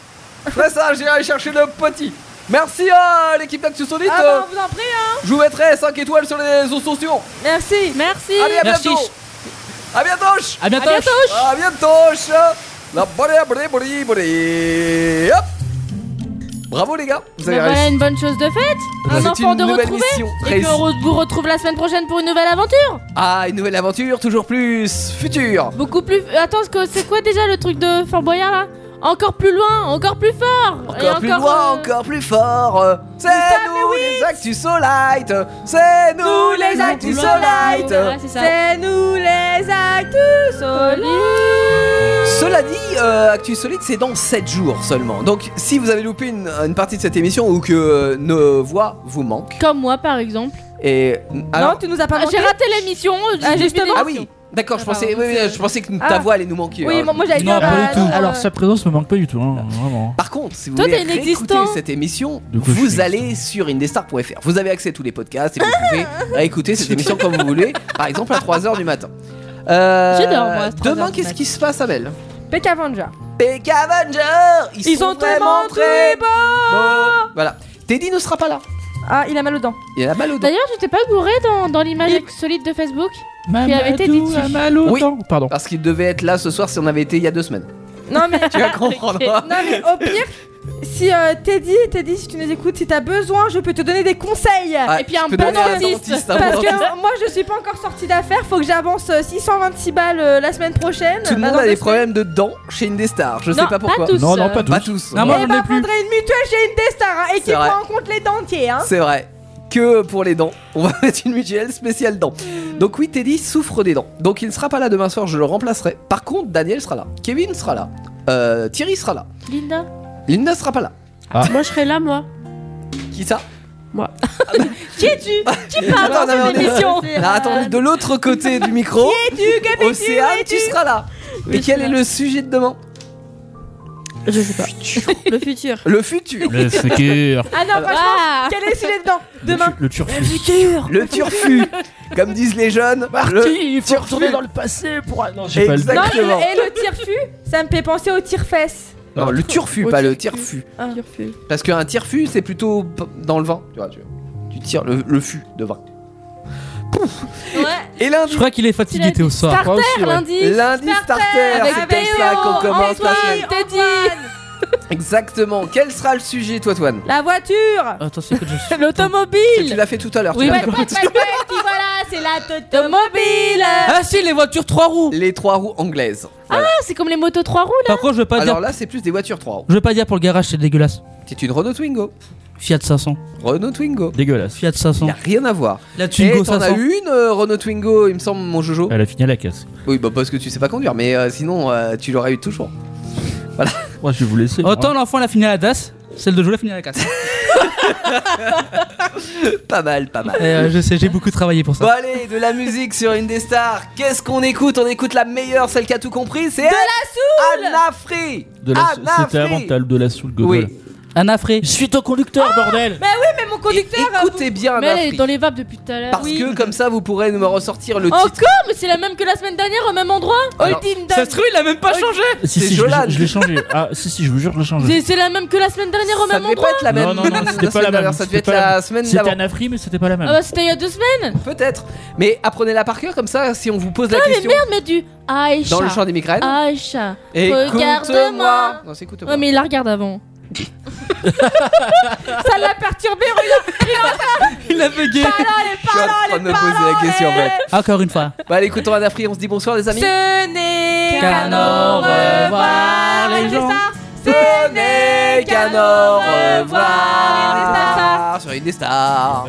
Speaker 4: Je fais ça, j'irai chercher le petit Merci à l'équipe d'Actu Solide
Speaker 5: Ah
Speaker 4: euh,
Speaker 5: bah, on vous en prie, hein
Speaker 4: je vous mettrai 5 étoiles sur les réseaux sociaux.
Speaker 5: Merci
Speaker 8: Merci
Speaker 4: Allez, à
Speaker 5: Merci.
Speaker 4: bientôt. À bientôt.
Speaker 5: À bientôt. À bientôt.
Speaker 4: À bientôt. La bonne, bonne, bonne, bonne. Hop. Bravo les gars, vous
Speaker 8: Bah,
Speaker 4: avez
Speaker 8: voilà
Speaker 4: réussi.
Speaker 8: une bonne chose de faite Un
Speaker 4: Bah, C'est
Speaker 8: enfant
Speaker 4: une
Speaker 8: de
Speaker 4: nouvelle
Speaker 8: retrouver
Speaker 4: mission
Speaker 8: Et
Speaker 4: réussie.
Speaker 8: qu'on re- vous retrouve la semaine prochaine pour une nouvelle aventure
Speaker 4: Ah, une nouvelle aventure, toujours plus future.
Speaker 8: Beaucoup plus... Attends, ce que- c'est quoi déjà le truc de Fort Boyard là Encore plus loin, encore plus fort Et Ah,
Speaker 4: Encore plus loin,
Speaker 8: euh,
Speaker 4: encore plus fort. euh, C'est nous, les Actus Solite. C'est nous les Actus Solite.
Speaker 5: C'est nous les actus solides
Speaker 4: Cela dit, euh, Actu Solide, c'est dans 7 jours seulement. Donc, si vous avez loupé une, une partie de cette émission ou que euh, nos voix vous manquent,
Speaker 8: Comme moi par exemple
Speaker 4: et. alors-
Speaker 5: tu nous as pas
Speaker 8: Ah, J'ai
Speaker 5: manqué.
Speaker 8: raté l'émission
Speaker 5: Ah,
Speaker 8: j'ai
Speaker 5: justement.
Speaker 8: loupé
Speaker 4: Ah oui, d'accord, je, pensais, oui, oui, je pensais que ta
Speaker 5: Ah.
Speaker 4: voix allait nous manquer.
Speaker 5: Oui,
Speaker 4: hein.
Speaker 5: moi- moi, j'allais
Speaker 6: Non,
Speaker 5: dire,
Speaker 6: pas
Speaker 5: bah,
Speaker 6: du tout.
Speaker 5: non,
Speaker 6: Alors,
Speaker 5: euh,
Speaker 6: sa présence me manque pas du tout, hein, vraiment.
Speaker 4: Par contre, si vous
Speaker 5: Toi,
Speaker 4: voulez
Speaker 5: t'es
Speaker 4: réécouter
Speaker 5: inexistant.
Speaker 4: cette émission,
Speaker 6: De quoi je
Speaker 4: vous
Speaker 6: suis
Speaker 4: allez sur indestar.fr. Vous avez accès à tous les podcasts et vous
Speaker 5: Ah
Speaker 4: pouvez réécouter cette émission comme vous voulez, par exemple à 3h du matin. Euh,
Speaker 5: J'adore, moi, à 3 heures
Speaker 4: Demain,
Speaker 5: du
Speaker 4: qu'est-ce
Speaker 5: matin.
Speaker 4: qui se passe, Abel
Speaker 5: Peck Avenger.
Speaker 4: Peck Avenger Ils,
Speaker 5: sont, tellement très beaux
Speaker 4: Voilà. Teddy ne sera pas là.
Speaker 5: Ah, il a mal aux dents.
Speaker 4: Il a mal au dos.
Speaker 8: D'ailleurs, j'étais pas gouré dans, dans l'image solide de Facebook qui avait été dit
Speaker 6: Mamadou
Speaker 8: dessus.
Speaker 6: a mal au temps. Pardon.
Speaker 4: Parce qu'il devait être là ce soir si on avait été il y a deux semaines.
Speaker 5: Non mais
Speaker 4: Tu vas comprendre. hein.
Speaker 5: Non mais au pire, si euh, Teddy, Teddy, si tu nous écoutes, si t'as besoin, je peux te donner des conseils.
Speaker 4: Ah, Et puis je un peux bon donner à un dentiste. dentiste, un bon
Speaker 5: Parce
Speaker 4: dentiste.
Speaker 5: que moi, je suis pas encore sortie d'affaires. Faut que j'avance euh, 626 balles euh, la semaine prochaine.
Speaker 4: Tout le
Speaker 5: Bah,
Speaker 4: monde
Speaker 5: dans
Speaker 4: a
Speaker 5: deux
Speaker 4: des
Speaker 5: semaines.
Speaker 4: problèmes de dents chez Indestar. Je
Speaker 5: Non,
Speaker 4: sais pas
Speaker 5: pas
Speaker 4: pourquoi.
Speaker 5: tous, Non, non, pas euh. tous.
Speaker 4: Pas tous.
Speaker 6: hein.
Speaker 5: Eh ben, faudrait une mutuelle chez une Destar hein, et qui
Speaker 4: C'est vrai.
Speaker 5: prend en compte les dentiers. Hein.
Speaker 4: C'est vrai. Que pour les dents. On va mettre une mutuelle spéciale dents. Donc oui, Teddy souffre des dents. Donc il ne sera pas là demain soir, je le remplacerai. Par contre, Daniel sera là. Kevin sera là. Euh, Thierry sera là.
Speaker 8: Linda
Speaker 4: Linda sera pas là.
Speaker 5: Ah.
Speaker 18: Moi, je serai là, moi.
Speaker 4: Qui ça
Speaker 18: Moi.
Speaker 5: Qui es-tu
Speaker 18: Qui parle
Speaker 4: Attends,
Speaker 18: dans
Speaker 4: non,
Speaker 18: une
Speaker 4: non,
Speaker 18: émission
Speaker 4: non, non, attendez, de l'autre côté du micro.
Speaker 5: Qui es-tu Que fais-tu
Speaker 4: Océane, tu
Speaker 5: Es-tu
Speaker 4: seras là. Et quel est le sujet de demain
Speaker 18: Je sais pas. Le futur.
Speaker 4: Le futur.
Speaker 6: Le futur.
Speaker 5: Ah non, franchement, quel est le sujet dedans Demain.
Speaker 6: Le turfu.
Speaker 5: futur.
Speaker 4: Le turfu. Comme disent les jeunes.
Speaker 6: Marty, il faut
Speaker 4: turfu.
Speaker 6: retourner dans le passé pour. Non, j'ai pas le
Speaker 5: Non, et
Speaker 4: Exactement.
Speaker 5: le, et le tire-fu, ça me fait penser au tire-fesse.
Speaker 4: Non, le turfu, pas le tirfu.
Speaker 5: Ah.
Speaker 4: Parce qu'un tirfu, c'est plutôt p- dans le vin. Tu vois, tu, tu tires le, le fût de vin. Pouf. Et lundi.
Speaker 3: Je crois qu'il est fatigué Théo ce soir.
Speaker 8: Starter, lundi.
Speaker 4: Lundi starter,
Speaker 8: Avec
Speaker 4: c'est comme
Speaker 8: Théo,
Speaker 4: ça qu'on commence la
Speaker 8: Antoine,
Speaker 4: semaine.
Speaker 8: Teddy,
Speaker 4: Exactement. Quel sera le sujet, toi, Toine
Speaker 5: La voiture
Speaker 3: Attention que je suis.
Speaker 8: L'automobile
Speaker 4: Tu l'as fait tout à l'heure.
Speaker 8: Oui,
Speaker 4: tu l'as
Speaker 8: bah,
Speaker 4: fait.
Speaker 8: pas de
Speaker 5: Qui voilà, c'est la automobile
Speaker 3: Ah si, les voitures 3 roues
Speaker 4: Les trois roues anglaises.
Speaker 8: Ah, c'est comme les motos 3 roues là
Speaker 3: Par contre, je veux pas
Speaker 4: Alors
Speaker 3: dire.
Speaker 4: là, c'est plus des voitures trois roues.
Speaker 3: Je veux pas dire pour le garage, c'est dégueulasse.
Speaker 4: C'est une Renault Twingo.
Speaker 3: Fiat 500.
Speaker 4: Renault Twingo.
Speaker 6: Dégueulasse.
Speaker 3: Fiat 500.
Speaker 4: Y a rien à voir.
Speaker 3: La
Speaker 4: Et
Speaker 3: Twingo
Speaker 4: t'en as
Speaker 3: 500.
Speaker 4: une euh, Renault Twingo, il me semble, mon Jojo.
Speaker 6: Elle a fini à la casse.
Speaker 4: Oui, bah parce que tu sais pas conduire, mais euh, sinon euh, tu l'aurais eu toujours. Voilà.
Speaker 6: Moi, je vais vous laisser.
Speaker 3: Autant l'enfant l'a fini à la DAS, celle de Joe l'a fini à la casse.
Speaker 4: pas mal, pas mal.
Speaker 3: Euh, je sais, j'ai beaucoup travaillé pour ça.
Speaker 4: Bon allez, de la musique sur une des stars. Qu'est-ce qu'on écoute On écoute la meilleure, celle qui a tout compris, c'est de
Speaker 5: Ah,
Speaker 4: la soul. Anna Free.
Speaker 6: De la-
Speaker 4: Anna
Speaker 6: C'était avant
Speaker 4: Free.
Speaker 6: t'as le de la soul Godol.
Speaker 4: Ah, bah, Oui.
Speaker 3: Anna Frey. Je
Speaker 6: suis ton conducteur, bordel.
Speaker 5: Mais oui, mais mon conducteur. euh,
Speaker 4: Écoutez bien,
Speaker 8: hein, Mais
Speaker 4: Anna
Speaker 8: elle est
Speaker 4: Free.
Speaker 8: dans les vapes depuis tout à l'heure.
Speaker 4: Parce que comme ça, vous pourrez me ressortir le
Speaker 8: Encore
Speaker 4: titre.
Speaker 8: Mais c'est la même que la semaine dernière au même endroit
Speaker 4: Alors,
Speaker 8: Holding
Speaker 4: ça
Speaker 8: down.
Speaker 4: se trouve, il a même pas changé.
Speaker 6: Si,
Speaker 4: C'est
Speaker 6: si, je,
Speaker 4: Jolan.
Speaker 6: je l'ai changé. Ah, si, si, je vous jure, je l'ai changé.
Speaker 8: C'est c'est la même que la semaine dernière au
Speaker 4: Ça
Speaker 8: même
Speaker 4: devait
Speaker 8: endroit
Speaker 4: pas être la même.
Speaker 6: Non, non, non, c'était
Speaker 4: la semaine
Speaker 6: pas la
Speaker 4: dernière,
Speaker 6: même.
Speaker 4: Ça devait
Speaker 6: c'était
Speaker 4: être
Speaker 6: pas
Speaker 4: la
Speaker 6: même.
Speaker 4: semaine
Speaker 6: C'était
Speaker 4: d'avant.
Speaker 6: un Afri, mais c'était pas la même.
Speaker 8: Ah bah c'était il y a deux semaines
Speaker 4: Peut-être. Mais apprenez-la par cœur, comme ça, si on vous pose la
Speaker 8: Ah mais
Speaker 4: question.
Speaker 8: merde mais du Aïcha
Speaker 4: Dans le champ des migraines.
Speaker 5: Ah
Speaker 8: Aïcha
Speaker 4: Écoute-moi.
Speaker 8: Regarde-moi
Speaker 4: Non, c'est écoute-moi.
Speaker 8: Ouais mais il la regarde avant Ça l'a perturbé
Speaker 3: Il a bugué.
Speaker 5: elle est pas là,
Speaker 4: On va me poser la question, en fait.
Speaker 3: Encore une fois.
Speaker 4: Bah, allez, écoutons Anna Free, on se dit bonsoir, les amis.
Speaker 5: Ce n'est
Speaker 4: Qu'à
Speaker 5: qu'un au revoir, les gens.
Speaker 4: Ce n'est qu'un au revoir sur une des stars.